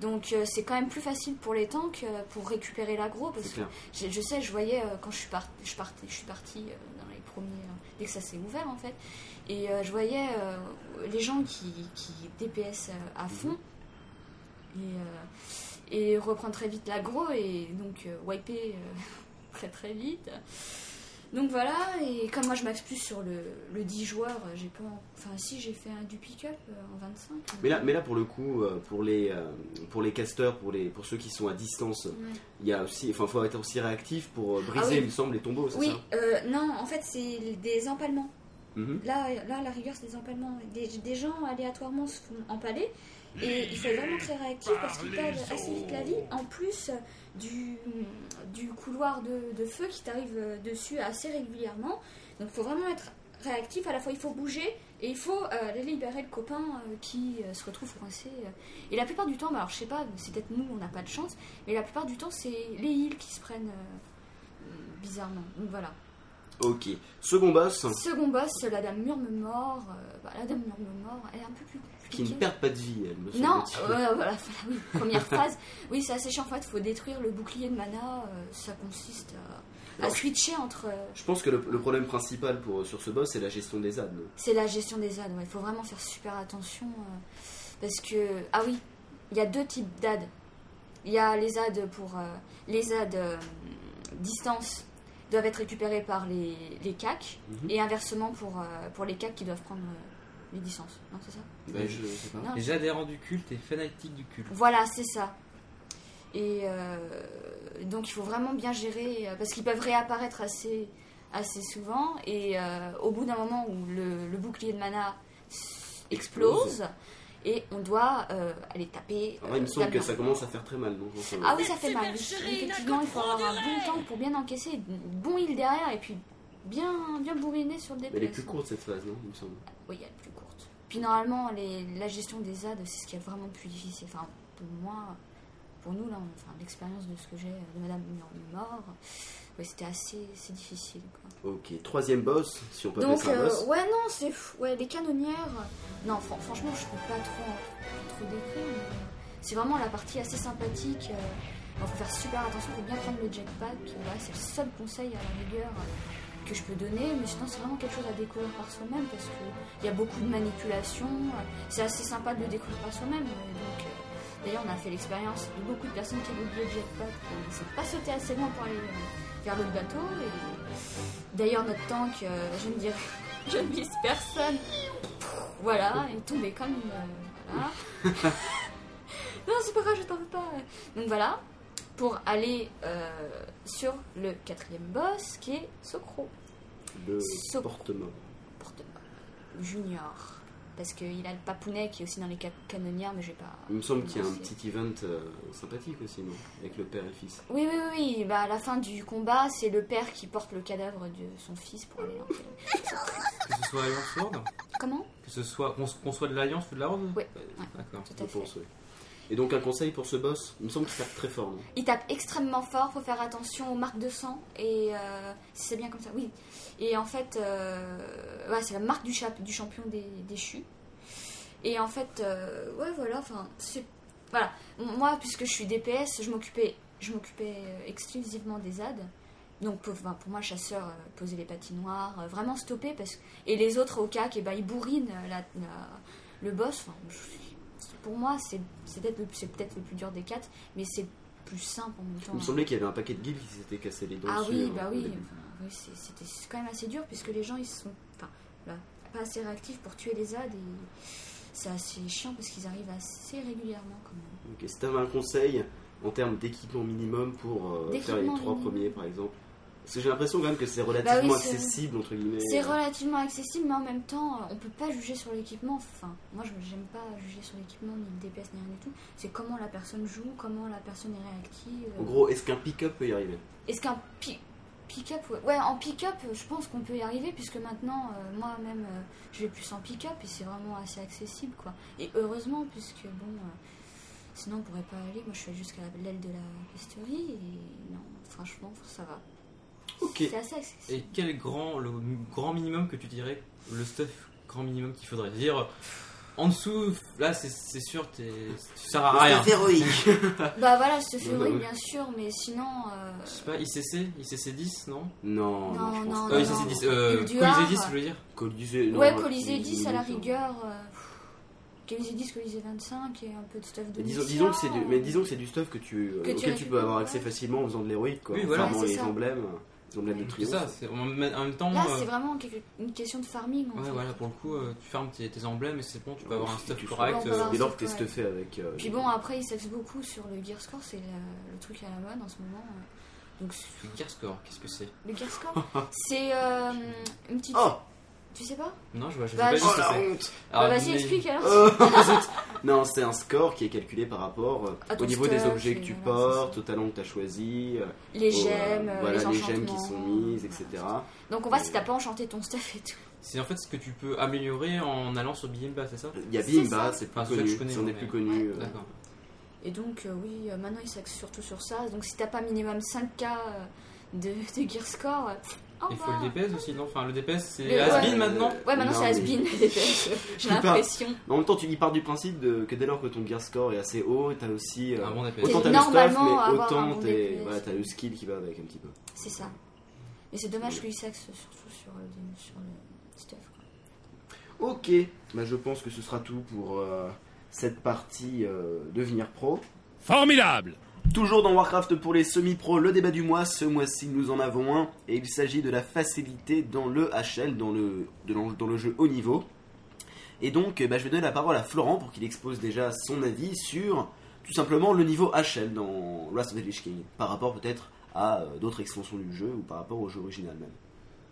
F: Donc euh, c'est quand même plus facile pour les tanks euh, pour récupérer l'aggro parce
A: c'est
F: que
A: clair.
F: j'ai- je sais, je voyais euh, quand je suis, par- je partais, je suis partie euh, dans les premiers, euh, dès que ça s'est ouvert en fait,
A: Mhm.
F: et euh, je voyais euh, les gens qui, qui DPS euh, à fond, euh, et reprend très vite l'aggro et donc euh, wiper euh, très très vite. Donc voilà, et comme moi je m'axe plus sur le, le 10 joueurs, euh, j'ai pas. en- Enfin, si j'ai fait un du pick-up euh, en 25.
A: Mais là, mais là, pour le coup, euh, pour les, euh, pour les casteurs, pour, les, pour ceux qui sont à distance,
F: Ouais.
A: il y a aussi, enfin, faut être aussi réactif pour euh, briser,
F: Ah oui.
A: il me semble, les tombeaux, c'est
F: Oui,
A: ça
F: euh, non, en fait c'est des empalements.
A: Mhm.
F: Là, là, à la rigueur, c'est des empalements. Des, des gens aléatoirement se font empaler. Et il faut être vraiment très réactif parce qu'ils perdent assez vite la vie. En plus du, du couloir de, de feu qui t'arrive euh, dessus assez régulièrement. Donc il faut vraiment être réactif. À la fois, il faut bouger et il faut euh, aller libérer le copain euh, qui euh, se retrouve coincé. euh. Et la plupart du temps, bah, alors je sais pas, c'est peut-être nous, on n'a pas de chance, mais la plupart du temps, c'est les îles qui se prennent euh, bizarrement. Donc voilà.
A: Ok. Second boss,
F: Second boss, la dame murmure-mort. euh, bah, la dame murmure-mort, elle est un peu plus
A: qui
F: compliquée.
A: ne perd pas de vie, elle me semble.
F: Non, euh, voilà, voilà, oui, première phase. Oui, c'est assez chiant. En fait, il faut détruire le bouclier de mana. euh, ça consiste à, à
A: Alors,
F: switcher entre. euh,
A: Je pense que le, le problème principal pour, sur ce boss, c'est la gestion des ânes. non
F: C'est la gestion des ZAD, il faut vraiment faire super attention. euh, parce que. Ah oui, il y a deux types d'AD. Il y a les ZAD pour. euh, les ZAD euh, distance doivent être récupérés par les, les CAC.
A: Mhm.
F: Et inversement pour, euh, pour les CAC qui doivent prendre euh, les distances. Non, c'est ça
A: Ouais, je sais pas.
F: Non.
B: Les adhérents du culte et fanatiques du culte.
F: Voilà, c'est ça. Et euh, donc il faut vraiment bien gérer, euh, parce qu'ils peuvent réapparaître assez, assez souvent, et euh, au bout d'un moment où le, le bouclier de mana s- explose, et on doit euh, aller taper.
A: Alors, Ah il me
F: euh,
A: semble
F: la
A: que
F: mort.
A: ça commence à faire très mal. donc, enfin,
F: Ah oui, ça fait mal. Effectivement, il faut avoir un bon temps pour bien encaisser, bon heal derrière, et puis bien, bien bourriner sur le DPS.
A: Elle est plus courte cette phase, non Il me semble.
F: Oui, elle est plus courte. Puis normalement, les- la gestion des ZAD, c'est ce qui est vraiment le plus difficile. Enfin, pour moi, pour nous, là, on- enfin, l'expérience de ce que j'ai de Madame Mort, ouais, c'était assez, assez difficile. quoi.
A: Ok. Troisième boss, si on peut appeler
F: Donc,
A: ça un
F: euh,
A: boss.
F: ouais, non, c'est fou. Ouais, les canonnières, non, fran- franchement, je peux pas trop, trop décrire. mais C'est vraiment la partie assez sympathique. Il faut faire super attention, faut bien prendre le jetpack. Voilà, c'est le seul conseil à la rigueur euh, que je peux donner. Mais sinon, c'est vraiment quelque chose à découvrir par soi-même parce qu'il y a beaucoup de manipulation. euh, C'est assez sympa de le découvrir par soi-même. euh, Donc, euh, d'ailleurs, on a fait l'expérience de beaucoup de personnes qui ont oublié le jetpack et ne savent pas sauter assez loin pour aller euh, vers le bateau. Et d'ailleurs, notre tank, euh, je ne dirais, je ne vise personne. Voilà, est tombé comme une. euh, voilà. non, c'est pas grave, je t'en veux pas. Donc voilà, pour aller euh, sur le quatrième boss qui est Socro,
A: Le
F: so-
A: portement.
F: porte junior. Parce qu'il a le papounet qui est aussi dans les ca- canonnières, mais je vais pas.
A: Il me semble qu'il y a un
F: C'est-
A: petit event euh, sympathique aussi, non Avec le père et le fils.
F: Oui, oui, oui, bah à la fin du combat, c'est le père qui porte le cadavre de son fils pour aller. l'enterrer.
B: Que ce soit Alliance Horde,
F: Comment
B: que ce soit qu'on qu'on soit de l'Alliance ou de la Horde
F: Ouais.
B: Euh,
F: Ouais.
B: D'accord.
F: Tout
A: Je
F: à fait.
A: pense, oui. Et donc un conseil pour ce boss, il me semble qu'il tape très fort, non
F: Il tape extrêmement fort, faut faire attention aux marques de sang et euh, si c'est bien comme ça, oui. Et en fait, euh, ouais, c'est la marque du, chap- du champion des déchus. Et en fait, euh, ouais, voilà, enfin, c'est- voilà. M- Moi, puisque je suis DPS, je m'occupais, je m'occupais euh, exclusivement des ZAD. Donc pour, enfin, pour moi, chasseur, euh, poser les patinoires, euh, vraiment stopper parce que et les autres au cac, et ben ils bourrinent euh, la- la- le boss. Enfin, je- pour moi, c'est c'est peut-être le, c'est peut-être le plus dur des quatre, mais c'est plus simple en même temps.
A: Il me semblait qu'il y avait un paquet de guildes qui s'était cassé les dents.
F: Ah
A: dessus,
F: oui,
A: hein,
F: bah
A: au
F: oui,
A: début.
F: enfin, oui, c'est- c'était quand même assez dur puisque les gens ils sont enfin, là, pas assez réactifs pour tuer les ZAD et c'est assez chiant parce qu'ils arrivent assez régulièrement quand même.
A: Ok, si t'avais un conseil en termes d'équipement minimum pour euh, faire les trois
F: D'équipement minimum. Bah
A: premiers, par exemple Parce que j'ai l'impression quand même que c'est relativement
F: c'est-
A: accessible, entre guillemets.
F: C'est relativement accessible mais en même temps euh, on peut pas juger sur l'équipement. Enfin, moi je- j'aime pas juger sur l'équipement ni le DPS ni rien du tout. C'est comment la personne joue, comment la personne est réactive. euh.
A: En gros, est-ce qu'un pick-up peut y arriver
F: Est-ce qu'un pi- pick-up ouais. Ouais, en pick-up, euh, je pense qu'on peut y arriver puisque maintenant, euh, moi-même, euh, je vais plus en pick-up et c'est vraiment assez accessible, quoi. Et heureusement, puisque bon, euh, sinon on pourrait pas aller. Moi, je suis allée jusqu'à l'aile de la pesterie et non, franchement, ça va.
A: Ok.
F: C'est assez
B: Et
F: accessible.
B: quel grand, le grand minimum que tu dirais, le stuff grand minimum qu'il faudrait dire en dessous, là c'est- c'est sûr, t'es- tu sers à Ah, rien.
A: héroïque
F: Bah voilà, ce
A: Non, bah
F: février,
A: oui.
F: bien sûr, mais sinon. euh,
B: Je sais pas, ICC, ICC 10, non
A: Non, non, je pense
C: Oh
F: Non,
A: pas.
B: Euh,
F: non,
B: ICC 10, euh,
F: Et le Duard.
B: Colisée 10, je veux dire.
A: Colisée, non,
F: ouais,
A: euh,
C: hein.
F: Colisée
A: il-
F: 10 à
A: il-
F: la rigueur. euh, pff,
C: Qualisé 10, Qualisé 25 et un peu de stuff de
A: Disons,
C: mission.
A: disons que c'est du, mais disons que c'est du stuff que tu,
C: Que
A: auquel
C: tu
A: tu, peux
C: récupères,
A: avoir
C: ouais.
A: accès facilement en faisant de l'héroïque, quoi.
B: Oui, voilà.
A: Notamment
C: Ouais, c'est
A: les
C: ça.
A: emblèmes, les emblèmes de
B: C'est
A: triomphe.
B: ça, c'est- en même en même temps.
C: Là,
B: euh,
C: c'est vraiment quelque- une question de farming. En
B: Ouais,
C: fait.
B: voilà, pour le coup, euh, tu fermes tes, tes emblèmes et c'est bon, tu peux
A: Ouais,
B: avoir un
A: tu-
B: stuff
A: tu
B: correct.
C: fais-
B: euh,
C: Ouais.
A: Dès lors que t'es
C: Ouais.
A: stuffé avec. euh,
C: Puis bon, après, il s'axe beaucoup sur le gear score, c'est le, le truc à la mode en ce moment. euh. Donc,
B: le Gear Score, qu'est-ce que c'est
C: le gear score, c'est euh, une petite.
A: Oh,
C: Tu sais pas
B: Non, je vois, je sais
C: Bah,
B: pas
C: je-
B: du tout
A: oh
B: ce que
A: la
B: c'est.
A: honte
C: Bah,
B: Ah,
C: Vas-y,
B: mais-
C: explique alors.
A: Euh, zut. Non, c'est un score qui est calculé par rapport euh,
C: À ton
A: au niveau des
C: stuff,
A: objets que
C: et
A: tu
C: voilà, c'est
A: portes, au talent que tu as choisi, euh,
C: Les
A: au, euh,
C: gemmes, euh,
A: voilà,
C: les,
A: les gemmes qui
C: enchantements,
A: sont mises, etc.
C: voilà. Donc, on voit si t'as pas enchanté ton stuff et tout.
B: C'est en fait ce que tu peux améliorer en allant sur Bimba, c'est ça
A: Il y a
C: C'est
A: Bimba,
C: ça.
A: c'est plus
B: Ah, celui-là que
A: connu,
B: je connais,
A: c'est un des
B: mais-
A: plus connus. euh,
B: D'accord.
C: Et donc, euh, oui, euh, maintenant, il s'axe surtout sur ça. Donc, si t'as pas minimum 5K euh, de, de gear score, euh, pff, au
B: Il faut
C: revoir.
B: le DPS aussi, non Enfin, le DPS, c'est
C: Le-
B: Asbin
C: ouais.
B: maintenant
C: Ouais, maintenant,
A: Non,
C: c'est
A: mais-
C: Asbin, les DPS. J'ai
A: Putain.
C: l'impression.
A: Mais en même temps, tu y pars du principe de- que dès lors que ton gear score est assez haut, t'as aussi. euh,
B: Un bon DPS.
A: Autant t'as le
C: Normalement,
A: stuff, mais
C: avoir un
A: autant
C: bon
A: t'es-
C: DPS.
A: voilà, t'as le skill qui va avec un petit peu.
C: C'est ça. Mais c'est dommage qu'il s'axe surtout sur le, sur le stuff. quoi.
A: Ok, bah, je pense que ce sera tout pour euh, cette partie euh, devenir pro.
I: Formidable
A: Toujours dans Warcraft pour les semi-pros, le débat du mois, ce mois-ci nous en avons un, et il s'agit de la facilité dans le HL, dans le, de l'en- dans le jeu haut niveau. Et donc eh ben, je vais donner la parole à Florent pour qu'il expose déjà son avis sur tout simplement le niveau HL dans Wrath of the Lich King, par rapport peut-être à euh, d'autres extensions du jeu ou par rapport au jeu original même.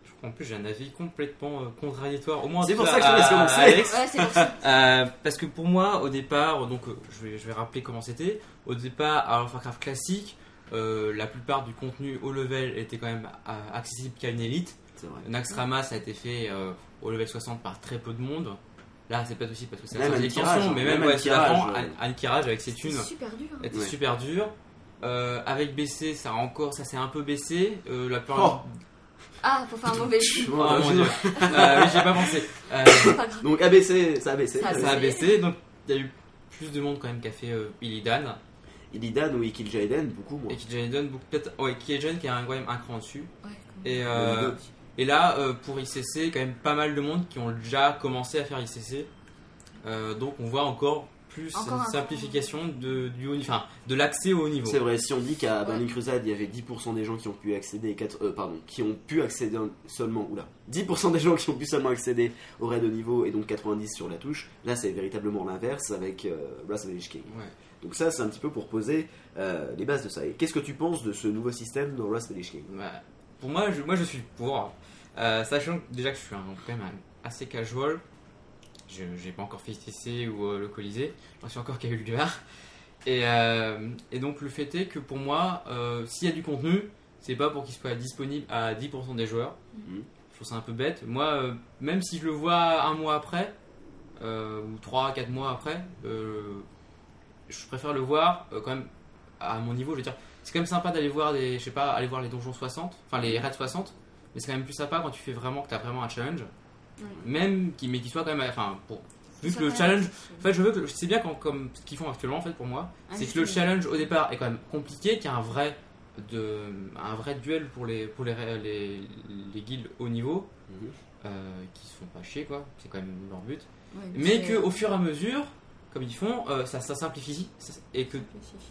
B: Je crois en plus, j'ai un avis complètement euh, contradictoire. Au moins,
A: C'est
B: en
A: pour
B: tout
A: ça que je te
B: cas,
A: laisse
B: à-
A: commencer.
B: à Alex.
C: Ouais, c'est pour ça.
B: Euh, parce que pour moi, au départ, donc euh, je vais, je vais rappeler comment c'était. Au départ, à World of Warcraft classique, euh, la plupart du contenu haut level était quand même euh, accessible qu'à une élite.
A: C'est vrai.
B: Naxxramas ça a été fait euh, au level 60 par très peu de monde. Là, c'est peut-être aussi parce que c'est la
A: Même
B: sortie
A: Anne
B: des
A: Kirage,
B: chansons, mais même,
A: même
B: ouais,
A: Anne
B: c'est la
A: Kirage,
B: fin,
A: ouais.
B: Anne- Anne Kirage avec ses
C: C'est
B: thunes
C: super dur.
B: était
A: Ouais.
B: super dur. Euh, avec BC, ça a encore, ça s'est un peu baissé. Euh, la plupart.
A: Oh.
C: Ah, faut faire un mauvais jeu.
A: Bon,
B: Ah,
A: euh,
B: mon
A: je-
B: Dieu. Euh, oui, j'ai pas pensé. Euh,
C: C'est pas grave.
A: Donc ABC, ça a baissé.
C: Ça a
B: ça a baissé, donc il y a eu plus de monde quand même qu'a fait euh, Illidan.
A: Euh, Illidan ou Ikil Jaiden, beaucoup moins.
B: Et qui Jaden, donc peut-être. Ouais, qui est jeune, qui a un, quand même un cran dessus.
C: Ouais, quand même.
B: Et, euh, et là, euh, pour ICC, quand même pas mal de monde qui ont déjà commencé à faire ICC. Euh, donc on voit encore plus
C: Encore
B: une
C: un-
B: simplification de, du haut, enfin, de l'accès au haut niveau.
A: C'est vrai, si on dit qu'à Burning Crusade, il y avait 10% des gens qui ont pu accéder, et quatre- euh, pardon, qui ont pu accéder en- seulement, oula, 10% des gens qui ont pu seulement accéder au raid de niveau et donc 90 sur la touche, là c'est véritablement l'inverse avec euh, Wrath of the Lich King.
B: Ouais.
A: Donc ça, c'est un petit peu pour poser euh, les bases de ça. Et qu'est-ce que tu penses de ce nouveau système dans Wrath of the Lich King
B: Bah, pour moi, je, moi je suis pour. Euh, sachant que déjà que je suis un, quand même un- assez casual, je n'ai pas encore fait TC ou euh, le Colisée, j'en suis encore qu'à Ulduar. Et, euh, et donc le fait est que pour moi, euh, s'il y a du contenu, c'est pas pour qu'il soit disponible à 10% des joueurs.
A: Mhm.
B: Je trouve ça un peu bête. Moi, euh, même si je le vois un mois après, euh, ou 3 4 mois après, euh, je préfère le voir euh, quand même à mon niveau, je veux dire. C'est quand même sympa d'aller voir des, je sais pas, aller voir les donjons 60, enfin les raids 60, mais c'est quand même plus sympa quand tu fais vraiment que t'as vraiment un challenge,
C: Ouais.
B: même qui, mais qui soit quand même, enfin pour, vu
C: Ça
B: que le
C: va,
B: challenge,
C: c'est-
B: en fait je veux que, c'est bien quand, comme ce qu'ils font actuellement en fait pour moi,
C: Ah,
B: c'est que le
C: justement.
B: challenge au départ est quand même compliqué, qu'il y a un vrai, de, un vrai duel pour les, pour les, les, les guildes haut niveau,
A: Mhm.
B: euh, qui se font pas chier quoi, c'est quand même leur but,
C: Ouais,
B: mais
C: c'est-
B: que au fur et à mesure, comme ils font, euh, ça, ça simplifie ça- et que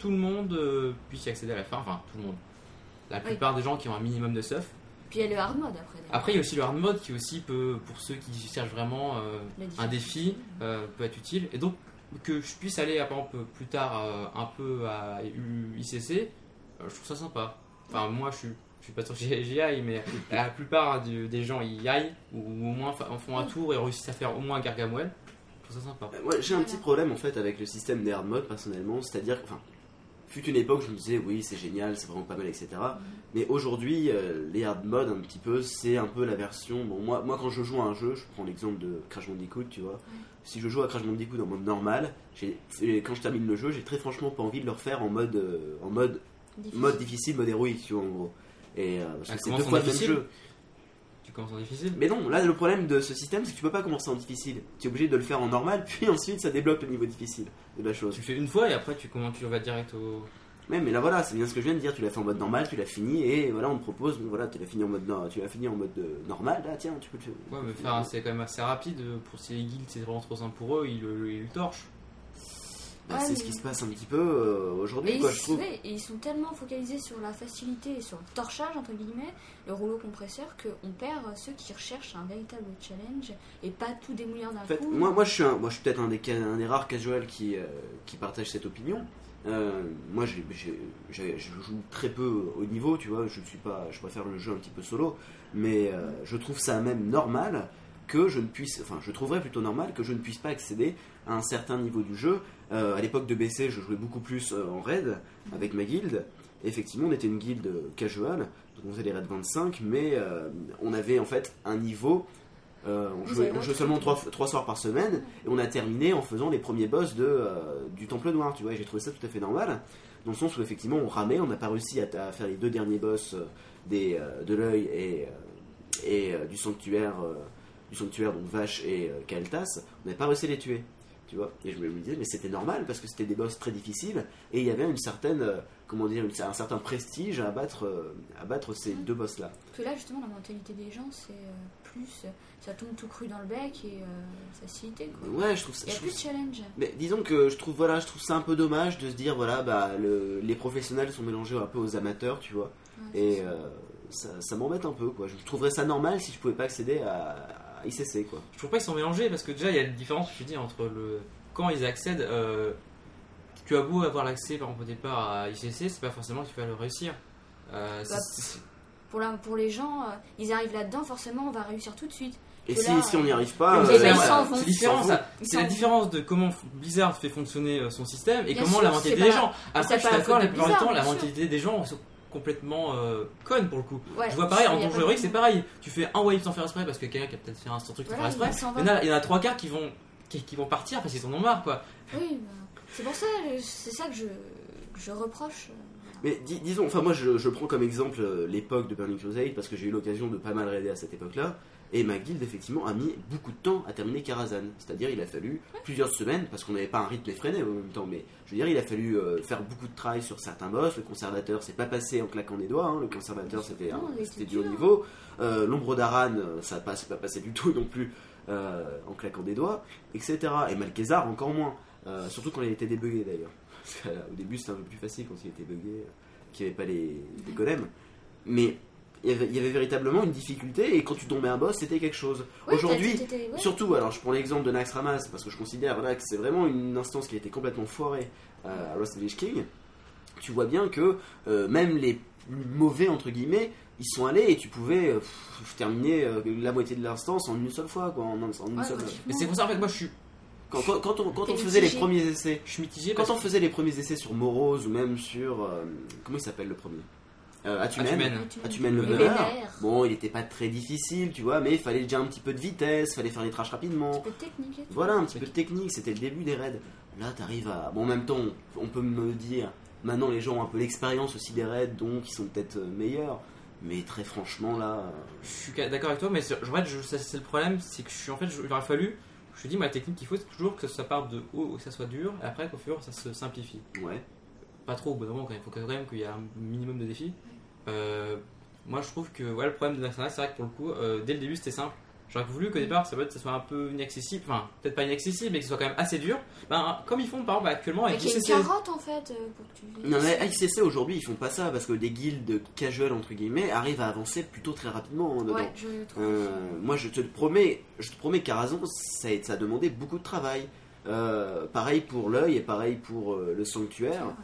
B: tout le monde euh, puisse y accéder à la fin. Enfin, tout le monde. La plupart des gens qui ont un minimum de stuff.
C: Puis il y a le hard mode après. d'ailleurs.
B: Après, il y a aussi le hard mode qui aussi peut, pour ceux qui cherchent vraiment euh,
C: Le défi.
B: un défi, euh, peut être utile. Et donc, que je puisse aller, euh, par exemple, plus tard euh, un peu à U- ICC, euh, je trouve ça sympa. Enfin, moi, je suis, je suis pas sûr que j'y j'y aille, mais la plupart du- des gens y aillent, ou au moins fa- font un tour et réussissent à faire au moins un gargamel. Je trouve ça sympa.
A: Euh, Moi, j'ai un petit problème en fait avec le système des hard mode personnellement, c'est-à-dire, enfin, fut une époque, je me disais oui, c'est génial, c'est vraiment pas mal, etc. Mais aujourd'hui, euh, les hard mode un petit peu, c'est un peu la version. Bon, moi, moi, quand je joue à un jeu, je prends l'exemple de Crash Bandicoot, tu vois. Si je joue à Crash Bandicoot en mode normal, j'ai- et quand je termine le jeu, j'ai très franchement pas envie de le refaire en mode, euh, en mode,
C: Défi.
A: mode difficile, mode héroïque, tu vois, en gros. Et euh, parce
B: Ah,
A: que c'est
B: comment
A: deux
B: sont
A: fois le même
B: difficiles
A: jeu.
B: Tu commences en difficile
A: Mais non, là le problème de ce système, c'est que tu peux pas commencer en difficile. Tu es obligé de le faire en normal, puis ensuite ça débloque le niveau difficile de la chose.
B: Tu le fais une fois et après, tu, comment tu vas direct au.
A: Ouais, mais là voilà, c'est bien ce que je viens de dire. Tu l'as fait en mode normal, tu l'as fini, et voilà, on te propose, bon voilà, tu l'as fini en mode, no- tu l'as fini en mode euh, normal, là, tiens, tu peux le faire.
B: Ouais, mais faire un- c'est quand même assez rapide. euh, Pour si les guilds, c'est vraiment trop simple pour eux, ils le, ils le torchent.
A: Bah,
C: Ouais,
A: c'est
C: mais-
A: ce qui se passe un petit peu euh,
C: Mais
A: aujourd'hui,
C: ils,
A: quoi, je trouve.
C: ouais, et ils sont tellement focalisés sur la facilité et sur le torchage, entre guillemets, le rouleau compresseur, qu'on perd ceux qui recherchent un véritable challenge et pas tout démoulir d'un
A: En fait,
C: coup.
A: moi, moi, je suis, un- moi, je suis peut-être un des, ca- un des rares casuals qui, euh, qui partage cette opinion. Euh, moi, j'ai- j'ai- j'ai- je joue très peu au niveau, tu vois. Je ne suis pas, je préfère le jeu un petit peu solo, mais euh, je trouve ça même normal que je ne puisse, enfin, je trouverais plutôt normal que je ne puisse pas accéder à un certain niveau du jeu. Euh, à l'époque de BC, je jouais beaucoup plus euh, en raid avec ma guilde. Effectivement, on était une guilde euh, casual, donc on faisait les raids 25, mais euh, on avait en fait un niveau. euh, on
C: Vous
A: jouait,
C: avez
A: on jouait seulement 3, soirs par semaine et on a terminé en faisant les premiers boss de, euh, du Temple Noir, tu vois. et J'ai trouvé ça tout à fait normal, dans le sens où effectivement on ramait, on n'a pas réussi à, à faire les deux derniers boss euh, des, euh, de l'œil et, euh, et euh, du sanctuaire, euh, du sanctuaire donc Vache et euh, Kaltas, on n'avait pas réussi à les tuer. Tu vois et je me je me disais, mais c'était normal parce que c'était des boss très difficiles et il y avait une certaine, euh, comment dire, une- un certain prestige à abattre, euh, à battre ces
C: Mmh.
A: deux boss-là.
C: Parce que là, justement, la mentalité des gens, c'est euh, plus. euh, Ça tombe tout cru dans le bec et euh, facilité, quoi.
A: Ouais, je trouve ça.
C: Il n'y
A: je
C: a
A: trouve
C: plus de challenge.
A: Mais disons que je trouve voilà, je trouve ça un peu dommage de se dire voilà bah le- les professionnels sont mélangés un peu aux amateurs, tu vois.
C: Ouais,
A: Et
C: c'est ça.
A: euh, ça, ça m'embête un peu quoi. Je trouverais ça normal si je pouvais pas accéder à, à ICC quoi.
B: Je trouve pas qu'ils sont mélangés parce que déjà il y a une différence, je te dis, entre le quand ils accèdent. euh, tu as beau avoir l'accès par exemple au départ à ICC, c'est pas forcément que tu vas le réussir. Euh, c'est-
C: Bah,
B: c'est-
C: Pour, la- pour les gens, euh, ils arrivent là-dedans, forcément, on va réussir tout de suite.
A: Et
C: Que
A: si,
C: là,
A: si
C: euh,
A: on n'y arrive
B: Ah,
A: pas,
C: mais
A: euh,
C: ils
A: voilà.
C: s'en vont.
B: c'est différent
A: Ils s'en
B: ça.
C: Ils
B: C'est la
C: s'en vont.
B: différence de comment f- Blizzard fait fonctionner euh, son système et
C: Bien
B: comment
C: sûr,
B: la mentalité
C: c'est
B: des
C: pas-
B: gens. Après,
C: c'est
B: je suis
C: pas la
B: d'accord,
C: faute
B: la
C: de
B: plupart du
C: Blizzard,
B: temps, la
C: bien sûr.
B: mentalité des gens sont complètement euh, connes pour le coup.
C: Ouais,
B: Je vois pareil,
C: y
B: en
C: a
B: donjon
C: pas de-
B: héroïque, c'est pareil. Tu fais un wave sans faire exprès parce que quelqu'un qui a peut-être fait un sans truc sans
C: Voilà,
B: faire
C: il
B: exprès.
C: s'en va.
B: Il y, en a, il y en a trois quarts qui vont, qui, qui vont partir parce qu'ils en ont marre quoi.
A: euh,
C: Oui, bah, c'est pour ça, je- c'est ça que je, que je reproche.
A: Mais dis- disons, enfin moi je, je prends comme exemple euh, l'époque de Burning Crusade parce que j'ai eu l'occasion de pas mal raider à cette époque-là. Et ma guilde effectivement a mis beaucoup de temps à terminer Karazhan. C'est-à-dire il a fallu plusieurs semaines parce qu'on n'avait pas un rythme effréné en même temps. Mais je veux dire il a fallu euh, faire beaucoup de travail sur certains boss. Le conservateur c'est pas passé en claquant des doigts. hein. Le conservateur c'était
C: Non,
A: hein,
C: il était
A: c'était du haut
C: dur.
A: niveau. Euh, L'ombre d'Aran euh, ça passe c'est pas passé du tout non plus euh, en claquant des doigts, etc. Et Malkézar encore moins. Euh, surtout quand il était débugué d'ailleurs. Parce que, euh, Au début c'était un peu plus facile quand il était bugué, euh, qu'il n'y avait pas les, les golems. Mais il y, avait, il y avait véritablement une difficulté et quand tu tombais un boss c'était quelque chose.
C: Ouais,
A: Aujourd'hui,
C: t'as- t'étais- ouais.
A: Surtout, alors je prends l'exemple de Nax Ramas parce que je considère voilà, que c'est vraiment une instance qui a été complètement foirée euh, à Lost Village King. Tu vois bien que euh, même les mauvais, entre guillemets, ils sont allés et tu pouvais euh, pff, terminer euh, la moitié de l'instance en une seule fois, quoi, en, en une
C: Ouais,
A: seule-
C: pratiquement.
B: Mais c'est pour ça en fait, moi je suis,
A: Quand, quand- quand on, quand
C: T'es
A: on faisait les
C: mitigé.
A: premiers essais,
B: je suis mitigé.
A: quand
B: parce
A: on faisait les premiers essais sur Morose ou même sur. euh, comment il s'appelle le premier euh,
B: que- Ah, tu
A: Atumen.
B: mènes.
C: tu-
A: Ah, tu mènes le
B: Le
A: bonheur.
C: vénère.
A: Bon, il n'était pas très difficile, tu vois, mais il fallait déjà un petit peu de vitesse, fallait faire les trash rapidement.
C: Un petit peu de technique. et tout.
A: Voilà un petit peu de technique, c'était le début des raids. Là, t'arrives à. Bon, en même temps, on peut me dire, maintenant les gens ont un peu l'expérience aussi des raids, donc ils sont peut-être euh, meilleurs. Mais très franchement, là.
B: Je suis d'accord avec toi, mais c'est- en fait, je- ça, c'est le problème, c'est que je suis en fait, je- il aurait fallu. Je te dis, moi, la technique qu'il faut, c'est toujours que ça parte de haut, que ça soit dur, et après qu'au fur et à mesure, ça se simplifie.
A: euh, Ouais.
B: Pas trop au bout d'un moment, quand même. Il faut quand même qu'il y ait un minimum de défis. Euh, moi, je trouve que voilà, le problème de l'internet, c'est vrai que pour le coup, euh, dès le début, c'était simple. J'aurais voulu qu'au départ, ça, peut être, ça soit un peu inaccessible, enfin, peut-être pas inaccessible, mais que ce soit quand même assez dur. Ben, comme ils font par exemple actuellement
C: Mais
B: avec
C: qu'il y a une
B: ICC.
C: carotte en fait euh, pour que tu.
A: Non, mais à ICC aujourd'hui, ils font pas ça parce que des guildes casual, entre guillemets, arrivent à avancer plutôt très rapidement hein, dedans.
C: Ouais, je trouve.
A: Euh, moi, je te le promets, je te promets Carazon, ça, a- ça a demandé beaucoup de travail. Euh, pareil pour l'œil et pareil pour euh, le sanctuaire.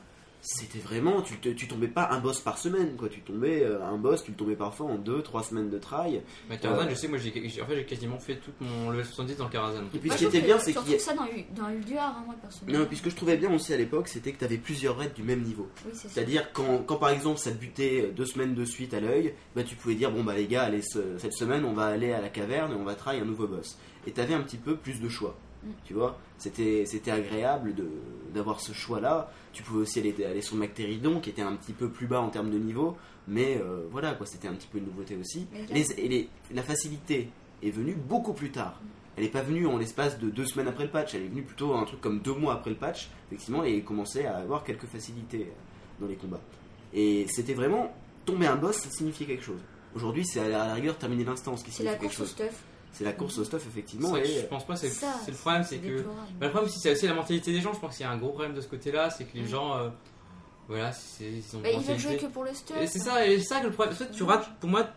A: C'était vraiment, tu, te- tu tombais pas un boss par semaine, quoi. Tu tombais euh, un boss, tu le tombais parfois en deux, trois semaines de travail.
B: Mais Karazhan,
A: Ouais.
B: je sais, moi, j'ai j'ai- en fait, j'ai quasiment fait tout mon level 70 dans Karazhan.
A: Et puis
C: Moi,
A: ce
C: je
A: qui
C: trouve
A: était
C: que
A: bien,
C: tu
A: c'est qu'il y
C: retrouves
A: a-
C: ça dans, Ul- dans Ulduar, hein, moi personnellement.
A: non, puis ce que je trouvais bien aussi à l'époque, c'était que tu avais plusieurs raids du même niveau.
C: Oui, c'est ça.
A: C'est-à-dire quand, quand par exemple ça te butait deux semaines de suite à l'œil, bah tu pouvais dire bon bah les gars allez ce- cette semaine on va aller à la caverne et on va travailler un nouveau boss. Et t'avais un petit peu plus de choix.
C: Mm.
A: Tu vois, c'était c'était agréable de d'avoir ce choix là. Tu pouvais aussi aller, aller sur Mactéridon qui était un petit peu plus bas en termes de niveau, mais euh, voilà quoi, c'était un petit peu une nouveauté aussi.
C: Mais là-
A: Les, et les- la facilité est venue beaucoup plus tard. Elle n'est pas venue en l'espace de deux semaines après le patch, elle est venue plutôt un truc comme deux mois après le patch, effectivement, et commençait à avoir quelques facilités euh, dans les combats. Et c'était vraiment tomber un boss, ça signifiait quelque chose. Aujourd'hui, c'est à la à la rigueur terminer l'instance qui
C: C'est la
A: signifie quelque
C: course au Mhm.
A: chose.
C: stuff.
A: C'est la course au stuff, effectivement.
B: Ça,
A: et,
B: je pense pas, c'est
C: Ça,
B: c'est le problème, c'est que.
C: déplorable.
B: Bah, le problème aussi, c'est aussi la mentalité des gens. Je pense qu'il y a un gros problème de ce côté-là, c'est que les
C: Mm.
B: gens, euh, voilà, c'est ils ont
C: Bah, ils
B: une
C: veulent
B: mentalité-
C: jouer que pour le stuff. hein.
B: Et c'est ça, et c'est ça que le problème. En fait, tu rates, pour moi,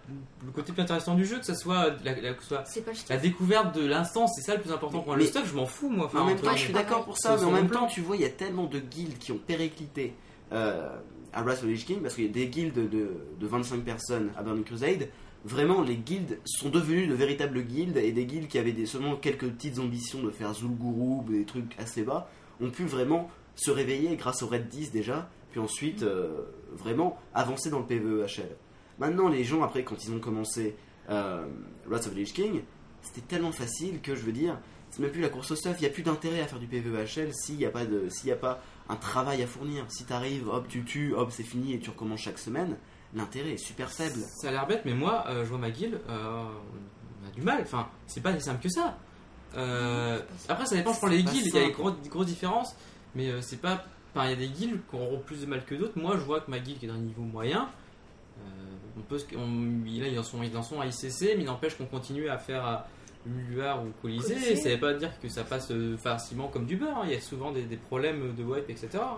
B: le côté plus intéressant du jeu, que ça soit euh, la, la- que ce soit
C: C'est pas le
B: la
C: stuff.
B: découverte de l'instance, c'est ça le plus important. Pour moi, le
A: Mais-
B: stuff, je m'en fous, moi.
A: Mais
B: Enfin,
A: en même
B: entre-
A: temps, je suis d'accord pour ça, mais
B: C'est
A: en
B: sur
A: même
B: mon plan.
A: temps, tu vois, il y a tellement de guildes qui ont périclité euh, à Wrath of the Lich King, parce qu'il y a des guildes de, de 25 personnes à Burning Crusade. Vraiment, les guildes sont devenues de véritables guildes, et des guildes qui avaient des, seulement quelques petites ambitions de faire Zul'Gurub, des trucs assez bas, ont pu vraiment se réveiller grâce au Red 10 déjà, puis ensuite euh, vraiment avancer dans le PvEHL. Maintenant, les gens, après, quand ils ont commencé euh, Wrath of the Lich King, c'était tellement facile que je veux dire, c'est même plus la course au stuff, il n'y a plus d'intérêt à faire du PvEHL s'il n'y a, pas de- s'il y a pas un travail à fournir. Si t'arrives, hop, tu tues, hop, c'est fini et tu recommences chaque semaine, l'intérêt est super faible.
B: Ça a l'air bête, mais moi, euh, je vois ma guilde, euh, on a du mal. Enfin, c'est pas si simple que ça. Euh, après, ça dépend, je prends les
A: C'est pas
B: guildes, il y a des
A: simple.
B: grosses grosses différences, mais euh, c'est pas. Enfin, il y a des guildes qui auront plus de mal que d'autres. Moi, je vois que ma guilde qui est d'un niveau moyen, euh, on peut, se- on- là, ils en sont, ils en sont à ICC, mais il n'empêche qu'on continue à faire à Uluar ou Colisée.
C: Colisée.
B: Ça veut pas dire que ça passe euh, facilement comme du beurre. hein. Il y a souvent des, des problèmes de wipe, etc. hein.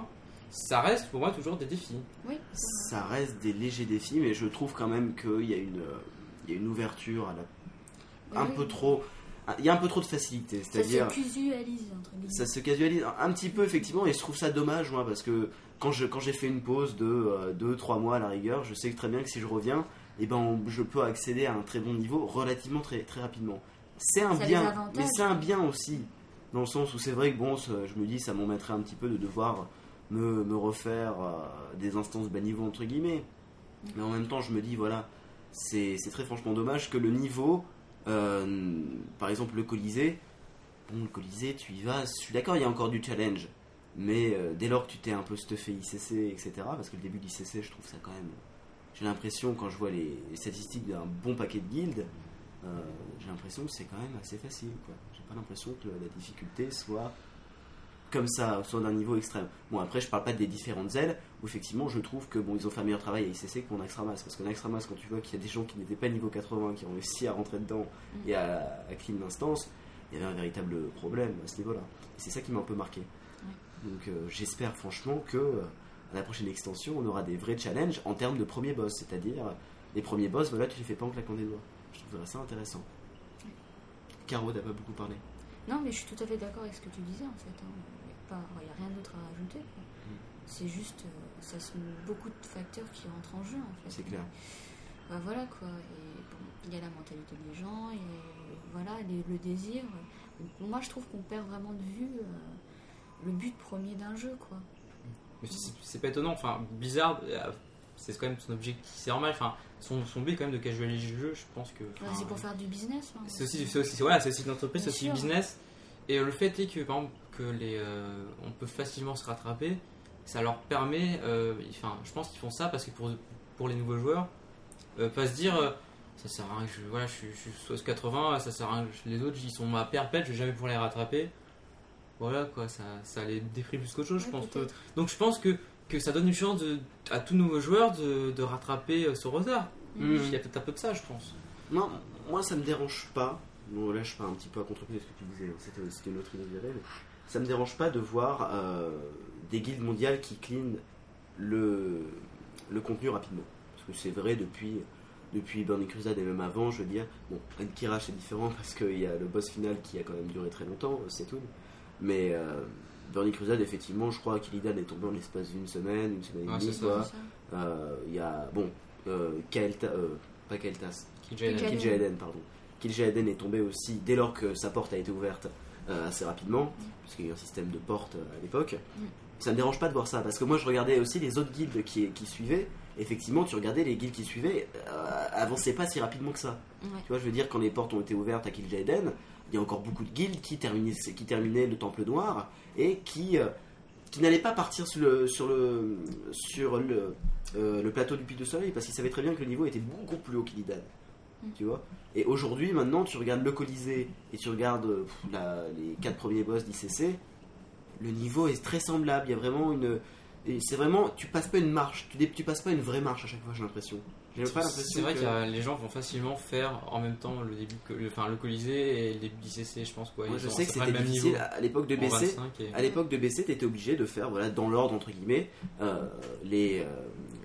B: Ça reste pour moi toujours des défis.
C: Oui.
A: Ça reste des légers défis, mais je trouve quand même qu'il y, a une, euh, il y a une ouverture à la- un
C: Oui.
A: peu trop. Il y a un peu trop de facilité,
C: Ça
A: c'est-à-dire.
C: se cusualise, entre guillemets.
A: ça se casualise un, un petit peu effectivement et je trouve ça dommage moi parce que quand je quand j'ai fait une pause de 2-3 mois à la rigueur je sais que très bien que si je reviens et ben on- je peux accéder à un très bon niveau relativement très très rapidement c'est un
C: Ça a des
A: bien
C: avantages.
A: mais c'est un bien aussi dans le sens où c'est vrai que bon ça- je me dis ça m'embêterait un petit peu de devoir me, me refaire euh, des instances bas niveau entre guillemets
C: Mm.
A: mais en même temps je me dis voilà c'est c'est très franchement dommage que le niveau euh, par exemple le Colisée bon, le Colisée, tu y vas, je suis d'accord, il y a encore du challenge. Mais euh, dès lors que tu t'es un peu stuffé ICC, etc., parce que le début de l'ICC, je trouve ça quand même. J'ai l'impression, quand je vois les, les statistiques d'un bon paquet de guildes, euh, j'ai l'impression que c'est quand même assez facile. quoi. J'ai pas l'impression que la difficulté soit comme ça, soit d'un niveau extrême. Bon, après, je parle pas des différentes ailes, où effectivement, je trouve que bon, ils ont fait un meilleur travail à ICC que pour Naxxramas. Parce que Naxxramas, quand tu vois qu'il y a des gens qui n'étaient pas niveau 80, qui ont réussi à rentrer dedans et à, à clean l'instance, il y avait un véritable problème à ce niveau-là. Et C'est ça qui m'a un peu marqué. Donc euh, j'espère franchement que euh, à la prochaine extension, on aura des vrais challenges en termes de premiers boss, c'est-à-dire euh, les premiers boss, voilà, tu les fais pas en claquant des doigts. Je trouverais ça intéressant. Caro n'a pas beaucoup parlé.
C: Non, mais je suis tout à fait d'accord avec ce que tu disais en fait. hein. Il n'y a rien d'autre à rajouter. quoi.
A: Mm.
C: C'est juste, euh, ça se beaucoup de facteurs qui rentrent en jeu en fait.
A: C'est clair.
C: Bah, voilà quoi. Et bon, il y a la mentalité des gens, et euh, voilà, les- le désir. Moi je trouve qu'on perd vraiment de vue euh, le but premier d'un jeu quoi.
B: Mais c'est- c'est- c'est pas étonnant, enfin, Blizzard, euh, c'est quand même son objectif, c'est normal, enfin, son, son but est quand même de casualiser le jeu, je pense que.
C: Enfin,
B: enfin,
C: c'est pour faire du business. hein.
B: bah, c'est aussi, c'est aussi, voilà, c'est aussi une entreprise, c'est
C: Bien
B: aussi
C: sûr.
B: un business, et le fait est que, par exemple, que les, euh, on peut facilement se rattraper, ça leur permet, euh, ils- enfin, je pense qu'ils font ça parce que pour, pour les nouveaux joueurs, euh, pas se dire, euh, ça sert à rien que je, voilà, je, suis- je suis soit 80, ça sert à rien, que je- les autres, ils sont à perpète, je vais jamais pouvoir les rattraper. Voilà quoi, ça, ça les défrie plus qu'autre chose, je
C: Ouais,
B: pense.
C: peut-être.
B: Donc je pense que, que ça donne une chance de- à tout nouveau joueur de, de rattraper euh, ce retard.
A: Mhm.
B: Il y a peut-être un peu de ça, je pense.
A: Non, moi ça me dérange pas. Bon, là je pars un petit peu à contre-pied de ce que tu disais, c'était c'était une autre idée que j'avais, mais ça me dérange pas de voir euh, des guildes mondiales qui clean le, le contenu rapidement. Parce que c'est vrai depuis, depuis Burning Crusade et même avant, je veux dire, bon, Ankira c'est différent parce qu'il y a le boss final qui a quand même duré très longtemps, euh, c'est tout. Mais euh, Burning Crusade, effectivement, je crois qu'Illidan est tombé en l'espace d'une semaine, une semaine
B: Ouais,
A: et demie,
B: c'est ça,
A: quoi.
C: C'est ça.
A: Euh, Il y a, bon, euh, Kael'ta- euh, pas Kael'tas,
B: Qui gêne.
C: Jaden.
A: Kilja Eden, pardon. Kilja Eden est tombé aussi dès lors que sa porte a été ouverte euh, assez rapidement, puisqu'il y a eu un système de porte euh, à l'époque.
C: Mm.
A: Ça me dérange pas de voir ça, parce que moi je regardais aussi les autres guildes qui, qui suivaient. Effectivement, tu regardais les guildes qui suivaient, euh, avançaient pas si rapidement que ça.
C: Ouais.
A: Tu vois, je veux dire, quand les portes ont été ouvertes à Kilja Eden, il y a encore beaucoup de guildes qui terminaient, qui terminaient le Temple Noir et qui, euh, qui n'allaient pas partir sur le, sur le, sur le, euh, le plateau du Puy du Soleil parce qu'ils savaient très bien que le niveau était beaucoup plus haut qu'Illidan.
B: Mm.
A: Tu vois Et aujourd'hui, maintenant, tu regardes le Colisée et tu regardes euh, pff, la- les quatre premiers boss d'ICC, le niveau est très semblable. Il y a vraiment une, Et c'est vraiment, tu passes pas une marche, tu, dé- tu passes pas une vraie marche à chaque fois, j'ai l'impression. J'ai pas l'impression.
B: C'est vrai
A: que-
B: que euh, les gens vont facilement faire en même temps le début, que- le, enfin le Colisée et le début du CC, je pense quoi.
A: Moi,
B: Ils
A: je
B: ont-
A: sais que
B: c'est pas le
A: c'était
B: même
A: difficile
B: niveau
A: à à l'époque de
B: en
A: BC.
B: 25 et-
A: À l'époque de BC, t'étais obligé de faire, voilà, dans l'ordre entre guillemets, euh, les, euh,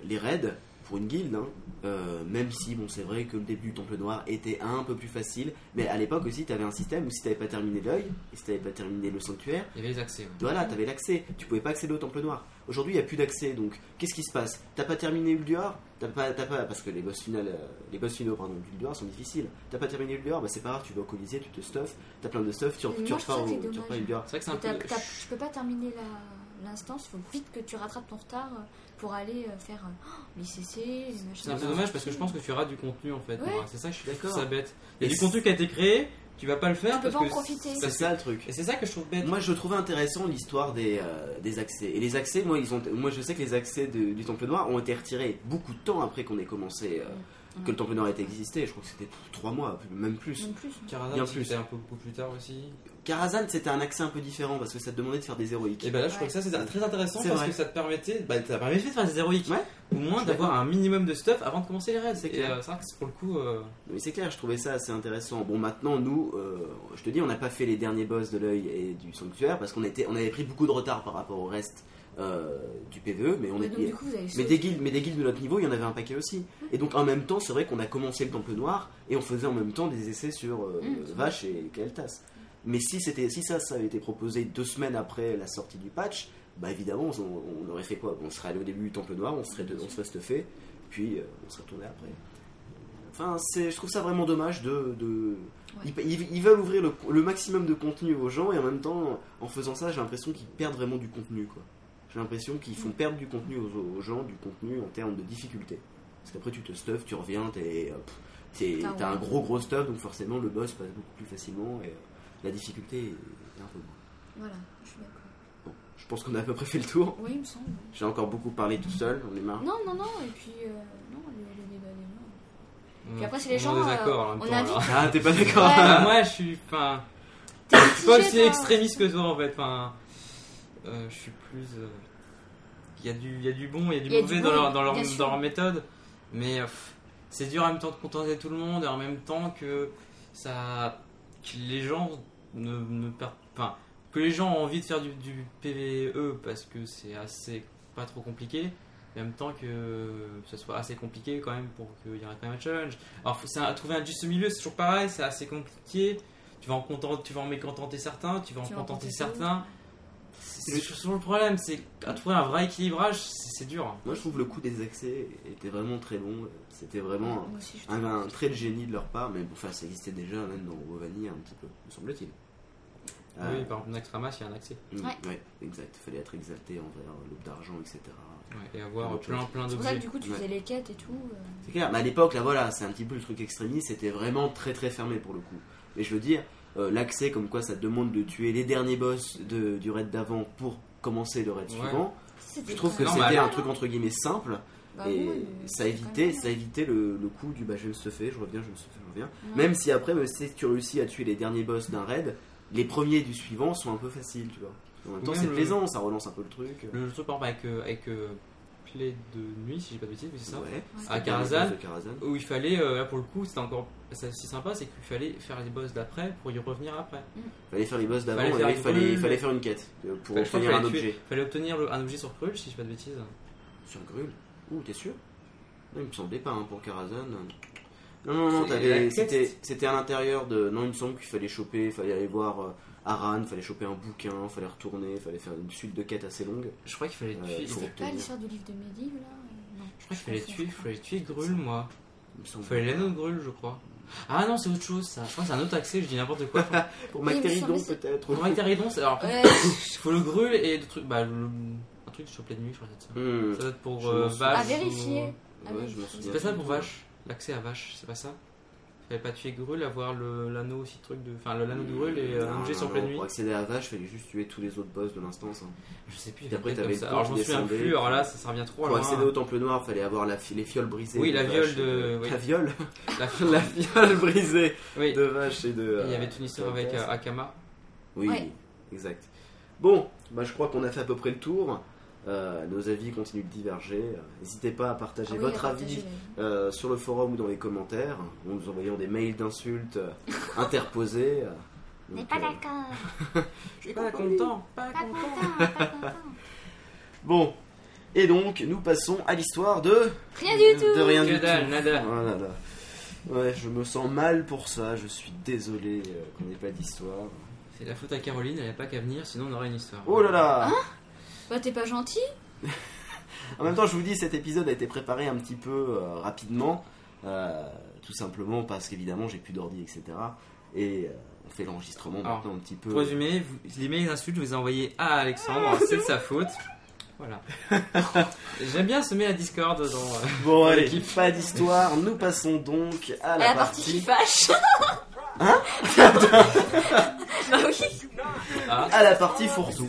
A: les raids pour une guilde. hein. Euh, même si, bon, c'est vrai que le début du Temple Noir était un peu plus facile, mais à l'époque aussi, t'avais un système où si t'avais pas terminé l'œil, et si t'avais pas terminé le sanctuaire,
B: Il y avait les accès. ouais.
A: voilà, t'avais l'accès. Tu pouvais pas accéder au Temple Noir. Aujourd'hui, il y a plus d'accès, donc qu'est-ce qui se passe T'as pas terminé Ulduar T'as pas, t'as pas, parce que les boss finales, euh, les boss finaux, pardon, d'Ulduar sont difficiles. T'as pas terminé Ulduar, bah c'est pas grave, tu vas au Colisée, tu te stuffes, t'as plein de stuff, tu, re-
C: Mais
A: tu
C: moi, je
A: repars,
C: trouve
A: au-
C: que c'est
A: tu repars
C: dommage.
A: Ulduar.
B: C'est vrai que c'est un
C: Et t'as-
B: peu.
C: t'as- tu peux pas terminer la- l'instance, faut vite que tu rattrapes ton retard euh, pour aller euh, faire euh, l'ICC, les machins.
B: C'est un peu dommage parce que je pense que tu rates du contenu en fait.
C: Ouais.
B: moi. C'est ça que je suis
A: D'accord.
B: d'accord. Ça bête. Il
A: Et
B: y a du
A: c'est-
B: contenu qui a été créé, tu vas pas le faire
C: Tu peux
B: parce
C: pas en
B: que
C: profiter.
B: c'est-
A: C'est
B: parce
A: ça le truc.
B: que- Et c'est ça que je trouve bête.
A: Moi, je trouvais intéressant l'histoire des, euh, des accès. Et les accès, moi, ils ont, moi, je sais que les accès de- du Temple Noir ont été retirés beaucoup de temps après qu'on ait commencé, euh,
C: Mm.
A: que le Temple Noir ait existé. Je crois que c'était trois mois, même plus.
C: Non plus. hein.
B: Carazan,
A: Bien
B: aussi,
A: plus.
B: c'était un peu beaucoup plus tard aussi.
A: Karazhan, c'était un accès un peu différent parce que ça te demandait de faire des héroïques.
B: Et bah là, je crois que ça c'est très intéressant
A: C'est
B: parce
A: vrai.
B: que ça te permettait, bah, ça permettait de faire des héroïques.
A: Ouais.
B: Au moins
A: suis
B: d'avoir un minimum de stuff avant de commencer les raids.
A: C'est
B: Et,
A: clair.
B: euh, C'est vrai que c'est pour le coup. euh,
A: Mais c'est clair, je trouvais ça assez intéressant. Bon, maintenant, nous, euh, je te dis, on n'a pas fait les derniers boss de l'œil et du sanctuaire parce qu'on était, on avait pris beaucoup de retard par rapport au reste euh, du PVE, mais on
C: Mais
A: est-
C: donc, du coup, vous avez
A: Mais
C: sauté.
A: des, guildes, mais des guildes de notre niveau, il y en avait un paquet aussi. Et donc en même temps, c'est vrai qu'on a commencé le Temple Noir et on faisait en même temps des essais sur euh,
C: Mm.
A: Vache et Keltas. Mais si, c'était, si ça, ça avait été proposé deux semaines après la sortie du patch, bah évidemment, on, on aurait fait quoi On serait allé au début du Temple Noir, on serait, on serait stuffé, puis euh, on serait tourné après. Enfin, c'est, je trouve ça vraiment dommage de. de-
C: Ouais.
A: ils, ils- ils veulent ouvrir le, le maximum de contenu aux gens et en même temps, en faisant ça, j'ai l'impression qu'ils perdent vraiment du contenu. quoi. J'ai l'impression qu'ils
C: Mm.
A: font perdre du contenu aux, aux gens, du contenu en termes de difficulté. Parce qu'après, tu te stuffes, tu reviens, t'es, euh, pff, t'es-
C: Putain,
A: t'as un
C: ouais.
A: gros gros stuff, donc forcément, le boss passe beaucoup plus facilement et euh, la difficulté est un peu moins.
C: Voilà, je suis d'accord.
A: Bon, je pense qu'on a à peu près fait le tour.
C: Oui, il me semble.
A: J'ai encore beaucoup parlé tout seul, on est marre.
C: Non, non, non, et puis, euh, non, le, le débat des gens.
B: on-
C: Puis après, c'est
B: Mm. on
C: les
B: est
C: gens. euh,
B: d'accord, en même
C: on
B: temps, hein.
C: invite.
B: alors.
A: Ah, t'es pas d'accord
C: Ouais.
B: Bah, moi je suis. Enfin,
C: T'es
B: je suis
C: mitigé,
B: pas aussi
C: toi.
B: extrémiste que toi en fait. Enfin, euh, je suis plus. euh, Il y, a du- il y a du bon, il y a du
C: Il y a du
B: mauvais
C: bon,
B: dans, leur, dans, leur,
C: bien sûr.
B: dans leur méthode. Mais euh, pff, c'est dur en même temps de contenter tout le monde et en même temps que ça. que les gens ne, ne perdent. Enfin, que les gens ont envie de faire du, du PVE parce que c'est assez. pas trop compliqué. mais En même temps que ce soit assez compliqué quand même pour qu'il y ait quand même un challenge. Alors, faut- c'est un- trouver un juste milieu, c'est toujours pareil, c'est assez compliqué. Tu vas en contenter, tu vas en mécontenter certains, tu vas en
C: Tu vas en
B: contenter
C: contenter
B: certains. C'est c'est toujours le problème, c'est à trouver un vrai équilibrage, c'est c'est dur.
A: Moi, je trouve le coup des accès était vraiment très bon. C'était vraiment
C: Moi aussi, je
A: un, un trait de génie de leur part, mais bon, enfin, ça existait déjà même dans Wovania un petit peu, me semble-t-il. Euh,
B: Oui, par exemple, Naxxramas, il y a un accès.
A: mm,
C: Ouais.
A: ouais, exact. Fallait être exalté envers l'aube d'argent, etc.
B: et avoir
A: Ah, ok.
B: plein, plein
C: C'est pour ça que
B: d'objets.
C: du coup, tu faisais les quêtes et tout. euh,
A: C'est clair, mais à l'époque, là voilà, c'est un petit peu le truc extrémiste, c'était vraiment très très fermé pour le coup. Mais je veux dire, euh, l'accès comme quoi ça te demande de tuer les derniers boss de- du raid d'avant pour commencer le raid
B: Ouais.
A: suivant,
C: c'était
A: je trouve que
B: Non,
A: c'était
B: mais
A: un
B: alors-
A: truc entre guillemets simple
C: Bah
A: et
C: oui, mais
A: ça
C: c'est quand
A: évitait,
C: même
A: ça
C: bien.
A: évitait le, le coup du bah je me stuffer, je reviens, je me stuffer, je reviens.
C: Ouais.
A: Même si après, même si tu réussis à tuer les derniers boss d'un raid, les premiers du suivant sont un peu faciles, tu vois. En même temps,
B: Même
A: c'est
B: le-
A: plaisant, ça relance un peu le truc.
B: Le le truc, par exemple, avec, euh, avec euh, Clé de nuit, si j'ai pas de bêtises, mais c'est ça.
A: Ouais.
B: À
A: Karazhan.
B: Karazhan, où il fallait, euh, là pour le coup, c'était encore c'est aussi sympa, c'est qu'il fallait faire les boss d'après pour y revenir après.
A: Fallait faire les boss d'avant,
B: Fallait faire
A: et il
B: une
A: fallait,
B: brûle.
A: fallait faire une quête euh, pour
B: Fallait- je crois
A: obtenir un
B: qu'il fallait
A: objet.
B: Il fallait obtenir le- un objet sur Cruel, si j'ai pas de bêtises.
A: Sur Grul Ouh, t'es sûr Non, il me semblait pas, hein, pour Karazhan. Non, non, non,
B: C'est
A: t'avais-
B: la quête.
A: c'était c'était à l'intérieur de. Non, il me semble qu'il fallait choper, il fallait aller voir euh, Aran, il fallait choper un bouquin, il fallait retourner, il fallait faire une suite de quêtes assez longue.
B: Je crois qu'il fallait
A: euh,
B: tuer.
A: pour
C: Pas
B: Je
A: obtenir.
C: l'histoire du livre de Medivh là euh, Non.
B: crois qu'il fallait
C: confonds,
B: tuer, il
C: je crois.
B: fallait tuer Grul, moi.
A: Il me semble.
B: Fallait l'anneau de grul, je crois. Ah non, c'est autre chose, ça. Je crois que c'est un autre accès, je dis n'importe quoi.
A: Pour
C: Oui, il me
A: Mactéridon,
C: semble-
A: peut-être.
B: Pour Mactaridon, c'est. Alors,
C: Ouais,
B: faut le grul et le truc. Bah, le- un truc sur pleine nuit, je crois que c'est ça.
A: Hmm.
B: Ça doit être pour
A: Je
B: euh,
A: m'en souviens.
B: vache.
C: à vérifier.
B: ou- euh,
C: Ah
A: Ouais,
C: oui,
A: je me
C: c'est
A: souviens
B: C'est pas ça
A: plus
B: pour
A: du tout.
B: vache. L'accès à vache, c'est pas ça. Fallait pas tuer grul, avoir le- l'anneau aussi, truc de. Enfin, le- l'anneau de grul et euh, un
A: Non,
B: objet
A: non,
B: sur
A: non,
B: pleine nuit.
A: Pour accéder à Vache, fallait juste tuer tous les autres boss de l'instance. hein.
B: Je sais plus.
A: Puis après,
B: peut-être
A: t'avais
B: comme ça.
A: le
B: Alors,
A: temps
B: je
A: qui
B: me souviens
A: descendait.
B: plus. Alors Oh là, ça, ça revient trop
A: Pour
B: loin.
A: accéder au Temple Noir, fallait avoir la fi- les fioles brisées. Euh,
B: Oui,
A: de
B: la
A: Vache
B: viole
A: et
B: de- oui.
A: La viole
B: hein. La
A: La fiole brisée
B: Oui.
A: de Vache et de.
B: Et Il y
A: euh,
B: avait une histoire
A: de
B: avec
A: Cass.
B: euh, Akama.
A: Oui,
C: Ouais.
A: exact. Bon, bah, je crois qu'on a fait à peu près le tour. Euh, nos avis continuent de diverger. Euh, N'hésitez pas à partager
C: Ah oui,
A: votre
C: à
A: avis
C: partager les-
A: euh, sur le forum ou dans les commentaires, ou en nous envoyant des mails d'insultes euh, interposés. euh.
I: Mais
A: Donc,
I: pas
A: euh,
I: d'accord.
B: Je suis pas content, pas
I: Pas
B: content.
I: content, pas content.
A: Bon, et donc nous passons à l'histoire de...
C: Rien du
A: De
C: tout
A: rien
B: Que
A: du
B: dalle,
A: tout.
B: nada.
A: Oh là là. Ouais, je me sens mal pour ça, je suis désolé euh, qu'on n'ait pas d'histoire.
B: C'est la faute à Caroline, elle n'a pas qu'à venir, sinon on aurait une histoire.
A: Oh là là
C: Bah t'es pas gentil
A: En même temps, je vous dis, cet épisode a été préparé un petit peu euh, rapidement, euh, tout simplement parce qu'évidemment, j'ai plus d'ordi, etc. Et euh, on fait l'enregistrement
B: Alors,
A: maintenant un petit peu.
B: Pour résumer, vous- les mails d'insultes, je les ai envoyés à Alexandre, c'est de sa faute. Voilà. J'aime bien semer la discorde dans. euh,
A: Bon, allez,
B: l'équipe.
A: pas d'histoire, nous passons donc à
C: À
A: la,
C: la partie qui fâche Hein Bah oui
A: à la partie fourre-tout.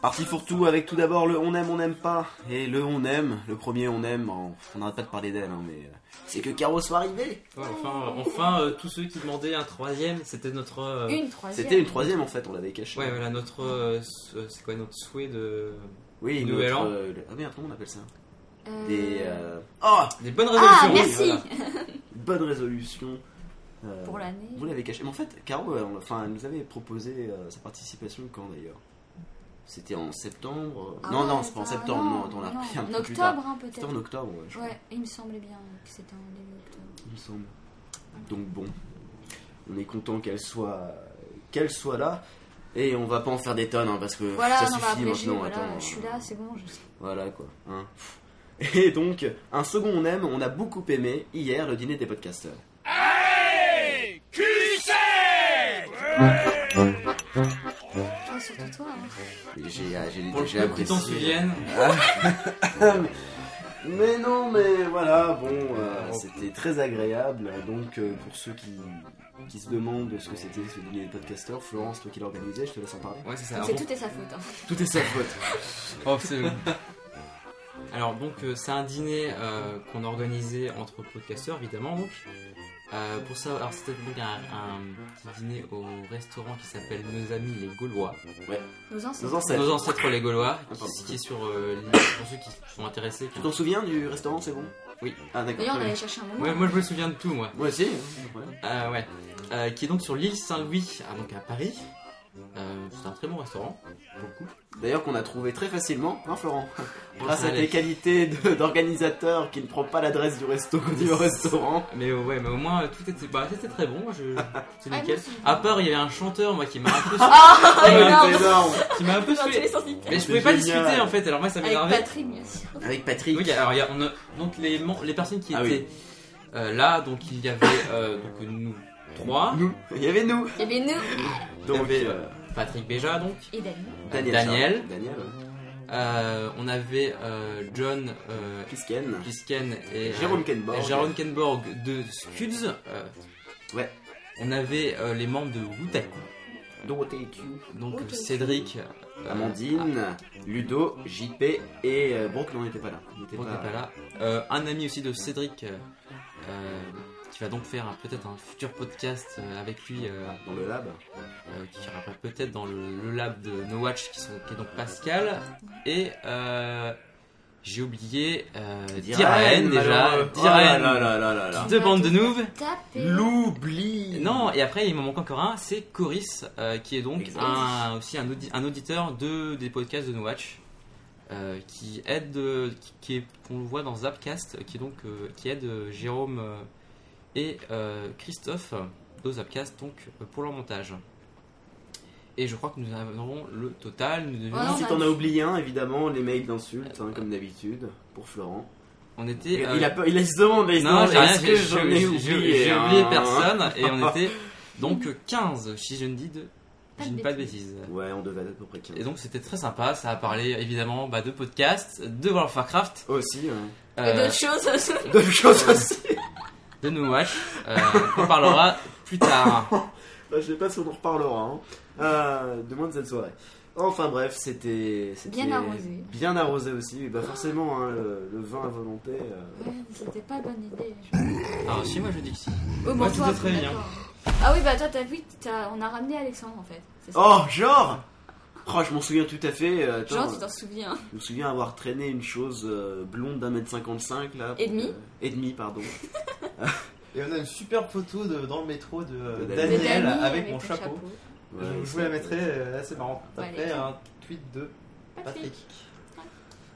A: Partie fourre-tout avec tout d'abord le on aime, on n'aime pas. Et le on aime, le premier on aime, on on n'arrête pas de parler d'elle, hein, mais euh, c'est que Caro soit arrivée.
B: Ouais, enfin, euh, enfin euh, tous ceux qui demandaient un troisième, c'était notre. euh,
C: Une troisième
A: C'était une troisième en fait, on l'avait cachée.
B: Ouais, voilà, notre. euh, ce- c'est quoi notre souhait de.
A: Oui,
B: Nouvel
A: notre,
B: an.
A: euh, le- ah merde, comment on appelle ça
C: Euh,
A: Des. euh, Oh
B: Des bonnes résolutions.
C: Ah
B: oui,
C: merci
B: voilà.
A: Bonne résolution. euh,
C: Pour l'année
A: Vous l'avez caché. Mais en fait, Caro, elle, enfin, elle nous avait proposé euh, sa participation quand d'ailleurs C'était en septembre euh,
C: Ah
A: Non,
C: ouais,
A: non, c'est pas en
C: enfin,
A: septembre, non, attends, on l'a
C: non,
A: pris un
C: En
A: peu plus tard.
C: octobre hein, peut-être
A: C'était en octobre, ouais, je crois,
C: Ouais, il me semblait bien que c'était en début octobre.
A: il me semble. Donc bon, on est content qu'elle soit, qu'elle soit là. Et on va pas en faire des tonnes, hein, parce que
C: Voilà,
A: ça
C: non, mais
A: suffit
C: après, j'ai-
A: maintenant.
C: voilà,
A: attends,
C: je suis
A: euh,
C: là, c'est bon, je
A: Voilà quoi. hein. Et donc, un second on aime, on a beaucoup aimé hier le dîner des podcasteurs.
C: Ah, surtout toi, hein.
A: Et J'ai ah, j'ai-
B: Pour le
A: j'ai
B: peu que tu t'en
A: apprécié.
B: souviennes.
A: Mais non, mais voilà, bon, euh, c'était très agréable. Donc, euh, pour ceux qui, qui se demandent ce que c'était ce dîner des podcasteurs, Florence, toi qui l'organisais, je te laisse en parler.
B: Ouais, c'est ça.
C: C'est
B: Bon,
C: tout est sa faute. hein.
A: Tout est sa faute.
B: Oh, c'est bon. Alors donc euh, c'est un dîner euh, qu'on organisait entre podcasteurs évidemment donc. Euh, pour ça, alors c'était donc un, un petit dîner au restaurant qui s'appelle Nos Amis les Gaulois.
C: Nos ancêtres.
A: Nos ancêtres.
B: Nos ancêtres les Gaulois,
A: Ah, pardon.
B: qui, qui est sur euh, l'île- pour ceux qui sont intéressés. qui-
A: Tu t'en souviens du restaurant, c'est bon
B: Oui.
A: Ah, d'accord.
C: D'ailleurs, on
A: très
C: allait
A: bien.
C: chercher un moment.
B: Ouais, moi je me souviens de tout moi.
A: Moi aussi. hein, pas de problème.
B: Euh, ouais. Euh, qui est donc sur l'île Saint-Louis, ah, donc à Paris. Euh, c'est un très bon restaurant.
A: D'ailleurs, qu'on a trouvé très facilement, hein, Florent Grâce à
B: Allez.
A: tes qualités de- d'organisateur qui ne prend pas l'adresse du resto qu'on dit au restaurant.
B: Mais euh, ouais, mais au moins euh, tout était, bah, c'était très bon. moi, Je... C'est
C: Ah,
B: nickel.
C: moi, c'est-
B: À part il y avait un chanteur moi qui m'a un peu,
C: Ah,
B: Ouais,
C: énorme
A: énorme.
B: qui m'a un peu
C: Dans tous les
B: fait.
C: sens du terme.
B: Mais je
A: C'est
B: pouvais pas
A: génial.
B: discuter en fait, alors moi ça
C: Avec
B: m'énervait.
C: Patrick, bien sûr.
A: Avec Patrick.
B: Oui, alors il y a- on a- donc les, mem- les personnes qui
A: Ah oui.
B: étaient euh, là, donc il y avait euh, donc, nous trois,
A: Nous. Il y avait nous.
C: Et bien nous,
A: Donc,
B: Il y avait,
A: euh,
B: Patrick Béja donc,
C: et Dani.
A: Daniel.
B: Daniel.
A: Charles. Daniel, ouais.
B: Euh, on avait euh, John euh,
A: Pisken.
B: Plisken et euh,
A: Jérôme Kenborg.
B: et Jérôme Kenborg de Scuds. euh,
A: Ouais.
B: On avait euh, les membres de Wutaku,
A: Dorothée Q.
B: donc
C: Wutaku.
B: Cédric, euh,
A: Amandine, Ludo, JP et euh, Brooke, non, n'était pas là. Il était
B: Bon,
A: pas-
B: t'es pas là. Euh, un ami aussi de Cédric euh, euh, qui va donc faire un- peut-être un futur podcast euh, avec lui euh,
A: Dans le lab.
B: euh, qui sera peut-être dans le, le lab de No Watch qui, sont, qui est donc Pascal et euh, J'ai oublié euh,
A: Tyrann,
B: Tyrann, déjà.
A: malheureux. Oh là là
B: Tyrann,
A: là là là là.
B: deux bandes de noobs.
C: Tapé.
A: L'oubli.
B: Non, et après, il m'en manque encore un, c'est Coris, euh, qui est donc
A: Exact.
B: un, aussi un, audi- un auditeur de, des podcasts de No Watch, euh, qui aide, euh, qui, qui est- qu'on voit dans Zapcast, qui, est donc, euh, qui aide euh, Jérôme euh, et euh, Christophe de Zapcast donc, euh, pour leur montage. Et je crois que nous avons le total. Nous devions-
C: Ouais,
A: Si t'en as oublié un, évidemment, les mails d'insultes, hein, comme d'habitude, pour Florent.
B: on
A: Il,
B: était.
A: il a
B: euh,
A: peur- il se demande, il se
B: Non,
A: demande,
B: j'ai rien,
A: est-ce
B: j'ai
A: que
B: j'ai-
A: j'en ai
B: j'ai-
A: oublié hein,
B: j'ai oublié
A: un
B: personne et on était donc 15 si je ne dis de,
C: Pas
B: je
C: de
B: dis pas de bêtises.
A: Ouais, on devait être à peu près 15.
B: Et donc c'était très sympa, ça a parlé évidemment bah, de podcasts, de World of Warcraft,
A: Aussi, ouais.
C: Et
B: euh,
C: d'autres choses aussi.
A: D'autres choses aussi.
B: de No Watch, euh, on parlera plus tard.
A: Bah, je sais pas si on en reparlera. Hein. Euh, de moins de cette soirée. Enfin bref, c'était. c'était
C: Bien arrosé.
A: Bien arrosé aussi. Et Bah, forcément, hein, le, le vin à volonté. euh,
C: Ouais, C'était pas bonne idée.
B: Alors si moi je dis que si.
C: Oh,
B: Moi,
C: bon, toi,
B: c'était très bien.
C: d'accord. Ah oui, bah toi, t'as vu, t'as- on a ramené Alexandre en fait. c'est ça
A: Oh, genre Oh, je m'en souviens tout à fait. euh, attends,
C: Genre, tu t'en souviens.
A: je me souviens avoir traîné une chose euh, blonde d'un mètre cinquante-cinq, là. pour
C: Et demi.
A: que- Et demi, pardon.
I: Et on a une super photo de, dans le métro de euh,
A: De Daniel.
I: Daniel,
C: Des amis
I: avec, mon
C: ton
I: chapeau. Je,
A: Ouais,
I: je vous la mettrai, euh, assez marrant.
C: Ouais,
I: Après,
C: allez.
I: un tweet de Patrick.
C: Patrick.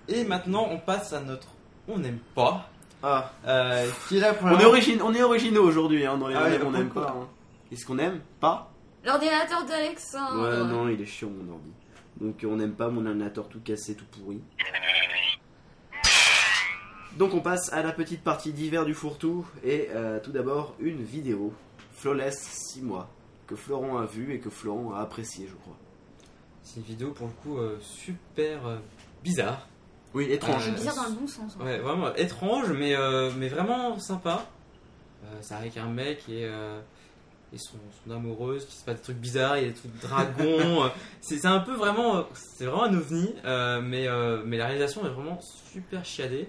I: Et maintenant, on passe à notre On n'aime pas,
A: Ah,
I: euh, qui est là pour la-
A: on, est origine, on est originaux aujourd'hui, hein, dans les
I: Ah ouais,
A: on
I: pour le
A: n'aime
I: coup.
A: pas. hein. Est-ce qu'on aime Pas
C: L'ordinateur
A: Ah, Ouais,
C: d'Alexandre.
A: non, il est chiant mon ordi. Donc on n'aime pas mon ordinateur tout cassé, tout pourri. Donc on passe à la petite partie d'hiver du fourre-tout et euh, tout d'abord une vidéo, Flawless 6 mois, que Florent a vu et que Florent a apprécié, je crois.
B: C'est une vidéo pour le coup euh, super euh, bizarre.
A: Oui, étrange.
C: C'est bizarre dans le bon sens. hein.
B: Ouais, vraiment étrange mais, euh, mais vraiment sympa. Euh, c'est avec un mec et, euh, et son, son amoureuse qui se passe des trucs bizarres, il y a des trucs dragons. euh, c'est c'est un peu vraiment, euh, c'est vraiment un ovni, euh, mais, euh, mais la réalisation est vraiment super chiadée.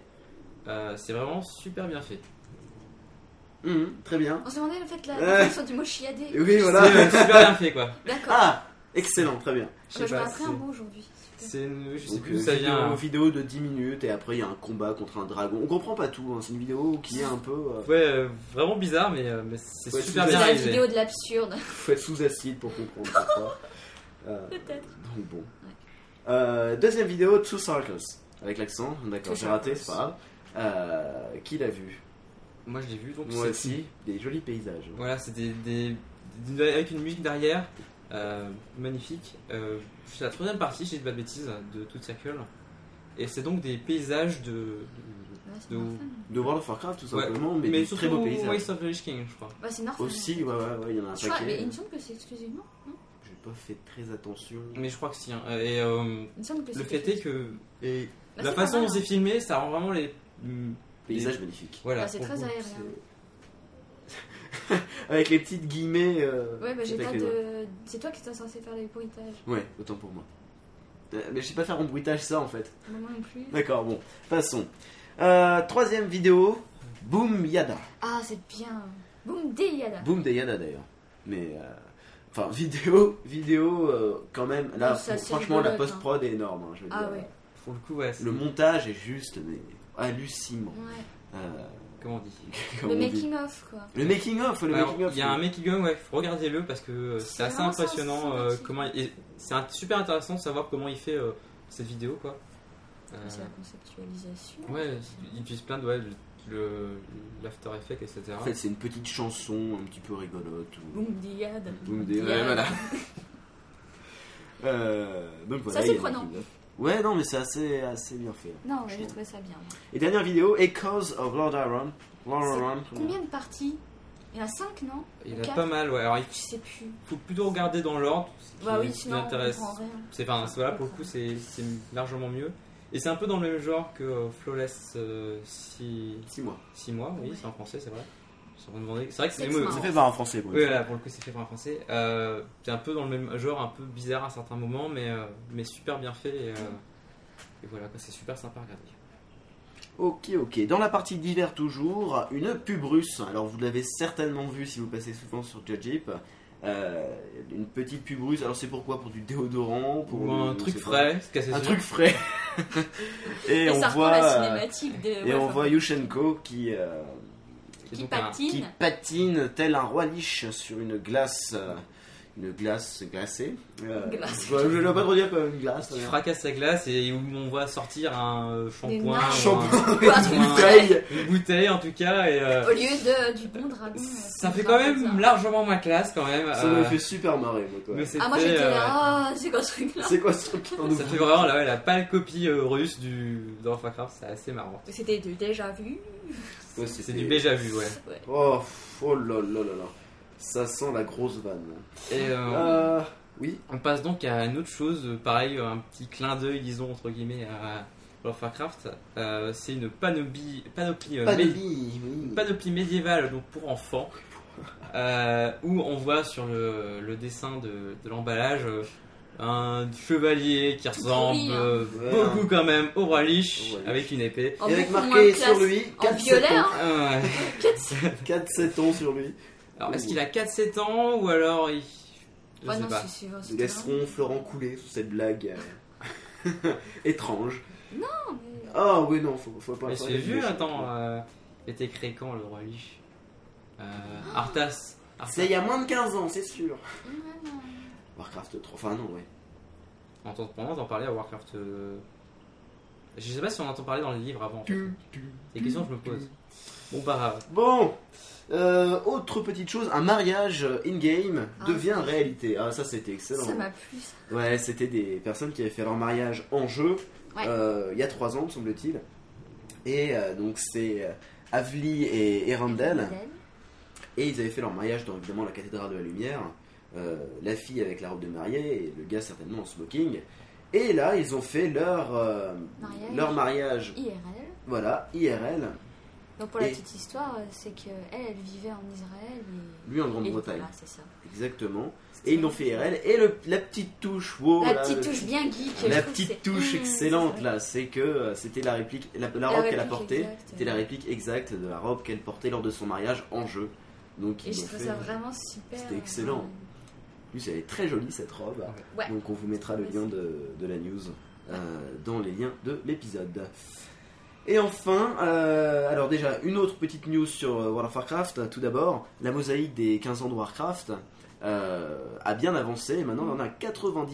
B: Euh, c'est vraiment super bien fait.
A: Mhm, très bien.
C: On se demandait en fait la
A: Euh.
C: définition du mot chiadé.
A: Oui,
B: C'est euh,
A: voilà.
B: super bien fait quoi.
C: D'accord.
A: Ah, excellent, très bien.
B: Je
C: je
B: sais
C: me
B: pas,
C: rappelais
B: c'est-
C: un mot aujourd'hui.
B: C'est une- je sais
A: Donc,
B: plus où
A: une
B: ça
A: vidéo,
B: vient. hein.
A: Une vidéo de 10 minutes et après il y a un combat contre un dragon. On comprend pas tout, hein, c'est une vidéo qui est un peu... euh,
B: Ouais, euh, vraiment bizarre, mais, euh, mais c'est
A: Ouais,
B: super
A: c'est
C: C'est
B: bien
C: la
B: réalisé.
C: vidéo de l'absurde,
A: faut être sous acide pour comprendre pourquoi. Euh,
C: peut-être.
A: Donc bon. Euh, deuxième vidéo, Two Circles. Avec l'accent, d'accord,
C: Two
A: j'ai raté,
C: Circles.
A: c'est pas grave. Euh, qui l'a vu
B: Moi je l'ai vu donc
A: Moi
B: c'est-
A: aussi, des jolis paysages.
B: Voilà, c'est des, des- des- avec une musique derrière, euh, magnifique. Euh, c'est la troisième partie, si je dis pas de bêtises, de toute Circle. Et c'est donc des paysages de. de-
C: Ouais, c'est
B: de-
C: Northern.
A: De World of Warcraft, tout
B: Ouais.
A: simplement, mais, des
B: surtout
A: très beaux paysages.
B: Waste of the Lich King, je crois.
C: Bah, c'est Northern.
A: Aussi, ouais, ouais, ouais, il y en a un
C: Je crois, mais
A: paquet.
C: il me semble que c'est exclusivement. non
A: J'ai pas fait très attention.
B: Mais je crois que si. hein. Et euh,
C: Il me semble que
B: le
C: c'est
B: fait est que
I: Et
C: Bah,
B: la
C: c'est pas
B: façon
C: mal,
B: dont c'est
C: hein.
B: filmé, ça rend vraiment les. mm,
A: Paysages magnifiques.
B: Voilà.
C: Bah, c'est
B: pour
C: très
B: le coup.
C: aérien.
A: C'est- Avec les petites guillemets. euh,
C: Ouais, bah
A: tout
C: j'ai
A: avec
C: pas
A: les doigts.
C: de. C'est toi qui étais censé faire les bruitages.
A: Ouais, autant pour moi. Euh, Mais je sais pas faire en bruitage ça en fait.
C: Moi non plus.
A: D'accord, bon, passons. Euh, troisième vidéo, Boom Yada.
C: Ah, c'est bien. Boum, dé Yada.
A: Boom de Yana d'ailleurs. Mais euh, enfin vidéo, vidéo euh, quand même. Là,
C: Oui, ça,
A: fr-
C: c'est
A: franchement, la
C: rigolote,
A: post prod est énorme. hein, je veux
C: Ah
A: dire.
C: ouais.
B: Pour le coup, ouais. c'est-
A: Le montage est juste mais hallucinant.
C: Ouais.
A: Euh,
B: Comment on dit
A: comme
C: Le
A: on dit.
C: making of quoi.
A: Le making of, le
B: Alors,
A: making of.
B: Il y a un making of, ouais, regardez-le parce que euh,
C: C'est
B: c'est assez
C: vraiment
B: impressionnant euh,
C: sympathique.
B: comment il- et c'est un- super intéressant de savoir comment il fait euh, cette vidéo quoi. Euh,
C: C'est la conceptualisation.
B: ouais, il utilise plein de ouais, le- le l'After Effects etc.
A: En fait, c'est une petite chanson un petit peu rigolote. ou-
C: Boum, dé Yada.
A: Boom de-
C: Yada.
A: ouais, voilà. Euh, donc voilà.
C: assez
A: il y a le
C: prenant.
A: making of. Ouais, non, mais c'est assez, assez bien fait.
C: Non, ouais, j'ai trouvé ça bien.
A: Et dernière vidéo, Echoes of Lord Iron. Lord
C: C'est
A: Iron.
C: Combien de parties Il y en a 5, non
B: Il
C: Ou
B: a
C: quatre
B: pas mal ouais. Alors il
C: Je sais plus.
B: faut plutôt regarder dans l'ordre. ce qui-
C: Bah oui,
B: ce qui
C: sinon on
B: intéresse.
C: comprend rien.
B: C'est enfin, c'est- voilà pour le coup c'est c'est largement mieux. Et c'est un peu dans le même genre que euh, Flawless 6
A: Six mois.
B: mois, oui,
C: Ouais.
B: c'est en français, c'est vrai. Je me demandais- C'est vrai que c'est
C: Six
B: les mots-
C: mois.
A: C'est fait par un français, pour une
B: Oui, voilà, pour le coup, c'est fait par un français. Euh, c'est un peu dans le même genre, un peu bizarre à certains moments, mais, euh, mais super bien fait. Et, euh, et voilà, quoi, c'est super sympa à regarder.
A: Ok, ok. Dans la partie d'hiver toujours, une pub russe. Alors vous l'avez certainement vu si vous passez souvent sur Jajip. euh, une petite pub russe. Alors c'est pourquoi Pour du déodorant pour
B: Ou
A: du-
B: un
A: je
B: truc
A: sais pas.
B: frais, se casser
A: Un
B: les
A: truc frais. et,
C: Et
A: on
C: ça reprend
A: voit,
C: la
A: euh,
C: cinématique des-
A: et
C: ouais,
A: on
C: enfin,
A: voit Yushchenko qui, euh,
B: yeux. C'est
C: qui
B: donc un-
A: qui
C: patine.
A: patine tel un roi liche sur une glace. euh, une glace glacée. Euh,
C: Glace.
A: Je ne vais pas trop dire comme une glace.
B: qui
A: euh,
B: fracasse sa glace et où on voit sortir un euh, shampoing,
C: nains.
B: ou un-
A: Shampoing.
C: Quoi, tu
B: ou
A: Une
B: un-
A: bouteille.
B: une bouteille en tout cas et euh,
C: Au lieu de, du bon dragon. euh,
B: ça
C: c'est
B: fait
C: un
B: quand
C: peu
B: même
C: bizarre.
B: largement ma classe quand même.
A: Ça
B: euh,
A: me fait super marrer. moi, quand
B: mais
A: même.
B: c'était,
C: Ah, moi j'étais
B: euh,
C: là, oh, ah, c'est quoi ce truc là
A: C'est quoi ce truc
B: Ça fait vraiment la, ouais, la pâle copie euh, russe du dans Warcraft, c'est assez marrant.
C: C'était du déjà vu.
A: Ouais,
B: C'est,
A: c'était-
B: du déjà vu, ouais.
C: Ouais.
A: Oh, pff, oh là là là là. Ça sent la grosse vanne.
B: Et euh,
A: Euh, oui.
B: on passe donc à une autre chose, euh, pareil, un petit clin d'œil, disons entre guillemets, à World of Warcraft. Euh, c'est une panoplie, panoplie, euh,
A: Pas de
B: mé-
A: vie, oui.
B: panoplie médiévale donc pour enfants, euh, où on voit sur le, le dessin de, de l'emballage euh, un chevalier qui ressemble
C: pourri, hein.
B: euh,
A: Ouais.
B: beaucoup quand même au roi
A: Au
B: Lich
A: roi Lich.
B: avec une épée.
C: En
A: Et avec
C: beaucoup moins
A: marqué
C: classe.
A: sur lui
C: En
A: 4 7
C: violet,
A: ans.
C: hein.
B: Euh,
A: 4-7 ans sur lui.
B: alors est-ce qu'il a 4-7 ans ou alors il... Je
C: Ah
B: sais
C: non,
B: pas.
C: c'est- c'est vrai, c'était vraiment-
A: Laisseront Florent couler sous cette blague euh, étrange.
C: Ah, mais-
A: Ah oui, non, faut, faut pas.
B: Mais
A: faut
B: c'est
A: pas-
B: vieux, attends. Euh, il était créé quand le roi Lich euh, Arthas. Arthas.
A: C'est il y a moins de 15 ans, c'est sûr.
C: Ouais, non.
A: Warcraft 3, enfin non, ouais.
B: On entend, on entend parler à Warcraft. euh, Je sais pas si on entend parler dans les livres avant. en fait. C'est une question que je me pose. Bon bah,
A: Bon, euh, autre petite chose, un mariage euh, in-game
C: Ah.
A: devient réalité. Ah, ça c'était excellent.
C: Ça m'a plu. ça.
A: Ouais, c'était des personnes qui avaient fait leur mariage en jeu
C: Ouais.
A: euh, il y a trois ans, me semble-t-il. Et euh, donc c'est euh, Avli et
C: euh,
A: Erandel. Et ils avaient fait leur mariage dans évidemment la cathédrale de la lumière. Euh, la fille avec la robe de mariée et le gars certainement en smoking. Et là, ils ont fait leur, euh,
C: Mariage.
A: leur mariage,
C: IRL.
A: voilà, IRL,
C: Donc pour la
A: Et-
C: petite histoire, euh, c'est que elle, elle vivait en Israël et.
A: lui en
C: et
A: Grande-Bretagne.
C: voilà, c'est ça.
A: Exactement. Et ils l'ont fait IRL. Et le, la petite touche, wow,
C: La
A: là,
C: petite
A: le-
C: touche bien geek. je
A: La
C: trouve que c'est-
A: petite touche
C: Mmh,
A: excellente
C: c'est
A: là, c'est que euh, c'était la réplique, la, la
C: La
A: robe qu'elle a
C: réplique
A: portée,
C: exacte.
A: c'était la réplique exacte de la robe qu'elle portait lors de son mariage en jeu. Donc
C: vrai. Et
A: ils
C: je
A: ont
C: trouve
A: fait-
C: ça vraiment super.
A: C'était excellent.
C: euh,
A: En plus, elle est très jolie cette robe.
C: Ouais.
A: Donc on vous mettra le
C: Ouais,
A: lien de, de la news euh, dans les liens de l'épisode. Et enfin, euh, alors déjà une autre petite news sur euh, World of Warcraft. Tout d'abord, la mosaïque des 15 ans de Warcraft euh, a bien avancé. Et maintenant, on en a 90%,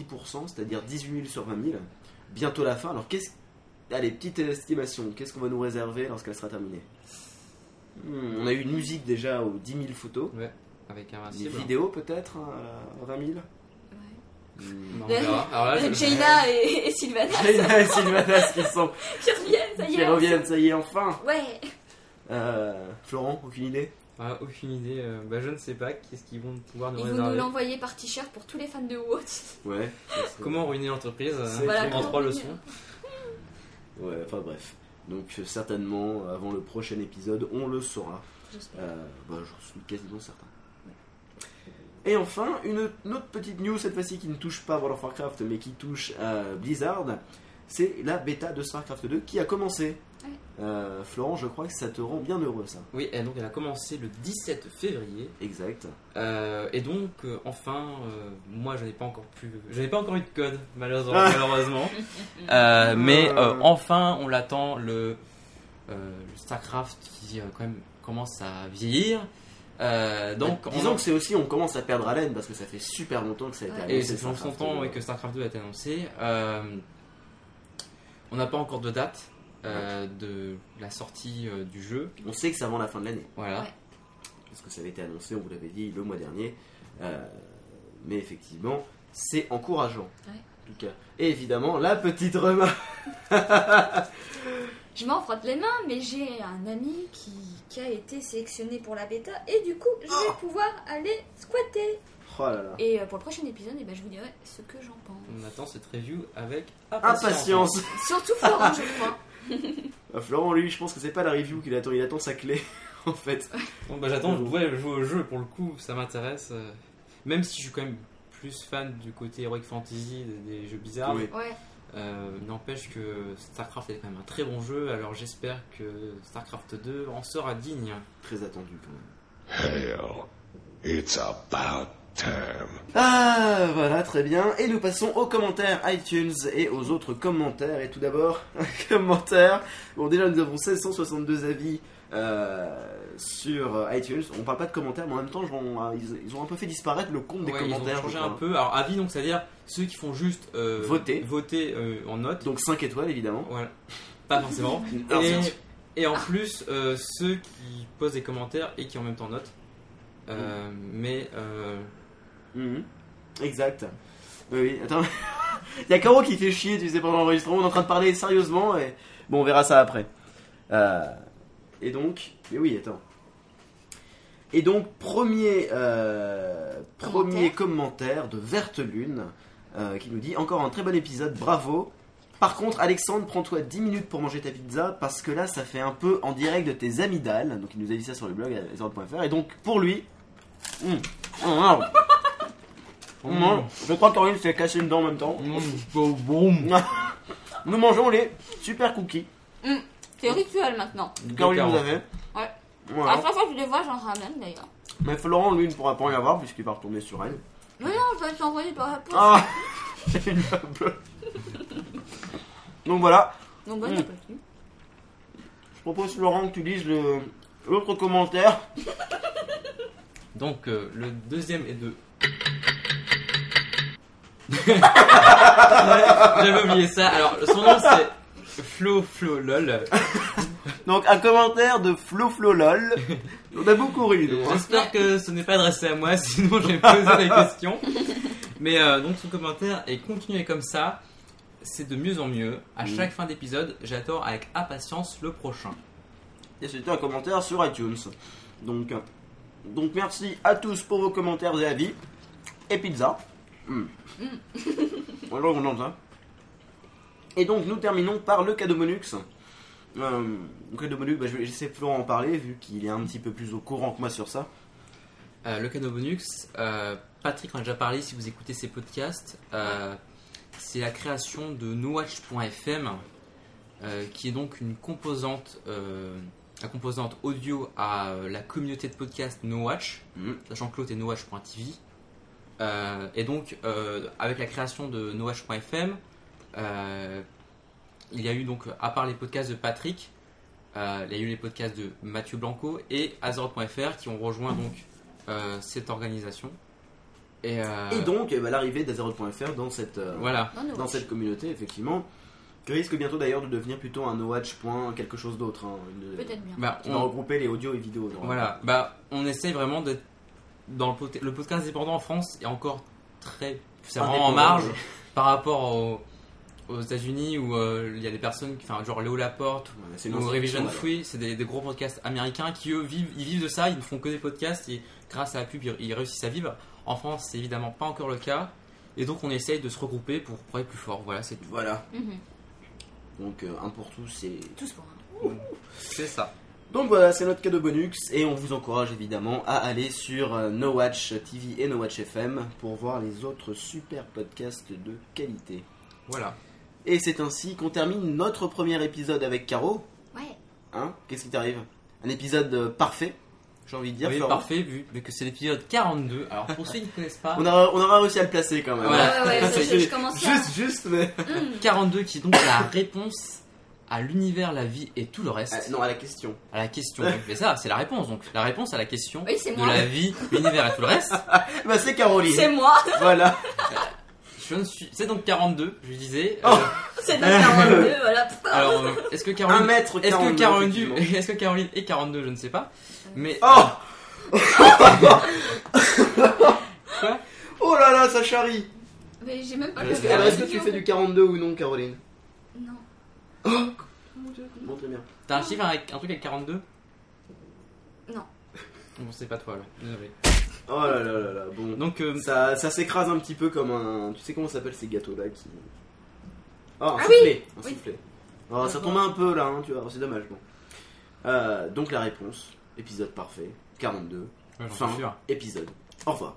A: c'est-à-dire 18 000 sur 20 000. Bientôt la fin. Alors qu'est-ce Allez, petite estimation, qu'est-ce qu'on va nous réserver lorsqu'elle sera terminée Hmm, On a eu une musique déjà aux 10 000 photos,
B: avec
C: Ah,
A: des
B: Invincible.
A: vidéos peut-être à 20 000
C: ouais.
A: Hmm.
B: Non, on verra. Alors là, je-
C: Jaina et, et Sylvana
A: Jaina et Sylvanas qui sont
C: qui reviennent, ça y est.
A: qui reviennent, ça y est enfin.
C: Ouais.
A: Euh, Florent, aucune idée.
B: Ah, aucune idée. euh, bah, je ne sais pas qu'est-ce qu'ils vont pouvoir nous
C: Ils vont nous
B: réserver.
C: l'envoyer par t-shirt pour tous les fans de WoW.
A: Ouais.
B: Comment ruiner l'entreprise euh,
A: C'est
C: Voilà,
B: en
C: comment
B: trois
C: ruiner.
B: leçons
A: Ouais. Enfin bref. Donc euh, certainement euh, avant le prochain épisode, on le saura.
C: J'espère.
A: Euh, bah, j'en suis quasiment certain. Et enfin, une, une autre petite news cette fois-ci qui ne touche pas World of Warcraft mais qui touche à Blizzard, c'est la bêta de Starcraft 2 qui a commencé.
C: Ouais.
A: Euh, Florent, je crois que ça te rend bien heureux ça.
B: Oui, et donc elle a commencé le 17 février.
A: Exact.
B: Euh, et donc, euh, enfin, euh, moi, je n'ai pas encore pu, je n'ai pas encore eu de code, malheureusement.
A: Ah.
B: malheureusement. Euh, mais euh,
A: Ah.
B: enfin, on l'attend le, euh, le Starcraft qui euh, quand même commence à vieillir. Euh, donc,
A: Bah,
B: on
A: disons
B: en-
A: que c'est aussi, on commence à perdre haleine parce que ça fait super longtemps que ça a été
C: Ouais.
B: et
A: annoncé.
B: c'est toujours
A: Starcraft
B: longtemps
A: deux.
B: et que Starcraft 2 a été annoncé. Euh, on n'a pas encore de date euh, de la sortie euh, du jeu.
A: On sait que c'est avant la fin de l'année,
B: Voilà.
C: Ouais.
A: parce que ça avait été annoncé, on vous l'avait dit le mois dernier. Euh, mais effectivement, c'est encourageant.
C: Ouais.
A: En tout cas. Et évidemment, la petite remarque.
C: Je m'en frotte les mains, mais j'ai un ami qui, qui a été sélectionné pour la bêta et du coup, je
A: Ah.
C: vais pouvoir aller squatter.
A: Oh là là.
C: Et euh, pour le prochain épisode, eh ben, je vous dirai ce que j'en pense.
B: On attend cette review avec impatience.
A: Impatience.
C: Surtout Florent, je crois.
A: Euh, Florent, lui, je pense que c'est pas la review qu'il attend, il attend sa clé, en fait.
B: Donc bah, j'attends, je dois jouer au jeu pour le coup, ça m'intéresse. euh, Même si je suis quand même plus fan du côté heroic fantasy des, des jeux bizarres,
A: Oui.
C: Ouais,
B: euh, n'empêche que Starcraft est quand même un très bon jeu, alors j'espère que Starcraft 2 en sera digne.
A: Très attendu quand même.
D: Hell, it's about terme.
A: Ah, voilà, très bien. Et nous passons aux commentaires iTunes et aux autres commentaires. Et tout d'abord, un commentaire. Bon, déjà, nous avons 1662 avis euh, sur euh, iTunes. On parle pas de commentaires, mais en même temps, ils ont, euh, ils ont un peu fait disparaître le compte des
B: Ouais, ils ont
A: commentaires.
B: changé
A: je crois.
B: un peu. Alors, avis, donc, c'est-à-dire ceux qui font juste euh,
A: Voter.
B: voter euh, en note.
A: Donc 5 étoiles, évidemment.
B: Voilà. Pas forcément.
A: Alors,
B: et,
A: c'est-
B: et en plus, euh, ceux qui posent des commentaires et qui en même temps notent. Euh, Mais euh,
A: Mhm. Exact. Oui, oui, attends. Il y a Caro qui fait chier, tu sais, pendant l'enregistrement. On est en train de parler sérieusement. Et... Bon, on verra ça après. Euh, Et donc. Mais oui, attends. Et donc, premier, euh, premier commentaire de Verte Lune euh, qui nous dit Encore un très bon épisode, bravo. Par contre, Alexandre, prends-toi 10 minutes pour manger ta pizza parce que là, ça fait un peu en direct de tes amygdales. Donc, il nous a dit ça sur le blog, alexandre.fr. Et donc, pour lui. Hum, hum, hum. Hum, Je crois qu'Aurélien s'est cassé une dent en même temps. Nous mangeons les super cookies.
C: C'est rituel maintenant.
A: Caroline
B: Caroline.
A: nous avait.
C: Ouais.
A: Voilà.
F: Ah.
C: À chaque fois que je les vois, j'en ramène d'ailleurs.
A: Mais Florent, lui, ne pourra pas en avoir puisqu'il va retourner sur elle.
C: Mais non, je vais t'envoyer par la poste.
A: Ah C'est une blague. Donc voilà,
C: Donc, bonne
A: Mm.
C: appétit.
A: je propose Florent que tu lises le- l'autre commentaire.
B: donc euh, le deuxième est de. J'avais oublié ça. Alors son nom c'est Flo Flo lol.
A: Donc un commentaire de Flo Flo Lol. On a beaucoup ri. nous, hein.
B: J'espère que ce n'est pas adressé à moi, sinon j'ai posé la question. Mais euh, donc son commentaire est continuez comme ça. C'est de mieux en mieux. À chaque fin d'épisode, j'attends avec impatience le prochain.
A: Et c'était un commentaire sur iTunes. Donc, euh, donc merci à tous pour vos commentaires et avis. Et pizza. Mm. Alors on entend. Et donc nous terminons par le cadeau bonux. Euh, le cadeau bonux, bah, je vais laisser Florent en parler vu qu'il est un petit peu plus au courant que moi sur ça.
B: Euh, le cadeau bonus, euh, Patrick en a déjà parlé si vous écoutez ses podcasts. euh, c'est la création de nowatch.fm euh, qui est donc une composante, euh, la composante audio à euh, la communauté de podcasts Nowatch,
A: Mhm.
B: sachant que l'autre est nowatch.tv. Euh, et donc, euh, avec la création de nowatch.fm, euh, il y a eu donc, à part les podcasts de Patrick, euh, il y a eu les podcasts de Mathieu Blanco et Azord.fr qui ont rejoint donc euh, cette organisation. Et, euh,
A: Et donc eh ben, l'arrivée d'Azeroth.fr dans cette euh,
B: voilà.
C: Non, non,
A: dans
C: oui.
A: cette communauté effectivement, qui risque bientôt d'ailleurs de devenir plutôt un nowatch point quelque chose d'autre. hein, une-
C: Peut-être bien.
B: Bah,
A: qui va
B: on,
A: regrouper les audios et vidéos. normalement.
B: Voilà, bah on essaye vraiment d'être dans le, pod- le podcast indépendant en France est encore très c'est vraiment en
A: Indépendant,
B: marge
A: ouais.
B: par rapport au- aux États-Unis où euh, il y a des personnes qui, enfin genre Léo Laporte
A: Ouais, c'est une
B: ou
A: institution,
B: Revision
A: alors.
B: Free, c'est des, des gros podcasts américains qui eux vivent, ils vivent de ça, ils ne font que des podcasts et grâce à la pub ils, ils réussissent à vivre. En France, c'est évidemment pas encore le cas et donc on essaye de se regrouper pour, pour être plus fort. Voilà, c'est tout.
A: Voilà.
C: Mhm.
A: Donc euh, un pour tous et
C: Tous pour un.
B: C'est ça.
A: donc voilà, c'est notre cadeau bonus et on vous encourage évidemment à aller sur euh, No Watch TV et No Watch FM pour voir les autres super podcasts de qualité.
B: Voilà.
A: Et c'est ainsi qu'on termine notre premier épisode avec Caro.
C: Ouais.
A: Hein Qu'est-ce qui t'arrive Un épisode euh, parfait, j'ai envie de dire.
B: Oui,
A: Florent.
B: parfait vu vu que c'est l'épisode 42. Alors pour ceux qui ne connaissent pas
A: On aura, on aura réussi à le placer quand même.
B: Voilà.
C: Ouais, ouais, ouais, je,
A: C'était
C: je commence à.
A: Juste, juste, mais.
B: 42 qui est donc la réponse à l'univers, la vie et tout le reste.
A: Ah, non, à la question.
B: À la question. donc. Mais ça, c'est la réponse. Donc la réponse à la question
C: Oui, c'est
B: de
C: moi.
B: la vie, l'univers et tout le reste.
A: Bah, c'est Caroline.
C: C'est moi.
A: Voilà.
B: Je ne suis. C'est donc 42. Je disais. Euh,
A: Oh.
C: C'est le 42, voilà.
B: alors, euh, est-ce que
A: Un
B: Caroline,
A: mètre
B: est-ce
A: 42,
B: que Caroline,
A: Ah, effectivement.
B: est-ce que Caroline est 42 Je ne sais pas. Mais euh,
A: Oh
B: Quoi
A: Oh là là, ça charrie
C: Mais j'ai même pas
A: Est-ce que,
C: compris la
A: alors, est-ce que tu
C: question.
A: fais du 42 ou non, Caroline
C: Non.
A: Bon, très bien.
B: t'as un chiffre avec un truc avec 42
C: Non.
B: Bon, c'est pas toi là. Désolé.
A: Oh là là là là, bon.
B: Donc euh,
A: Ça, ça s'écrase un petit peu comme un... Tu sais comment ça s'appelle ces gâteaux-là qui... Oh, un
C: Ah
A: soufflé Un
C: Oui.
A: soufflé. Oh, ça tombe un peu là, hein, tu vois, c'est dommage. Bon. Euh, donc la réponse, épisode parfait, 42,
B: ouais, j'en suis
A: fin,
B: sûr.
A: épisode. Au revoir.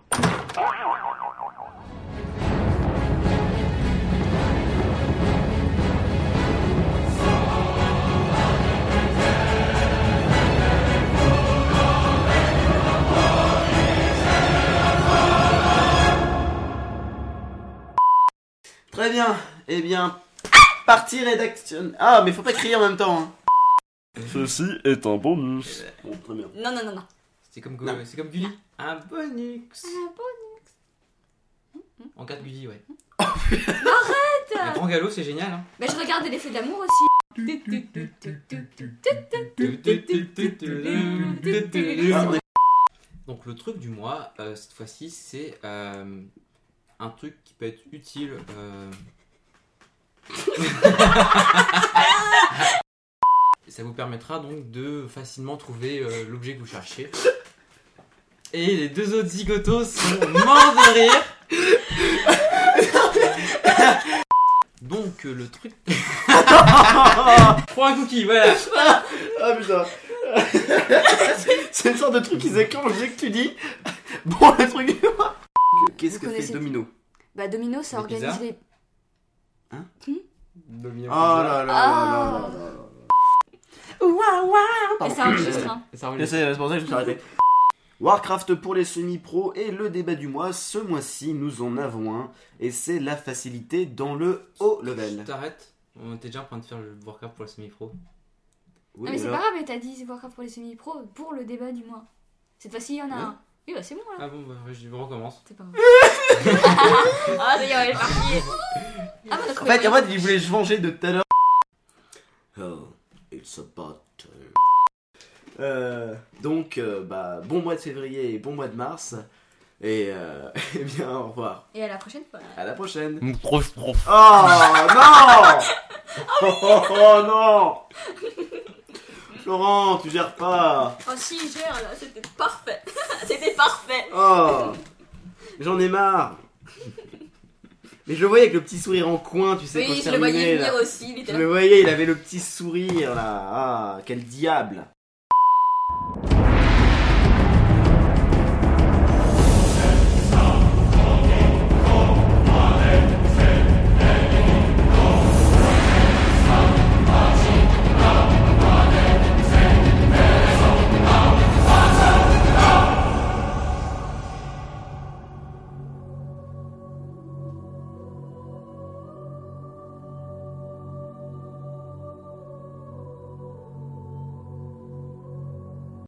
A: Très bien. Eh bien, partie rédaction. Ah, mais faut pas crier en même temps. hein.
K: Ceci est un bonus.
A: Bon, très bien.
C: Non, non, non, non.
B: C'est comme,
A: Non.
B: Gu- c'est comme Gulli. Un bonus. En 4 Gulli, ouais. Arrête Un grand galop, c'est génial. Hein.
C: Bah, je regardais l'effet de l'amour aussi.
A: Ah, on est-
B: Donc le truc du mois, euh, cette fois-ci, c'est euh, un truc qui peut être utile. euh. Ça vous permettra donc de facilement trouver euh, l'objet que vous cherchez. Et les deux autres zigotos sont morts de rire. Donc euh, le truc... Prends un cookie, voilà.
A: Ah, putain. C'est une sorte de truc qu'ils écrivent, je sais que tu dis. Bon, le truc. Qu'est-ce que fait
C: Vous connaissez-
A: Domino
C: Bah, Domino, ça
B: Les
C: organise
B: pizzas
C: les.
B: Hein
A: Oh là là là là là là.
C: Oh, Waouh, waouh! Et
A: Pardon.
C: ça enregistre, hein.
B: Ça
A: Je
B: relève.
A: sais, c'est pour ça que je me suis arrêté. Warcraft pour les semi-pros et le débat du mois. Ce mois-ci, nous en avons un. Et c'est la facilité dans le haut level.
C: Ah,
B: T'arrêtes On était déjà en train de faire le Warcraft pour le semi-pro.
A: Oui,
C: non, mais c'est
A: alors-
C: pas grave, mais t'as dit Warcraft pour les semi-pro pour le débat du mois. Cette fois-ci, il y en a
A: Ouais.
C: un. Oui, bah, c'est bon, là.
B: Ah bon, bah, je recommence.
C: C'est pas grave. ah, ça y est, on est parti. Ah, bah,
A: En fait, en fait, il voulait se venger de tout à l'heure. Oh, it's a battle. Euh, donc, euh, bah, bon mois de février et bon mois de mars. Et euh, eh bien, au revoir.
C: Et à la prochaine fois.
A: À la prochaine.
K: Prof, prof.
A: Oh non oh, non Florent, tu gères pas
C: Oh, si, gère, là, c'était parfait. c'était parfait.
A: Oh J'en ai marre Mais je le voyais avec le petit sourire en coin, tu sais, quand
C: Oui, je le
A: terminais,
C: voyais
A: là.
C: venir aussi, il était
A: Je
C: là.
A: le voyais, il avait le petit sourire là. Ah, quel diable